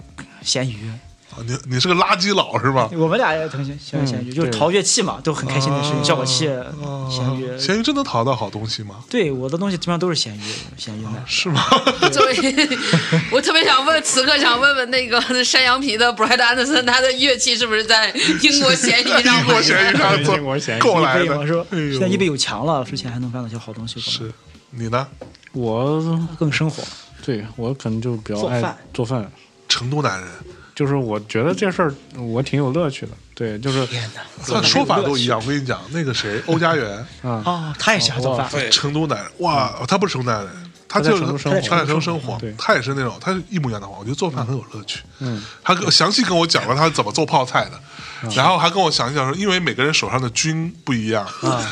闲鱼，
啊你你是个垃圾佬是吗？
我们俩也腾讯喜欢闲鱼，
嗯
就是
对哦
淘乐器嘛，都很开心的事情。
啊
效果器
啊、
闲鱼，
闲鱼真能淘到好东西吗？
对我的东西基本上都是闲鱼，闲鱼
哦
买。
是吗？
所以，我特别想问，此刻想问问那个山羊皮的 Brad Anderson，他的乐器是不是在英国闲鱼上
英国
买的？
闲鱼上做
英国闲鱼
购来
一
的
我说，
哎呦
现在易贝有强了，之前还能干到些好东西。可能
是你呢？
我
更生活，
对我可能就比较
做
爱
饭
做饭，
成都男人，
就是我觉得这事儿我挺有乐趣的。对，就是
他说法都一样。我跟你讲，那个谁，欧家园，
哦
啊，
啊，他也喜欢做饭，
对，
成都男人，哇，他不是成都男人，他
在
就
成都
是
生活
他在成都生活
对，
他也是那种，他是一模一样的话，我觉得做饭很有乐趣。嗯，他跟详细跟我讲了他怎么做泡菜的，然后还跟我详细讲说，因为每个人手上的菌不一样，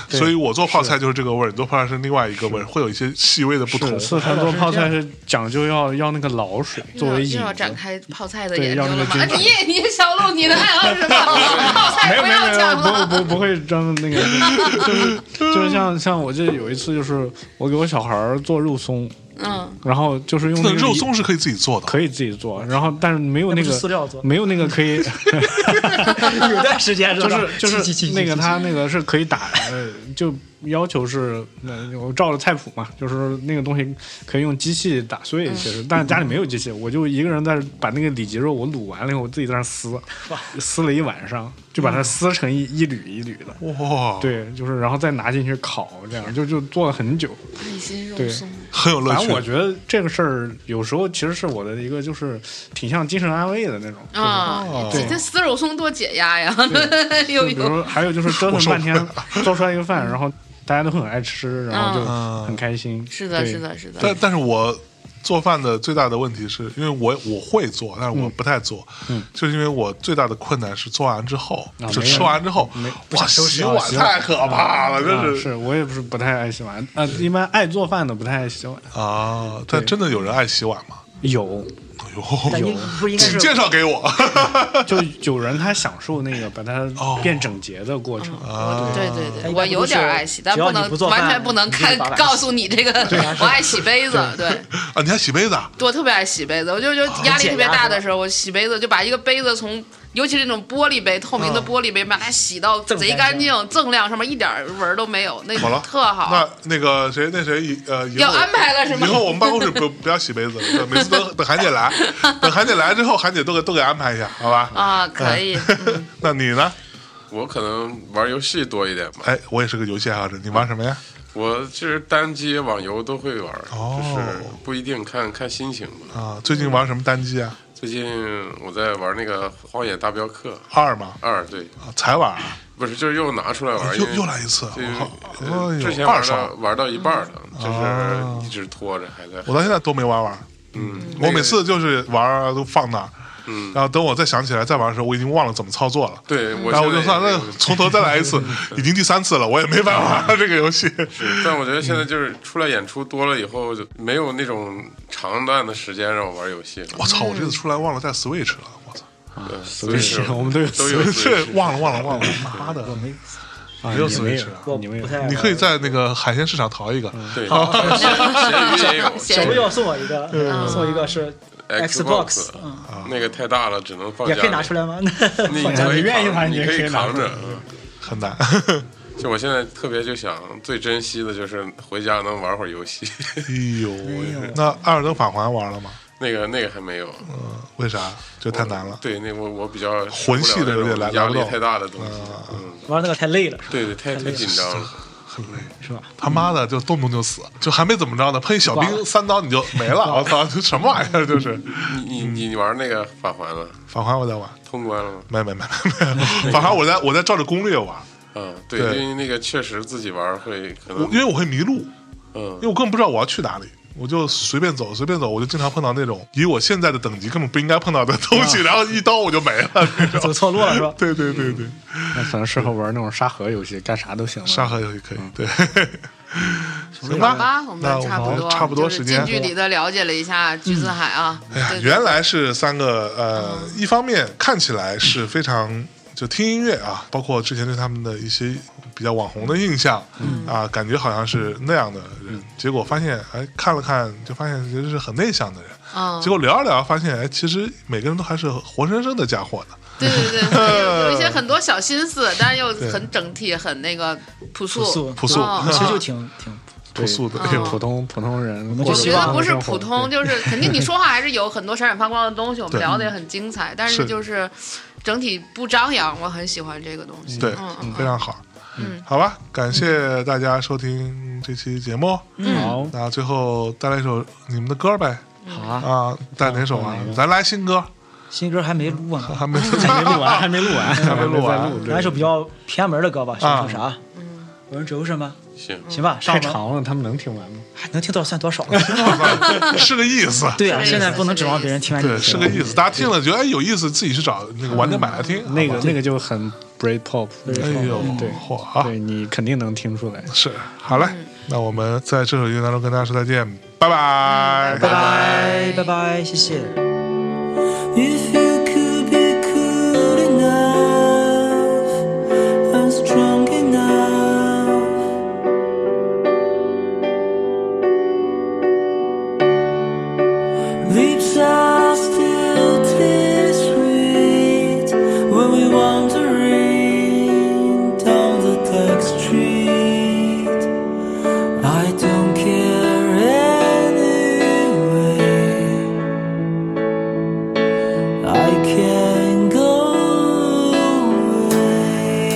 对
所以我做泡菜就是这个味儿，你做泡菜是另外一个味儿，会有一些细微的不同
是。四川做泡菜是讲究要要那个老水作为
又
引
要
子
展，开泡菜的
对
研究
要那
了吗？
个菌
啊
种
你也你也小鹿，你的爱好是什 么？泡
没
菜哎不
有没有
要
没
讲
有，
了。
不不不会专门 那个，就是就是像像我这有一次就是我给我小孩儿做肉松，
嗯，
然后就是用那
那
个
肉
梨
松是可以自己做的，
可以自己做，然后但是没有
那
那
不是
个
塑料做
没有那个 可以，
有段时间
就是就
气气
是
气
那
气
个
气
他那个是可以打，呃，就要求是，呃，我照着菜谱嘛，就是那个东西可以用机器打碎，
嗯
其实，但是家里没有机器，我就一个人在那儿把那个里脊肉我卤完了以后，我自己在那儿撕，撕了一晚上，就
嗯
把它撕成一一缕一缕的。
哇，，
对，就是然后再拿进去烤，这样就就做了很久。
一心肉
对
松，
很有乐
反正
趣。
我觉得这个事儿有时候其实是我的一个就是挺像精神安慰的那种。就是
啊，这
哦对
这撕肉松多解压呀！ 有
就比
有
如还有就是折腾半天做出来一个饭，然后大家都很爱吃，然后
嗯
就很开心。
嗯是的，
对
是，的，是的
但。但是我做饭的最大的问题是因为我我会做，但
嗯
是我不太做，就是因为我最大的困难是做完之后，
啊
就
没
吃
人
完之后，哇，洗碗太可怕了，
啊
真是
是我也不是不太爱洗碗，呃，一般爱做饭的不太爱洗碗。
啊！但真的有人爱洗碗吗？
有
哎
但
呦，
应不应该
请
是
介绍给我 啊
就有人他享受那个把它
哦
变整洁的过程。
啊！
对对对，
但
我有点
应该不是
爱洗，但
只要
不
你
能
不做
完
饭
全不能
你就
看
把碗
告诉你这个
啊
我爱洗杯子，对。
啊，你还洗杯子？啊？
对我特别爱洗杯子，我就就
哦
压力特别大的时候，我洗杯子就把一个杯子从，尤其是那种玻璃杯，透明的玻璃杯，把它洗到贼干净、锃亮，上面一点儿纹儿都没有，那
好了，
特好
那。那个谁，那谁，呃，以后
要安排了是吗
以后我们办公室不 不要洗杯子了，每次 都等韩姐来，等韩姐来之后，韩姐都给都给安排一下，好吧？哎
啊，可以，嗯
那你呢？
我可能玩游戏多一点吧。
哎，我也是个游戏爱好者，你玩什么呀？
我其实单机、网游都会玩，
哦
就是不一定看看心情吧。
啊，最近玩什么单机啊？
最近我在玩那个《荒野大镖客
二嘛，
二》，对，
啊才玩啊，
不是，就是又拿出来玩，
又
因为
又来一次，
对
我靠，
呃
哎呦
之前
二
玩到
刷，
玩到一半了，
啊
就是一直拖着，还在。
我到现在都没玩完。
嗯，那
我
个
每次就是玩啊都放那儿，
嗯，
然后等我再想起来再玩的时候，我已经忘了怎么操作了。
对，我
然后我
现
就算
在也
那
是嗯
从头再来一 次，已经第三次了，我也没办法玩这个游戏。
是，但我觉得
嗯
现在就是出来演出多了以后，就没有那种长段的时间让我玩游戏了。
我操！我这次出来忘了带 Switch 了，我操！
嗯对，所
所
以
以
是
是我们都有
都有
这
Switch 嗯
忘了忘了 忘了，妈的！
啊，
没有
你没
Switch 啊
有，
我
你没有
不。太
你可以在那个海鲜市场淘一个，
对，咸鱼也有
咸
小
鱼
六送我一个，
嗯
送我一个是
Xbox，
Xbox，嗯
那个太大了，只能放
也
家。
可以拿出来吗？
你
放家
可以
你愿意
扛
玩
你
也
可
可以拿
扛
出来
着。嗯
很难。 哎
就我现在特别就想最珍惜的就是回家能玩会儿游戏，
哎呦喂，那《艾尔登法环》玩了吗？
那个那个还没有，
嗯，为啥？就太难了。
对，那我我比较受不了
魂系的有点来
那种压
来不啊
力
动
太大的东西，嗯，
玩那个太累了，
对对，太太紧张 了。
是吧？
他妈的就动不动就死，就还没怎么着呢，喷一小
忘
兵
了
三刀你就没了，我操，这什么玩意儿？就是
你你你你玩那个法环了，
法环我在玩，
通关了吗？
没没没没没，法环我在我在照着攻略玩，
啊，对，
对
因为那个确实自己玩会可
我因
能，
为我会迷路，因为
嗯，
我根本不知道我要去哪里。我就随便走，随便走，我就经常碰到那种以我现在的等级根本不应该碰到的东西，然后一刀我就没了。那种
走错路了是吧
对对对对，
那可能适合玩那种沙盒游戏，干啥都行了。
沙盒游戏可以，对，行
好
吧
吧，，我
那
们
我
差不多，
差不多
就
时
是
间，
近距离的了解了一下橘子海啊，
哎呀
对，嗯
原来是三个呃，一方面看起来是非常就听音乐啊，包括之前对他们的一些比较网红的印象、
嗯
啊，感觉好像是那样的人，结果发现哎看了看就发现其实是很内向的人，
嗯
结，果聊一聊发现哎其实每个人都还是活生生的家伙呢，
对对对 对，有有一些很多小心思，但是又很整体，很那个朴素
朴素，
朴素
啊
嗯
其实就挺挺
朴素的，
对普通普通人，
我
我
觉得不是普通，就是肯定你说话还是有很多闪闪发光的东西，我们
对
聊的也很精彩，但是
是
就是整体不张扬，我很喜欢这个东西。
对
嗯嗯，
非常好。
嗯
好吧，感谢大家收听这期节目。
嗯，
好，
那最后带来一首你们的歌呗，
好啊。
啊，带哪首啊？咱来新歌，
新歌还没录啊呢，
还没
还没录 完，还没录完，还
没录完
在录对
来一首比较偏门的歌吧，想
啊
说啥？我们轴什么？
行，
行吧，上
太
吧，
长了，他们能听完吗？
能听多少算多少。
是个意思。
对啊，
是这个意思
现在不能指望别人听完你
对，
的。
是个意思。大家听了觉得哎有意思，自己去找那个晚点买来听。
那个
好吧
那个就很 break pop，
哎呦，
对
嚯啊！
对你肯定能听出来。
是，好嘞，
嗯
那我们在这首音乐当中跟大家说再见，拜拜，
拜拜拜拜，谢谢。
If you could be cool enough and strong enough, lips are still taste sweet when we wandering down the dark street. I don't care anyway. I can go away.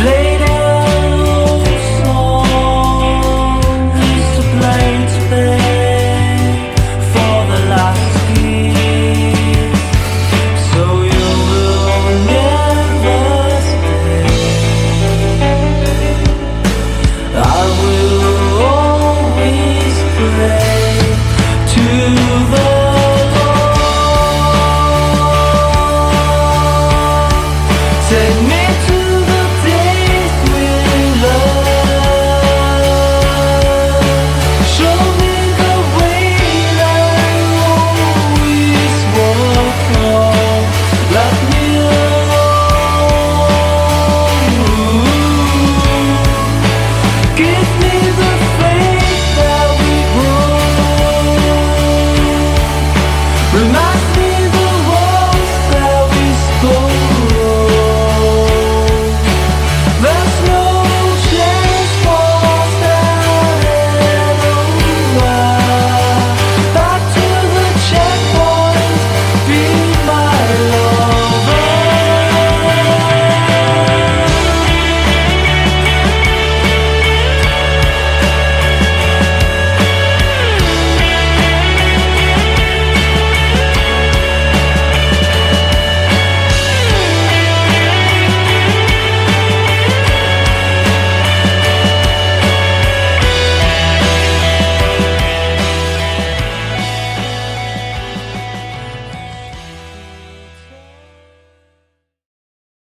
Play that old song used to play to play for the last kiss. So you will never stay. I will always pray.